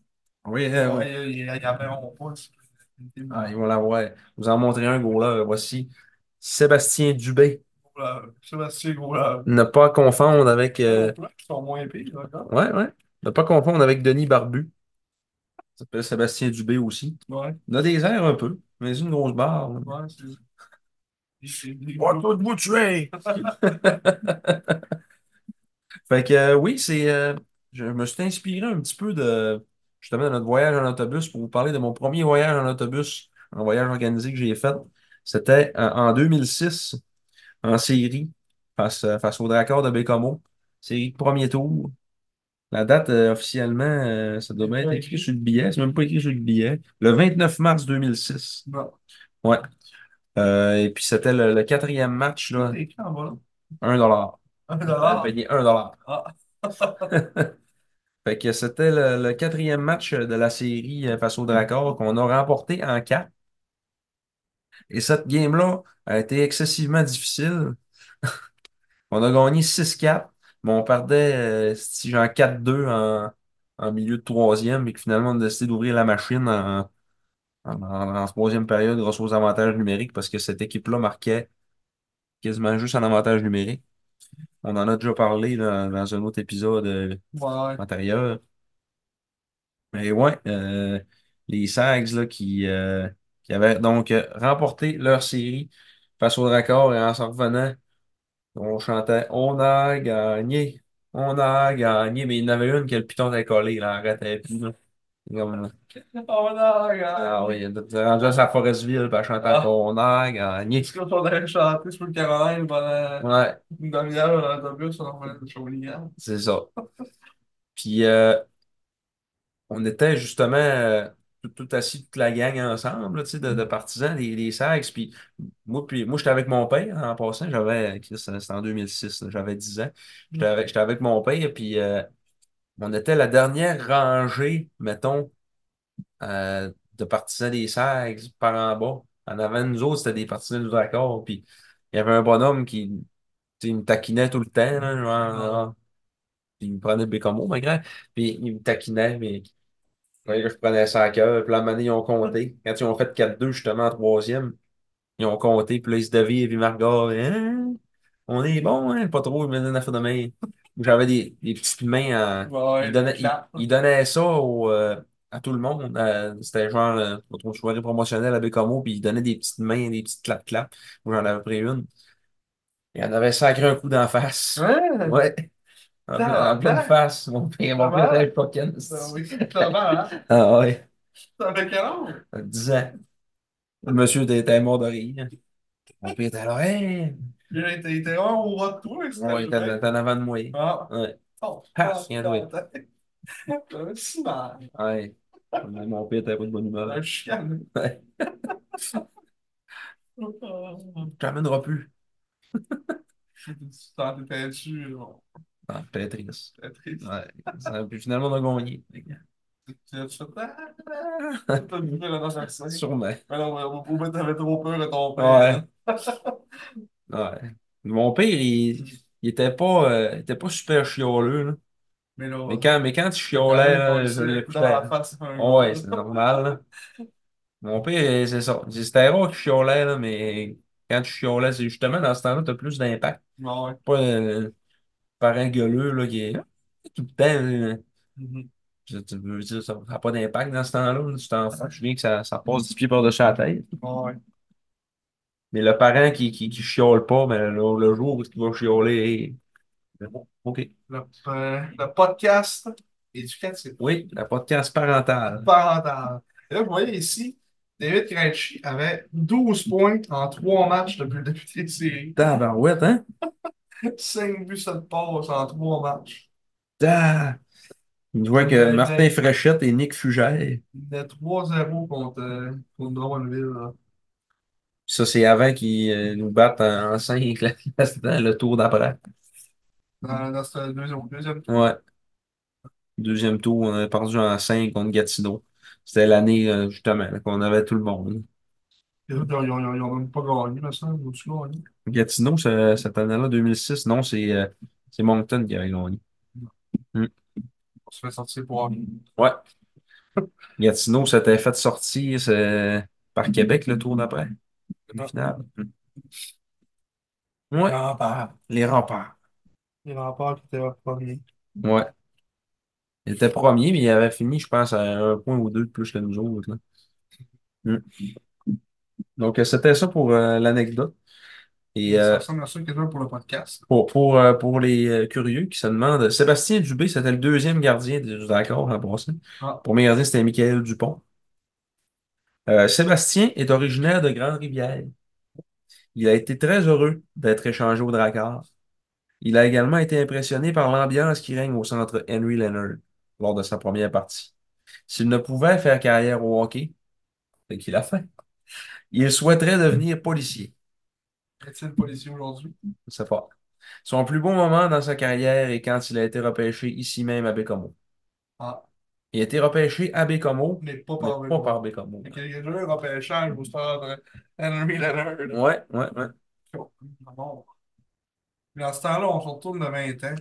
Speaker 1: Oui, euh, oui.
Speaker 2: Ouais, Il y avait mon pote.
Speaker 1: Ah, ils vont l'avoir. Vous en montrez un gros là. Voici Sébastien Dubé.
Speaker 2: Rouleur. euh, Sébastien Gaulard.
Speaker 1: Ne pas confondre avec. euh,
Speaker 2: Nos plats qui sont moins pires, d'accord?
Speaker 1: Ouais, ouais. Ne pas confondre avec Denis Barbu. Ça s'appelle Sébastien Dubé aussi.
Speaker 2: Ouais,
Speaker 1: Il a des airs un peu, mais une grosse barre. là.
Speaker 2: ouais, c'est. c'est- c'est-
Speaker 1: Moi, tu es! Fait que euh, oui, c'est. euh, je me suis inspiré un petit peu de justement de notre voyage en autobus pour vous parler de mon premier voyage en autobus, un voyage organisé que j'ai fait. C'était euh, en 2006, en série, face, euh, face au Dracard de Bécamo. Série de premier tour. La date, euh, officiellement, euh, ça doit bien être écrit sur le billet. C'est même pas écrit sur le billet. Le 29 mars 2006.
Speaker 2: Non,
Speaker 1: Ouais. Euh, et puis c'était le, le quatrième match, là,
Speaker 2: c'est écrit en bas, là.
Speaker 1: 1 dollar.
Speaker 2: Un
Speaker 1: On a
Speaker 2: dollar.
Speaker 1: payé 1 dollar.
Speaker 2: Ah.
Speaker 1: Fait que c'était le, le quatrième match de la série euh, face au Dracor qu'on a remporté en 4. Et cette game-là a été excessivement difficile. On a gagné 6-4, mais on perdait euh, si genre 4-2 en, en milieu de troisième et que finalement on a décidé d'ouvrir la machine en, en, en- en troisième période grâce aux avantages numériques parce que cette équipe-là marquait quasiment juste en avantage numérique. On en a déjà parlé dans, dans un autre épisode euh,
Speaker 2: Ouais.
Speaker 1: antérieur. Mais ouais, euh, les Sags là, qui, euh, qui avaient donc euh, remporté leur série face au Dracor et en s'en revenant, on chantait On a gagné, on a gagné, mais il y en avait une que le piton était collé, il en arrêtait plus. là. Comme,
Speaker 2: Oh là,
Speaker 1: ah
Speaker 2: regarde.
Speaker 1: oui, il était rendu à sa Forestville, puis elle chantait
Speaker 2: Ah.
Speaker 1: encore, On a gagné.
Speaker 2: Est-ce qu'on aurait chanté sur le Caroline pendant
Speaker 1: Ouais,
Speaker 2: une demi-heure dans l'autobus, on aurait fait Shawinigan?
Speaker 1: c'est ça. Puis euh, on était justement euh, tout, tout assis, toute la gang ensemble, là, tu sais, de, de partisans, des, des Sags. Puis moi, puis, moi j'étais avec mon père en passant, j'avais, Chris, euh, c'était en 2006, là, j'avais 10 ans. J'étais avec, j'étais avec mon père, puis euh, on était la dernière rangée, mettons, euh, de partisans des Sags par en bas. En avant, de nous autres, c'était des partisans du Dracor. Puis il y avait un bonhomme qui tu sais, il me taquinait tout le temps, là, genre, ah. Puis il me prenait Bécamo, ma grand. Puis il me taquinait, mais. Ouais, là, je prenais ça à cœur. Puis la manée, ils ont compté. Quand ils ont fait 4-2, justement, en troisième, ils ont compté. Puis là, ils se devaient, puis Margot, Hein? on est bon, hein? Pas trop, ils me donnaient la fin de main. J'avais des, des petites mains. En...
Speaker 2: Ouais,
Speaker 1: Ils, donnaient, ils,
Speaker 2: clap.
Speaker 1: ils donnaient ça au, euh, à tout le monde. Euh, c'était genre, euh, pas trop de soirée promotionnelle à Bécamo, puis ils donnaient des petites mains, des petites clap-clap. Moi, j'en avais pris une. Il en avait sacré un coup d'en face.
Speaker 2: Hein?
Speaker 1: Ouais. En, plein- en pleine
Speaker 2: Tabarnak.
Speaker 1: face, mon père, mon père,
Speaker 2: Tabarnak.
Speaker 1: avait fucking.
Speaker 2: Ça, oui, clairement, hein?
Speaker 1: Ah ouais.
Speaker 2: T'avais quel âge?
Speaker 1: 10 Ah ans. Le monsieur était, était mort de rire. Mon père était alors, hey!
Speaker 2: Il était, il était vraiment au bas de toi, c'était
Speaker 1: Ouais, il était
Speaker 2: vrai.
Speaker 1: était en avant de moi.
Speaker 2: Ah,
Speaker 1: Ouais,
Speaker 2: oh,
Speaker 1: Ah, rien de vrai.
Speaker 2: T'avais si mal.
Speaker 1: ouais. Mais Mon père était pas de bonne humeur.
Speaker 2: T'avais chicané.
Speaker 1: Ouais.
Speaker 2: Oh,
Speaker 1: J'amènerai plus.
Speaker 2: T'en étais-tu? là?
Speaker 1: Ah, j'étais triste.
Speaker 2: C'était triste.
Speaker 1: Ouais. Ça- Puis finalement, on a gagné.
Speaker 2: Tu as fait. Ah, ah, ah. T'as mis la danse à cinq.
Speaker 1: Sûrement.
Speaker 2: Mais non, on va prouver que t'avais trop peur de ton
Speaker 1: Ouais.
Speaker 2: père.
Speaker 1: Ouais. Mon père, il, il était pas, euh, il était pas super chialeux, là.
Speaker 2: Mais là,
Speaker 1: Mais quand, mais quand il
Speaker 2: quand
Speaker 1: chialait,
Speaker 2: même, on
Speaker 1: là,
Speaker 2: lui
Speaker 1: je
Speaker 2: serre
Speaker 1: l'ai
Speaker 2: le coup
Speaker 1: pris
Speaker 2: dans la
Speaker 1: la-
Speaker 2: face, c'est un
Speaker 1: Ah ouais,
Speaker 2: gars.
Speaker 1: c'est normal, là. Mon père, c'est ça. C'était rare qu'il chialait, là, mais quand tu chialais, c'est justement dans ce temps-là, t'as plus d'impact.
Speaker 2: Bon, ouais.
Speaker 1: Pas un parent gueuleux, là, qui est Ah, tout le temps. euh,
Speaker 2: Mhm.
Speaker 1: Je tu veux dire, ça n'a pas d'impact dans ce temps-là. là. Tu t'en fous, tu viens que ça, ça passe du pied par-dessus la tête.
Speaker 2: Bon, ouais.
Speaker 1: Mais le parent qui, qui, qui chiale pas, ben, le, le jour où il va chialer, hey, ben, bon, OK.
Speaker 2: Le, euh, le podcast éducatif,
Speaker 1: Oui, la podcast parentale.
Speaker 2: parental. Et là, vous voyez ici, David Krejci avait 12 points en 3 matchs depuis le début des séries.
Speaker 1: Tabarouette, hein?
Speaker 2: 5 buts, 7 passes en 3 matchs.
Speaker 1: Ah! Il jouait
Speaker 2: Une
Speaker 1: que
Speaker 2: belle
Speaker 1: Martin
Speaker 2: game.
Speaker 1: Fréchette et Nick Fugère.
Speaker 2: Il est 3-0 contre, euh, contre Drummondville. là.
Speaker 1: Ça, c'est avant qu'ils euh, nous battent en, 5, le tour d'après.
Speaker 2: Dans, dans ce deuxième, deuxième tour.
Speaker 1: Ouais. Deuxième tour, on avait perdu en 5 contre Gatineau. C'était l'année, euh, justement, là, qu'on avait tout le monde.
Speaker 2: Et là, Ils n'ont ils ont, ils ont même pas gagné, mais ça, ils ont tu gagné.
Speaker 1: Gatineau, ce- cette année-là, 2006, non, c'est euh, c'est Moncton qui avait gagné. Mm.
Speaker 2: On se fait sortir pour rien.
Speaker 1: Ouais. Gatineau s'était fait sortir c'est- par Québec le tour d'après, une
Speaker 2: Non,
Speaker 1: finale. Mm. Ouais.
Speaker 2: remparts.
Speaker 1: Les remparts.
Speaker 2: Les remparts qui étaient premiers.
Speaker 1: Ouais. Il était premier, mais il avait fini, je pense, à un point ou deux de plus que nous autres. là. Mm. Donc, euh, c'était ça pour euh, l'anecdote. Et
Speaker 2: Ça
Speaker 1: euh,
Speaker 2: ressemble à ça quasiment pour le podcast.
Speaker 1: pour, pour, euh, pour les euh, curieux qui se demandent, euh, Sébastien Dubé, c'était le deuxième gardien du d'accord en passant.
Speaker 2: Ah,
Speaker 1: Le premier gardien, c'était Michael Dupont. Euh, Sébastien est originaire de Grande-Rivière. Il a été très heureux d'être échangé au Drakkar. Il a également été impressionné par l'ambiance qui règne au centre Henry Leonard lors de sa première partie. S'il ne pouvait faire carrière au hockey, ce qu'il a fait, il souhaiterait devenir policier.
Speaker 2: est-il policier aujourd'hui?
Speaker 1: C'est fort. Son plus beau moment dans sa carrière est quand il a été repêché ici même à Bécomo.
Speaker 2: Ah,
Speaker 1: Il a été repêché à Bécomo,
Speaker 2: mais pas par
Speaker 1: mais pas
Speaker 2: Bécomo.
Speaker 1: par Bécomo.
Speaker 2: Il y a déjà eu un repêchage au stade euh, Henry Leonard.
Speaker 1: Ouais, ouais, ouais.
Speaker 2: Oh, bon. Puis Dans ce temps-là, on se retourne de 20 ans.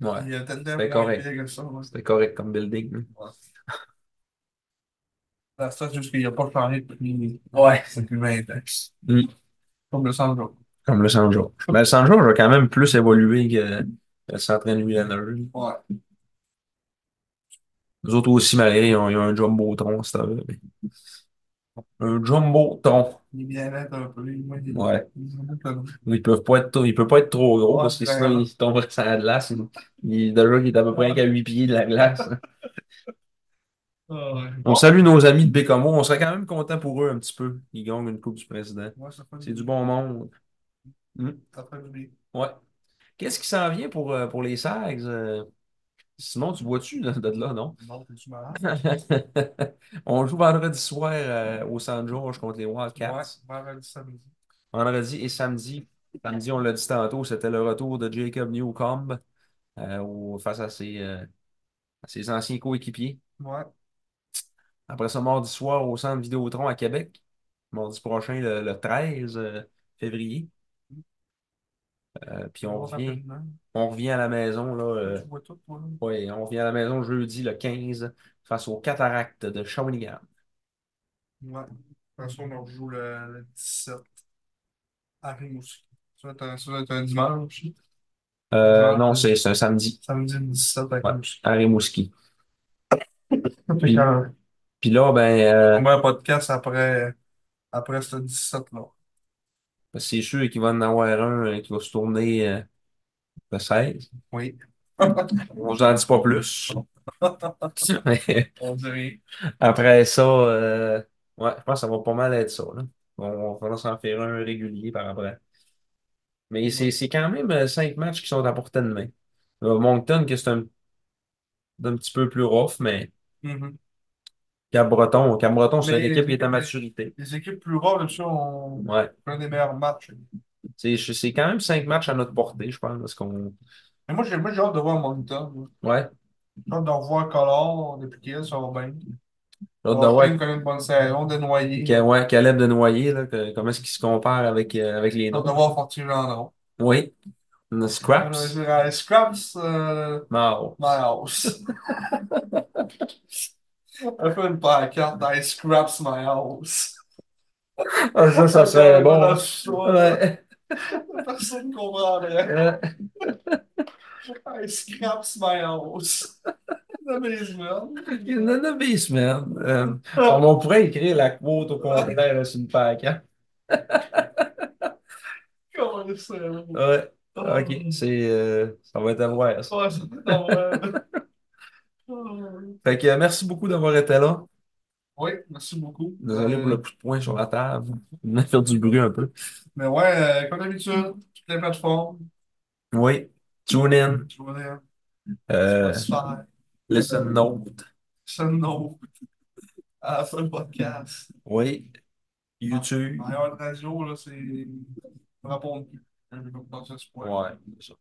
Speaker 1: Ouais.
Speaker 2: Il y a peut-être
Speaker 1: C'était
Speaker 2: moins
Speaker 1: correct.
Speaker 2: pire que ça. ouais.
Speaker 1: C'était correct comme building. hein.
Speaker 2: Ouais. Dans ce temps, c'est juste qu'il n'y a pas changé depuis,
Speaker 1: Ouais.
Speaker 2: depuis 20 ans.
Speaker 1: Mm.
Speaker 2: Comme le sang jour.
Speaker 1: Comme le Sanjo. Mais le Sanjo a quand même plus évolué que euh, le centre Henry Leonard.
Speaker 2: Ouais.
Speaker 1: Les autres aussi, malgré, ils ont, ils ont un jumbotron, c'est vrai. mais- Un jumbotron.
Speaker 2: Il est bien net un peu. Moi, il
Speaker 1: Ouais.
Speaker 2: il est un peu comme-
Speaker 1: Ils peuvent pas être, trop- ils peuvent pas être trop gros
Speaker 2: Ouais,
Speaker 1: parce que sinon
Speaker 2: vraiment.
Speaker 1: ils tomberaient sur la glace. Il, il- déjà qu'il est à peu près qu'à 8 pieds de la glace.
Speaker 2: Ah, ouais.
Speaker 1: On
Speaker 2: Bon.
Speaker 1: salue nos amis de Bécamo. On serait quand même content pour eux un petit peu. Ils gagnent une Coupe du Président.
Speaker 2: Ouais, ça fait
Speaker 1: C'est
Speaker 2: du
Speaker 1: du
Speaker 2: bien.
Speaker 1: bon monde. Mm.
Speaker 2: Ça fait du bien.
Speaker 1: Ouais. Qu'est-ce qui s'en vient pour, euh, pour les Sags? euh? Simon, tu bois-tu de, de là, non?
Speaker 2: Bon, t'es-tu malade?
Speaker 1: On joue vendredi soir euh, au San George contre les
Speaker 2: Ouais,
Speaker 1: Wildcats.
Speaker 2: vendredi samedi.
Speaker 1: Vendredi et samedi. Samedi, on l'a dit tantôt, c'était le retour de Jacob Newcomb euh, au- face à ses, euh, à ses anciens coéquipiers.
Speaker 2: Ouais.
Speaker 1: Après ça, mardi soir au centre Vidéotron à Québec. Mardi prochain, le, le 13 euh, février. Euh, puis
Speaker 2: Je
Speaker 1: on
Speaker 2: vois
Speaker 1: revient,
Speaker 2: rapidement.
Speaker 1: on revient à la maison, là.
Speaker 2: Toi,
Speaker 1: euh,
Speaker 2: tu vois tout, toi, là.
Speaker 1: ouais, on revient à la maison jeudi le 15 face aux Cataractes de Shawinigan.
Speaker 2: Ouais. De toute façon, on rejoue le, le 17 à Rimouski. Ça va être un, ça va être un dimanche.
Speaker 1: Euh,
Speaker 2: Dimanche,
Speaker 1: non,
Speaker 2: le
Speaker 1: c'est c'est un samedi.
Speaker 2: samedi le 17 à
Speaker 1: Ouais,
Speaker 2: Rimouski.
Speaker 1: à Rimouski.
Speaker 2: Fait
Speaker 1: Puis, euh,
Speaker 2: que,
Speaker 1: puis là,
Speaker 2: On
Speaker 1: ben,
Speaker 2: met un podcast après, après ce 17-là.
Speaker 1: euh, c'est sûr qu'il va en avoir un euh, qui va se tourner euh, le 16.
Speaker 2: Oui.
Speaker 1: On vous en dit pas plus. Mais
Speaker 2: On dirait.
Speaker 1: après ça, euh, ouais, je pense que ça va pas mal être ça, là. On, on va s'en faire un régulier par après. Mais
Speaker 2: Ouais.
Speaker 1: c'est c'est quand même euh, cinq matchs qui sont à portée de main. Euh, Moncton, que c'est un, un petit peu plus rough, mais
Speaker 2: Mhm.
Speaker 1: Cap-Breton, Cap-Breton, c'est
Speaker 2: Mais
Speaker 1: une
Speaker 2: les,
Speaker 1: équipe qui est à
Speaker 2: les-
Speaker 1: maturité.
Speaker 2: les équipes plus rares, là-dessus, on
Speaker 1: Ouais.
Speaker 2: fait un des meilleurs matchs.
Speaker 1: C'est c'est quand même cinq matchs à notre portée, je pense. parce qu'on.
Speaker 2: Mais moi, j'ai moi, j'ai hâte de voir Moncton. là.
Speaker 1: Ouais.
Speaker 2: J'ai hâte de revoir Collard depuis qu'il ça va bien.
Speaker 1: J'ai
Speaker 2: On
Speaker 1: hâte de
Speaker 2: va
Speaker 1: voir
Speaker 2: même connaître une bonne saison, de noyer.
Speaker 1: Ca- ouais, Caleb de Noyer, là, que- comment est-ce qu'il se compare avec, euh, avec les
Speaker 2: J'ai hâte
Speaker 1: noms.
Speaker 2: de voir Fortune Gendron.
Speaker 1: Oui. Le
Speaker 2: Euh,
Speaker 1: Scraps.
Speaker 2: je dirais Scraps, euh,
Speaker 1: Mao.
Speaker 2: my house. Un peu une pancarte, I Scraps, my house.
Speaker 1: Ah, ça, ça serait bon. Ouais.
Speaker 2: Personne ne comprendrait.
Speaker 1: Euh,
Speaker 2: I Scraps, my house. The basement.
Speaker 1: Il y en a des semaines. Euh, on pourrait écrire la quote au contraire là, sur une pack. hein.
Speaker 2: Comment ça? là?
Speaker 1: Ouais. OK. C'est, euh, ça va être à voir. ça.
Speaker 2: Ouais, c'est pas normal. Euh,
Speaker 1: Fait que, euh, merci beaucoup d'avoir été là.
Speaker 2: Oui, merci beaucoup.
Speaker 1: Désolé pour
Speaker 2: Euh,
Speaker 1: le coup de poing sur la table. On a fait du bruit un peu.
Speaker 2: mais ouais, euh, comme d'habitude, toutes les plateformes,
Speaker 1: Oui. Tune in.
Speaker 2: je veux dire,
Speaker 1: Euh,
Speaker 2: Spotify,
Speaker 1: listen note.
Speaker 2: Sonos, Apple Podcast,
Speaker 1: Oui. YouTube.
Speaker 2: Meilleure Radio, là, c'est. On répond plus. Je vais pas penser à ce point.
Speaker 1: Ouais. c'est ça.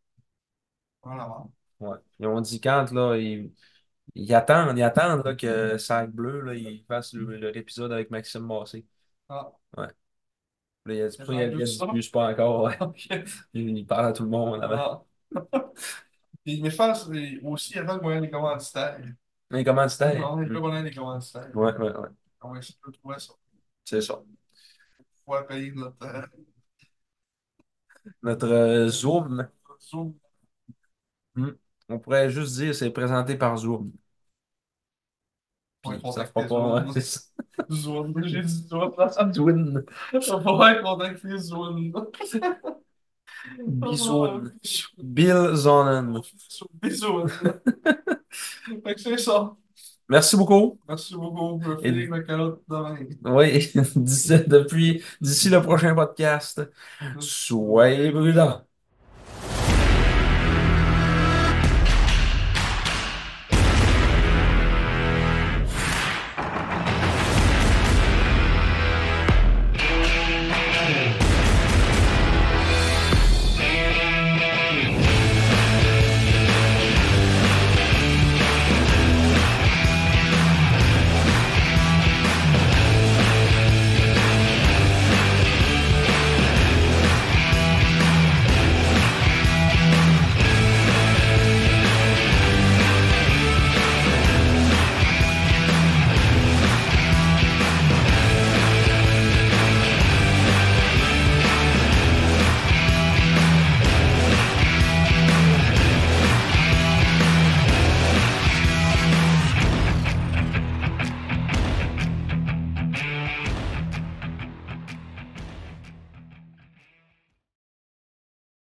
Speaker 2: Voilà.
Speaker 1: Ouais. Ils ont dit quand, là, ils, ils attendent, ils attendent là,
Speaker 2: Mm-hmm.
Speaker 1: que Sac Bleu là, il fasse le- leur épisode avec Maxime Massé.
Speaker 2: Ah,
Speaker 1: Là, il a dit,
Speaker 2: C'est
Speaker 1: pourquoi il y a
Speaker 2: Sac
Speaker 1: il
Speaker 2: Bleu
Speaker 1: y a
Speaker 2: qui
Speaker 1: du
Speaker 2: sort?
Speaker 1: plus pas encore. ouais.
Speaker 2: ok.
Speaker 1: Il il parle à tout le monde. là-bas.
Speaker 2: Ah. Et- Mais je pense euh, aussi, il y a pas le moyen des commanditaires.
Speaker 1: Mais comment tu t'es?
Speaker 2: Non, il n'y a pas le moyen Ah des commanditaires.
Speaker 1: Ouais, ouais, ouais.
Speaker 2: On va essayer de trouver ça.
Speaker 1: C'est ça.
Speaker 2: On va payer notre euh,
Speaker 1: Notre euh, Zoom,
Speaker 2: notre Zoom.
Speaker 1: on pourrait juste dire c'est présenté par Zoom. Puis
Speaker 2: Ouais,
Speaker 1: ça
Speaker 2: contacter
Speaker 1: fera pas.
Speaker 2: Zoom.
Speaker 1: ouais, c'est ça.
Speaker 2: Zoom, j'ai dit Zoom. Ça
Speaker 1: Zoom.
Speaker 2: va contacter Zoom. Oh,
Speaker 1: Bisoun. Bill Zonen.
Speaker 2: Bisous. Fait que c'est ça.
Speaker 1: Merci beaucoup.
Speaker 2: Merci beaucoup. Je vais
Speaker 1: Et-
Speaker 2: finir ma calotte demain.
Speaker 1: Oui, d'ici, depuis, d'ici le prochain podcast, soyez brûlants.